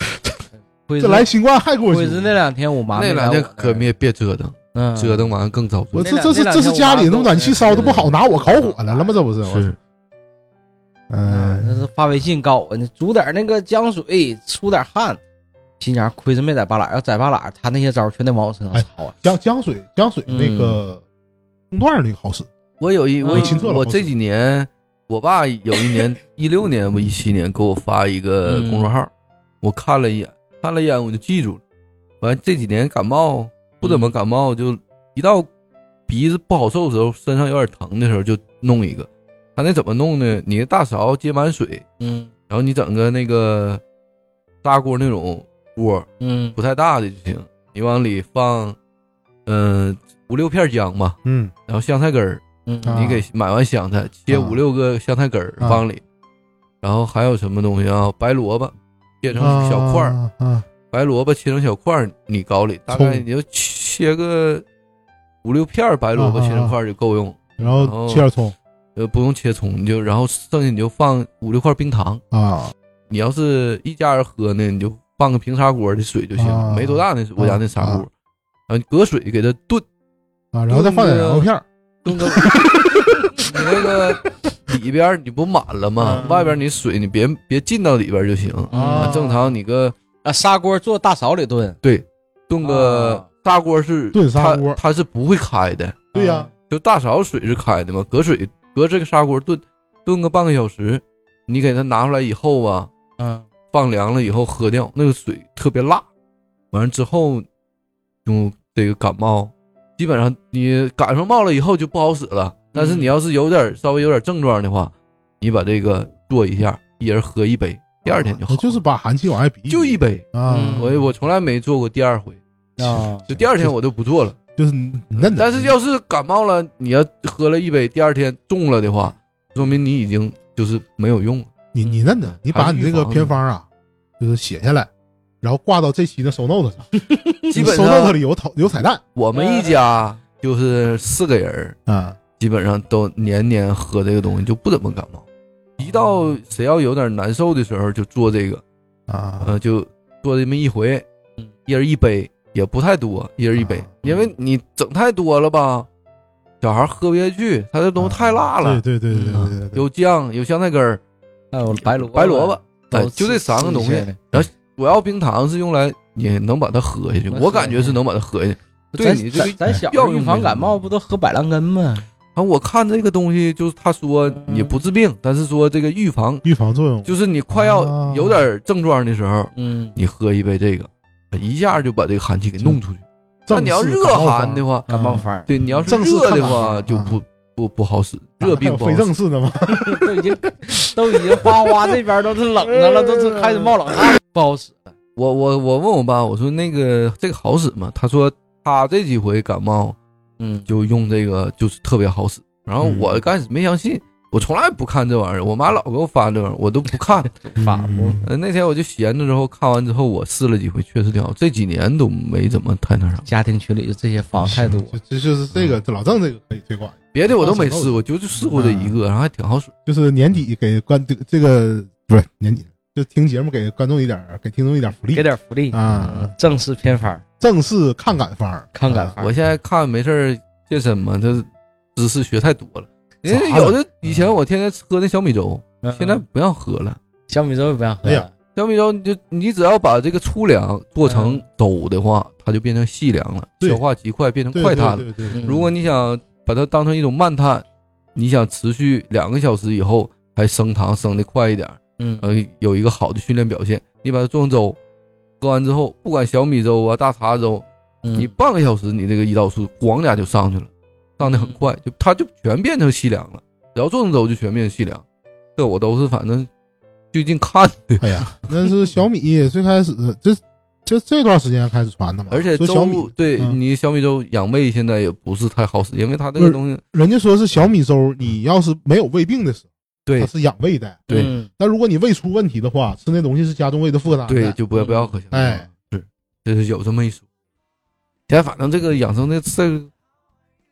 [SPEAKER 2] 鬼
[SPEAKER 3] 这来新冠还给我
[SPEAKER 2] 鬼子那
[SPEAKER 3] 灸？
[SPEAKER 2] 两天我妈
[SPEAKER 4] 那
[SPEAKER 2] 没来
[SPEAKER 4] 两
[SPEAKER 2] 我
[SPEAKER 4] 天
[SPEAKER 2] 那
[SPEAKER 4] 可别别折腾，
[SPEAKER 2] 嗯
[SPEAKER 4] 折腾完了更遭
[SPEAKER 3] 我
[SPEAKER 4] 罪。
[SPEAKER 3] 这
[SPEAKER 2] 那
[SPEAKER 3] 这是
[SPEAKER 2] 两
[SPEAKER 3] 这
[SPEAKER 2] 天
[SPEAKER 3] 是
[SPEAKER 2] 我
[SPEAKER 3] 家
[SPEAKER 2] 妈
[SPEAKER 3] 里
[SPEAKER 2] 跟
[SPEAKER 3] 那
[SPEAKER 2] 我
[SPEAKER 3] 暖气
[SPEAKER 2] 说
[SPEAKER 3] 烧的
[SPEAKER 2] 是
[SPEAKER 3] 不好，拿我烤火来了吗？这不是？我
[SPEAKER 4] 是，
[SPEAKER 2] 嗯，
[SPEAKER 3] 嗯
[SPEAKER 2] 那是发微信告我，你煮点那个姜水，出点汗。心想亏是没在巴拉，要在巴拉，他那些招儿全得往我身上
[SPEAKER 4] 哎
[SPEAKER 2] 抄啊。
[SPEAKER 3] 姜姜水姜水那个中段儿那个好使。
[SPEAKER 4] 我有一我
[SPEAKER 2] 嗯亲
[SPEAKER 3] 测了
[SPEAKER 4] 我
[SPEAKER 3] 公司
[SPEAKER 4] 这几年，我爸有一 年一六年不一七年给我发一个
[SPEAKER 2] 嗯
[SPEAKER 4] 公众号，我看了一眼，看了一眼我就记住了。完这几年感冒不怎么感冒，就一到鼻子不好受的时候，身上有点疼的时候就弄一个。他那怎么弄呢？你大勺接满水，
[SPEAKER 2] 嗯
[SPEAKER 4] 然后你整个那个砂锅那种锅
[SPEAKER 2] 嗯
[SPEAKER 4] 不太大的就行，你往里放，嗯、五六片姜吧，
[SPEAKER 3] 嗯，
[SPEAKER 4] 然后香菜根儿，
[SPEAKER 2] 嗯
[SPEAKER 3] 啊
[SPEAKER 4] 你给买完香菜，切
[SPEAKER 3] 啊
[SPEAKER 4] 五六个香菜根儿
[SPEAKER 3] 啊
[SPEAKER 4] 往里，然后还有什么东西啊？白萝卜切成小块儿，
[SPEAKER 3] 啊啊
[SPEAKER 4] 白萝卜切成小块儿，你搞里，大概
[SPEAKER 3] 葱
[SPEAKER 4] 你就切个五六片儿白萝卜
[SPEAKER 3] 啊啊
[SPEAKER 4] 切成块儿就够用，
[SPEAKER 3] 然后切点葱
[SPEAKER 4] 呃，不用切葱，你就然后剩下你就放五六块冰糖。
[SPEAKER 3] 啊，
[SPEAKER 4] 你要是一家人喝呢，你就放个平砂锅的水就行，
[SPEAKER 3] 啊
[SPEAKER 4] 没多大那我家那砂锅，
[SPEAKER 3] 啊
[SPEAKER 4] 然后你隔水给它炖
[SPEAKER 3] 啊，然后再放点羊肉片儿
[SPEAKER 4] 炖个，你那个里边儿你不满了吗？
[SPEAKER 2] 嗯
[SPEAKER 4] 外边儿你水你别别进到里边儿就行。
[SPEAKER 3] 啊
[SPEAKER 4] 正常你个
[SPEAKER 2] 啊，砂锅做大勺里炖，
[SPEAKER 4] 炖个
[SPEAKER 2] 啊
[SPEAKER 4] 砂锅是
[SPEAKER 3] 炖砂锅
[SPEAKER 4] 它它是不会开的，
[SPEAKER 3] 对呀
[SPEAKER 4] 就大勺水是开的嘛，隔水隔这个砂锅炖炖个半个小时，你给它拿出来以后啊，
[SPEAKER 2] 嗯，
[SPEAKER 4] 放凉了以后喝掉，那个水特别辣。完了之后，就这个感冒，基本上你赶上冒了以后就不好使了。但
[SPEAKER 3] 嗯
[SPEAKER 4] 是你要是有点稍微有点症状的话，你把这个做一下，一人喝一杯，第二天就好。
[SPEAKER 3] 我哦啊就是把寒气往外逼，
[SPEAKER 4] 就一杯，
[SPEAKER 3] 啊，
[SPEAKER 2] 嗯
[SPEAKER 4] 我我从来没做过第二回，
[SPEAKER 2] 啊，
[SPEAKER 4] 就第二天我都不做了。
[SPEAKER 3] 就是嫩的。
[SPEAKER 4] 但是要是感冒了，你要喝了一杯，第二天中了的话，说明你已经就是没有用了。
[SPEAKER 3] 你你嫩的，你
[SPEAKER 4] 嗯
[SPEAKER 3] 把你这个偏方啊，就是写下来，然后挂到这期的 show note 上，
[SPEAKER 4] 基本
[SPEAKER 3] show note
[SPEAKER 4] 上
[SPEAKER 3] 里有彩有彩蛋
[SPEAKER 4] 我们一家就是四个人儿，
[SPEAKER 3] 啊，
[SPEAKER 4] 基本上都年年喝这个东西，就不怎么感冒。一到谁要有点难受的时候，就做这个，
[SPEAKER 3] 啊
[SPEAKER 4] 呃，就做这么一回
[SPEAKER 2] 嗯，
[SPEAKER 4] 一人一杯，也不太多，一人一杯
[SPEAKER 3] 啊，
[SPEAKER 4] 因为你整太多了吧，小孩喝不下去，他这东西太辣了，嗯
[SPEAKER 3] 对对对对啊对对对，
[SPEAKER 4] 有姜，有香菜根儿，
[SPEAKER 2] 还有白萝卜
[SPEAKER 4] 白萝卜，
[SPEAKER 2] 都
[SPEAKER 4] 哎就这三个东西
[SPEAKER 2] 吃一下
[SPEAKER 4] 主要冰糖是用来你能把它喝下去，
[SPEAKER 2] 能
[SPEAKER 4] 我
[SPEAKER 2] 喝
[SPEAKER 4] 感觉
[SPEAKER 2] 下
[SPEAKER 4] 是
[SPEAKER 2] 去
[SPEAKER 4] 能把它喝下去。对
[SPEAKER 2] 咱
[SPEAKER 4] 你这个
[SPEAKER 2] 咱咱小时
[SPEAKER 4] 药
[SPEAKER 2] 候
[SPEAKER 4] 用
[SPEAKER 2] 预防感冒不都喝百兰根吗？
[SPEAKER 4] 啊，我看这个东西就是他说你不治病，但是说这个预防
[SPEAKER 3] 预防作用
[SPEAKER 4] 就是你快要
[SPEAKER 3] 啊
[SPEAKER 4] 有点症状的时候，
[SPEAKER 2] 嗯，
[SPEAKER 4] 你喝一杯这个，一下就把这个寒气给弄出去。
[SPEAKER 3] 啊正
[SPEAKER 4] 那你要
[SPEAKER 3] 式
[SPEAKER 4] 热
[SPEAKER 3] 感冒
[SPEAKER 4] 寒
[SPEAKER 3] 方
[SPEAKER 4] 的话，
[SPEAKER 2] 感冒方儿
[SPEAKER 4] 对，你要是
[SPEAKER 3] 正式
[SPEAKER 4] 热的
[SPEAKER 3] 看法
[SPEAKER 4] 话
[SPEAKER 3] 啊
[SPEAKER 4] 就不不不好使，热病不
[SPEAKER 3] 非
[SPEAKER 4] 好使。
[SPEAKER 3] 正式的吗？
[SPEAKER 2] 都已经都已经哗哗这边都是冷的了，都是开始冒冷汗， 不好使。
[SPEAKER 4] 我我我问我爸，我说那个这个好使吗？他说他这几回感冒
[SPEAKER 2] 嗯，
[SPEAKER 4] 就用这个就是特别好使。然后
[SPEAKER 3] 嗯
[SPEAKER 4] 我刚开始没相信，我从来不看这玩意儿，我妈老给我发这玩意儿，我都不看。
[SPEAKER 2] 法
[SPEAKER 3] 嗯
[SPEAKER 4] 呃那天我就闲着之后看完之后，我试了几回，确实挺好。这几年都没怎么太那啥。
[SPEAKER 2] 家庭群里就这些方太多，
[SPEAKER 3] 就就就是这个
[SPEAKER 4] 嗯
[SPEAKER 3] 这老郑这个可以推广，
[SPEAKER 4] 别的我都没试过，就就试过这一
[SPEAKER 3] 嗯
[SPEAKER 4] 个，然后还挺好使。
[SPEAKER 3] 就是年底给观这个这个不是年底，就听节目给观众一点儿给听众一点儿福利，
[SPEAKER 2] 给点福利
[SPEAKER 3] 啊，
[SPEAKER 2] 嗯正式偏方儿，
[SPEAKER 3] 正式看感方儿，啊
[SPEAKER 2] 看感方
[SPEAKER 4] 我
[SPEAKER 2] 儿。
[SPEAKER 4] 现在看没事儿健身嘛，这知识学太多了。
[SPEAKER 3] 咋
[SPEAKER 4] 人
[SPEAKER 3] 了
[SPEAKER 4] 家有的以前我天天喝那小米粥，
[SPEAKER 2] 嗯
[SPEAKER 4] 现在不让喝了。
[SPEAKER 2] 小米粥也不让喝
[SPEAKER 3] 哎呀
[SPEAKER 2] 了，
[SPEAKER 4] 小米粥你就你只要把这个粗粮做成粥的话，它就变成细粮了，
[SPEAKER 3] 嗯对
[SPEAKER 4] 消化极快，变成
[SPEAKER 3] 对
[SPEAKER 4] 快碳了。
[SPEAKER 3] 对对对
[SPEAKER 2] 嗯
[SPEAKER 4] 如果你想把它当成一种慢碳，你想持续两个小时以后还升糖升的快一点儿，
[SPEAKER 2] 嗯
[SPEAKER 4] 呃，有一个好的训练表现，你把它做成粥，喝完之后，不管小米粥啊、大碴粥，你
[SPEAKER 2] 嗯
[SPEAKER 4] 半个小时，你这个胰岛素咣一下就上去了，上的很快，就它就全变成细粮了。只要做成粥就全变成细粮，这我都是反正最近看的，
[SPEAKER 3] 哎呀，那是小米最开始这这这段时间开始传的嘛，
[SPEAKER 4] 而且
[SPEAKER 3] 说小米
[SPEAKER 4] 粥对
[SPEAKER 3] 嗯
[SPEAKER 4] 你小米粥养胃现在也不是太好使，因为它这
[SPEAKER 3] 不
[SPEAKER 4] 个
[SPEAKER 3] 是
[SPEAKER 4] 东西
[SPEAKER 3] 人家说是小米粥，你要是没有胃病的时候，
[SPEAKER 4] 对
[SPEAKER 3] 它是养胃的。
[SPEAKER 4] 对
[SPEAKER 2] 嗯
[SPEAKER 3] 但如果你胃出问题的话，吃那东西是加重胃的负担的。
[SPEAKER 4] 对就不要不要喝小米粥，
[SPEAKER 3] 哎，
[SPEAKER 4] 是就是有这么一说。现在反正这个养生的这个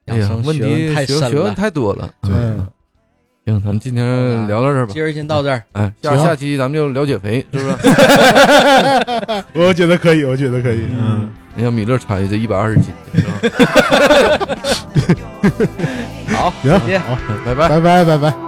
[SPEAKER 4] 哎
[SPEAKER 2] 养
[SPEAKER 4] 呀
[SPEAKER 2] 生
[SPEAKER 4] 问
[SPEAKER 2] 学
[SPEAKER 4] 题
[SPEAKER 2] 问太
[SPEAKER 4] 学
[SPEAKER 2] 深
[SPEAKER 4] 学问
[SPEAKER 2] 了。
[SPEAKER 4] 太多了，嗯
[SPEAKER 3] 对，
[SPEAKER 4] 行，咱们今天聊到这儿吧
[SPEAKER 2] 今。儿先到这儿，
[SPEAKER 4] 哎，下
[SPEAKER 3] 行
[SPEAKER 4] 下期咱们就聊减肥，是不是？
[SPEAKER 3] 我觉得可以，我觉得可以。嗯，
[SPEAKER 4] 你像米勒参与这一百二十斤，是吧？
[SPEAKER 2] 好，
[SPEAKER 3] 行
[SPEAKER 2] 再见。
[SPEAKER 3] 好，
[SPEAKER 2] 嗯
[SPEAKER 4] 拜拜。
[SPEAKER 3] 拜拜拜拜。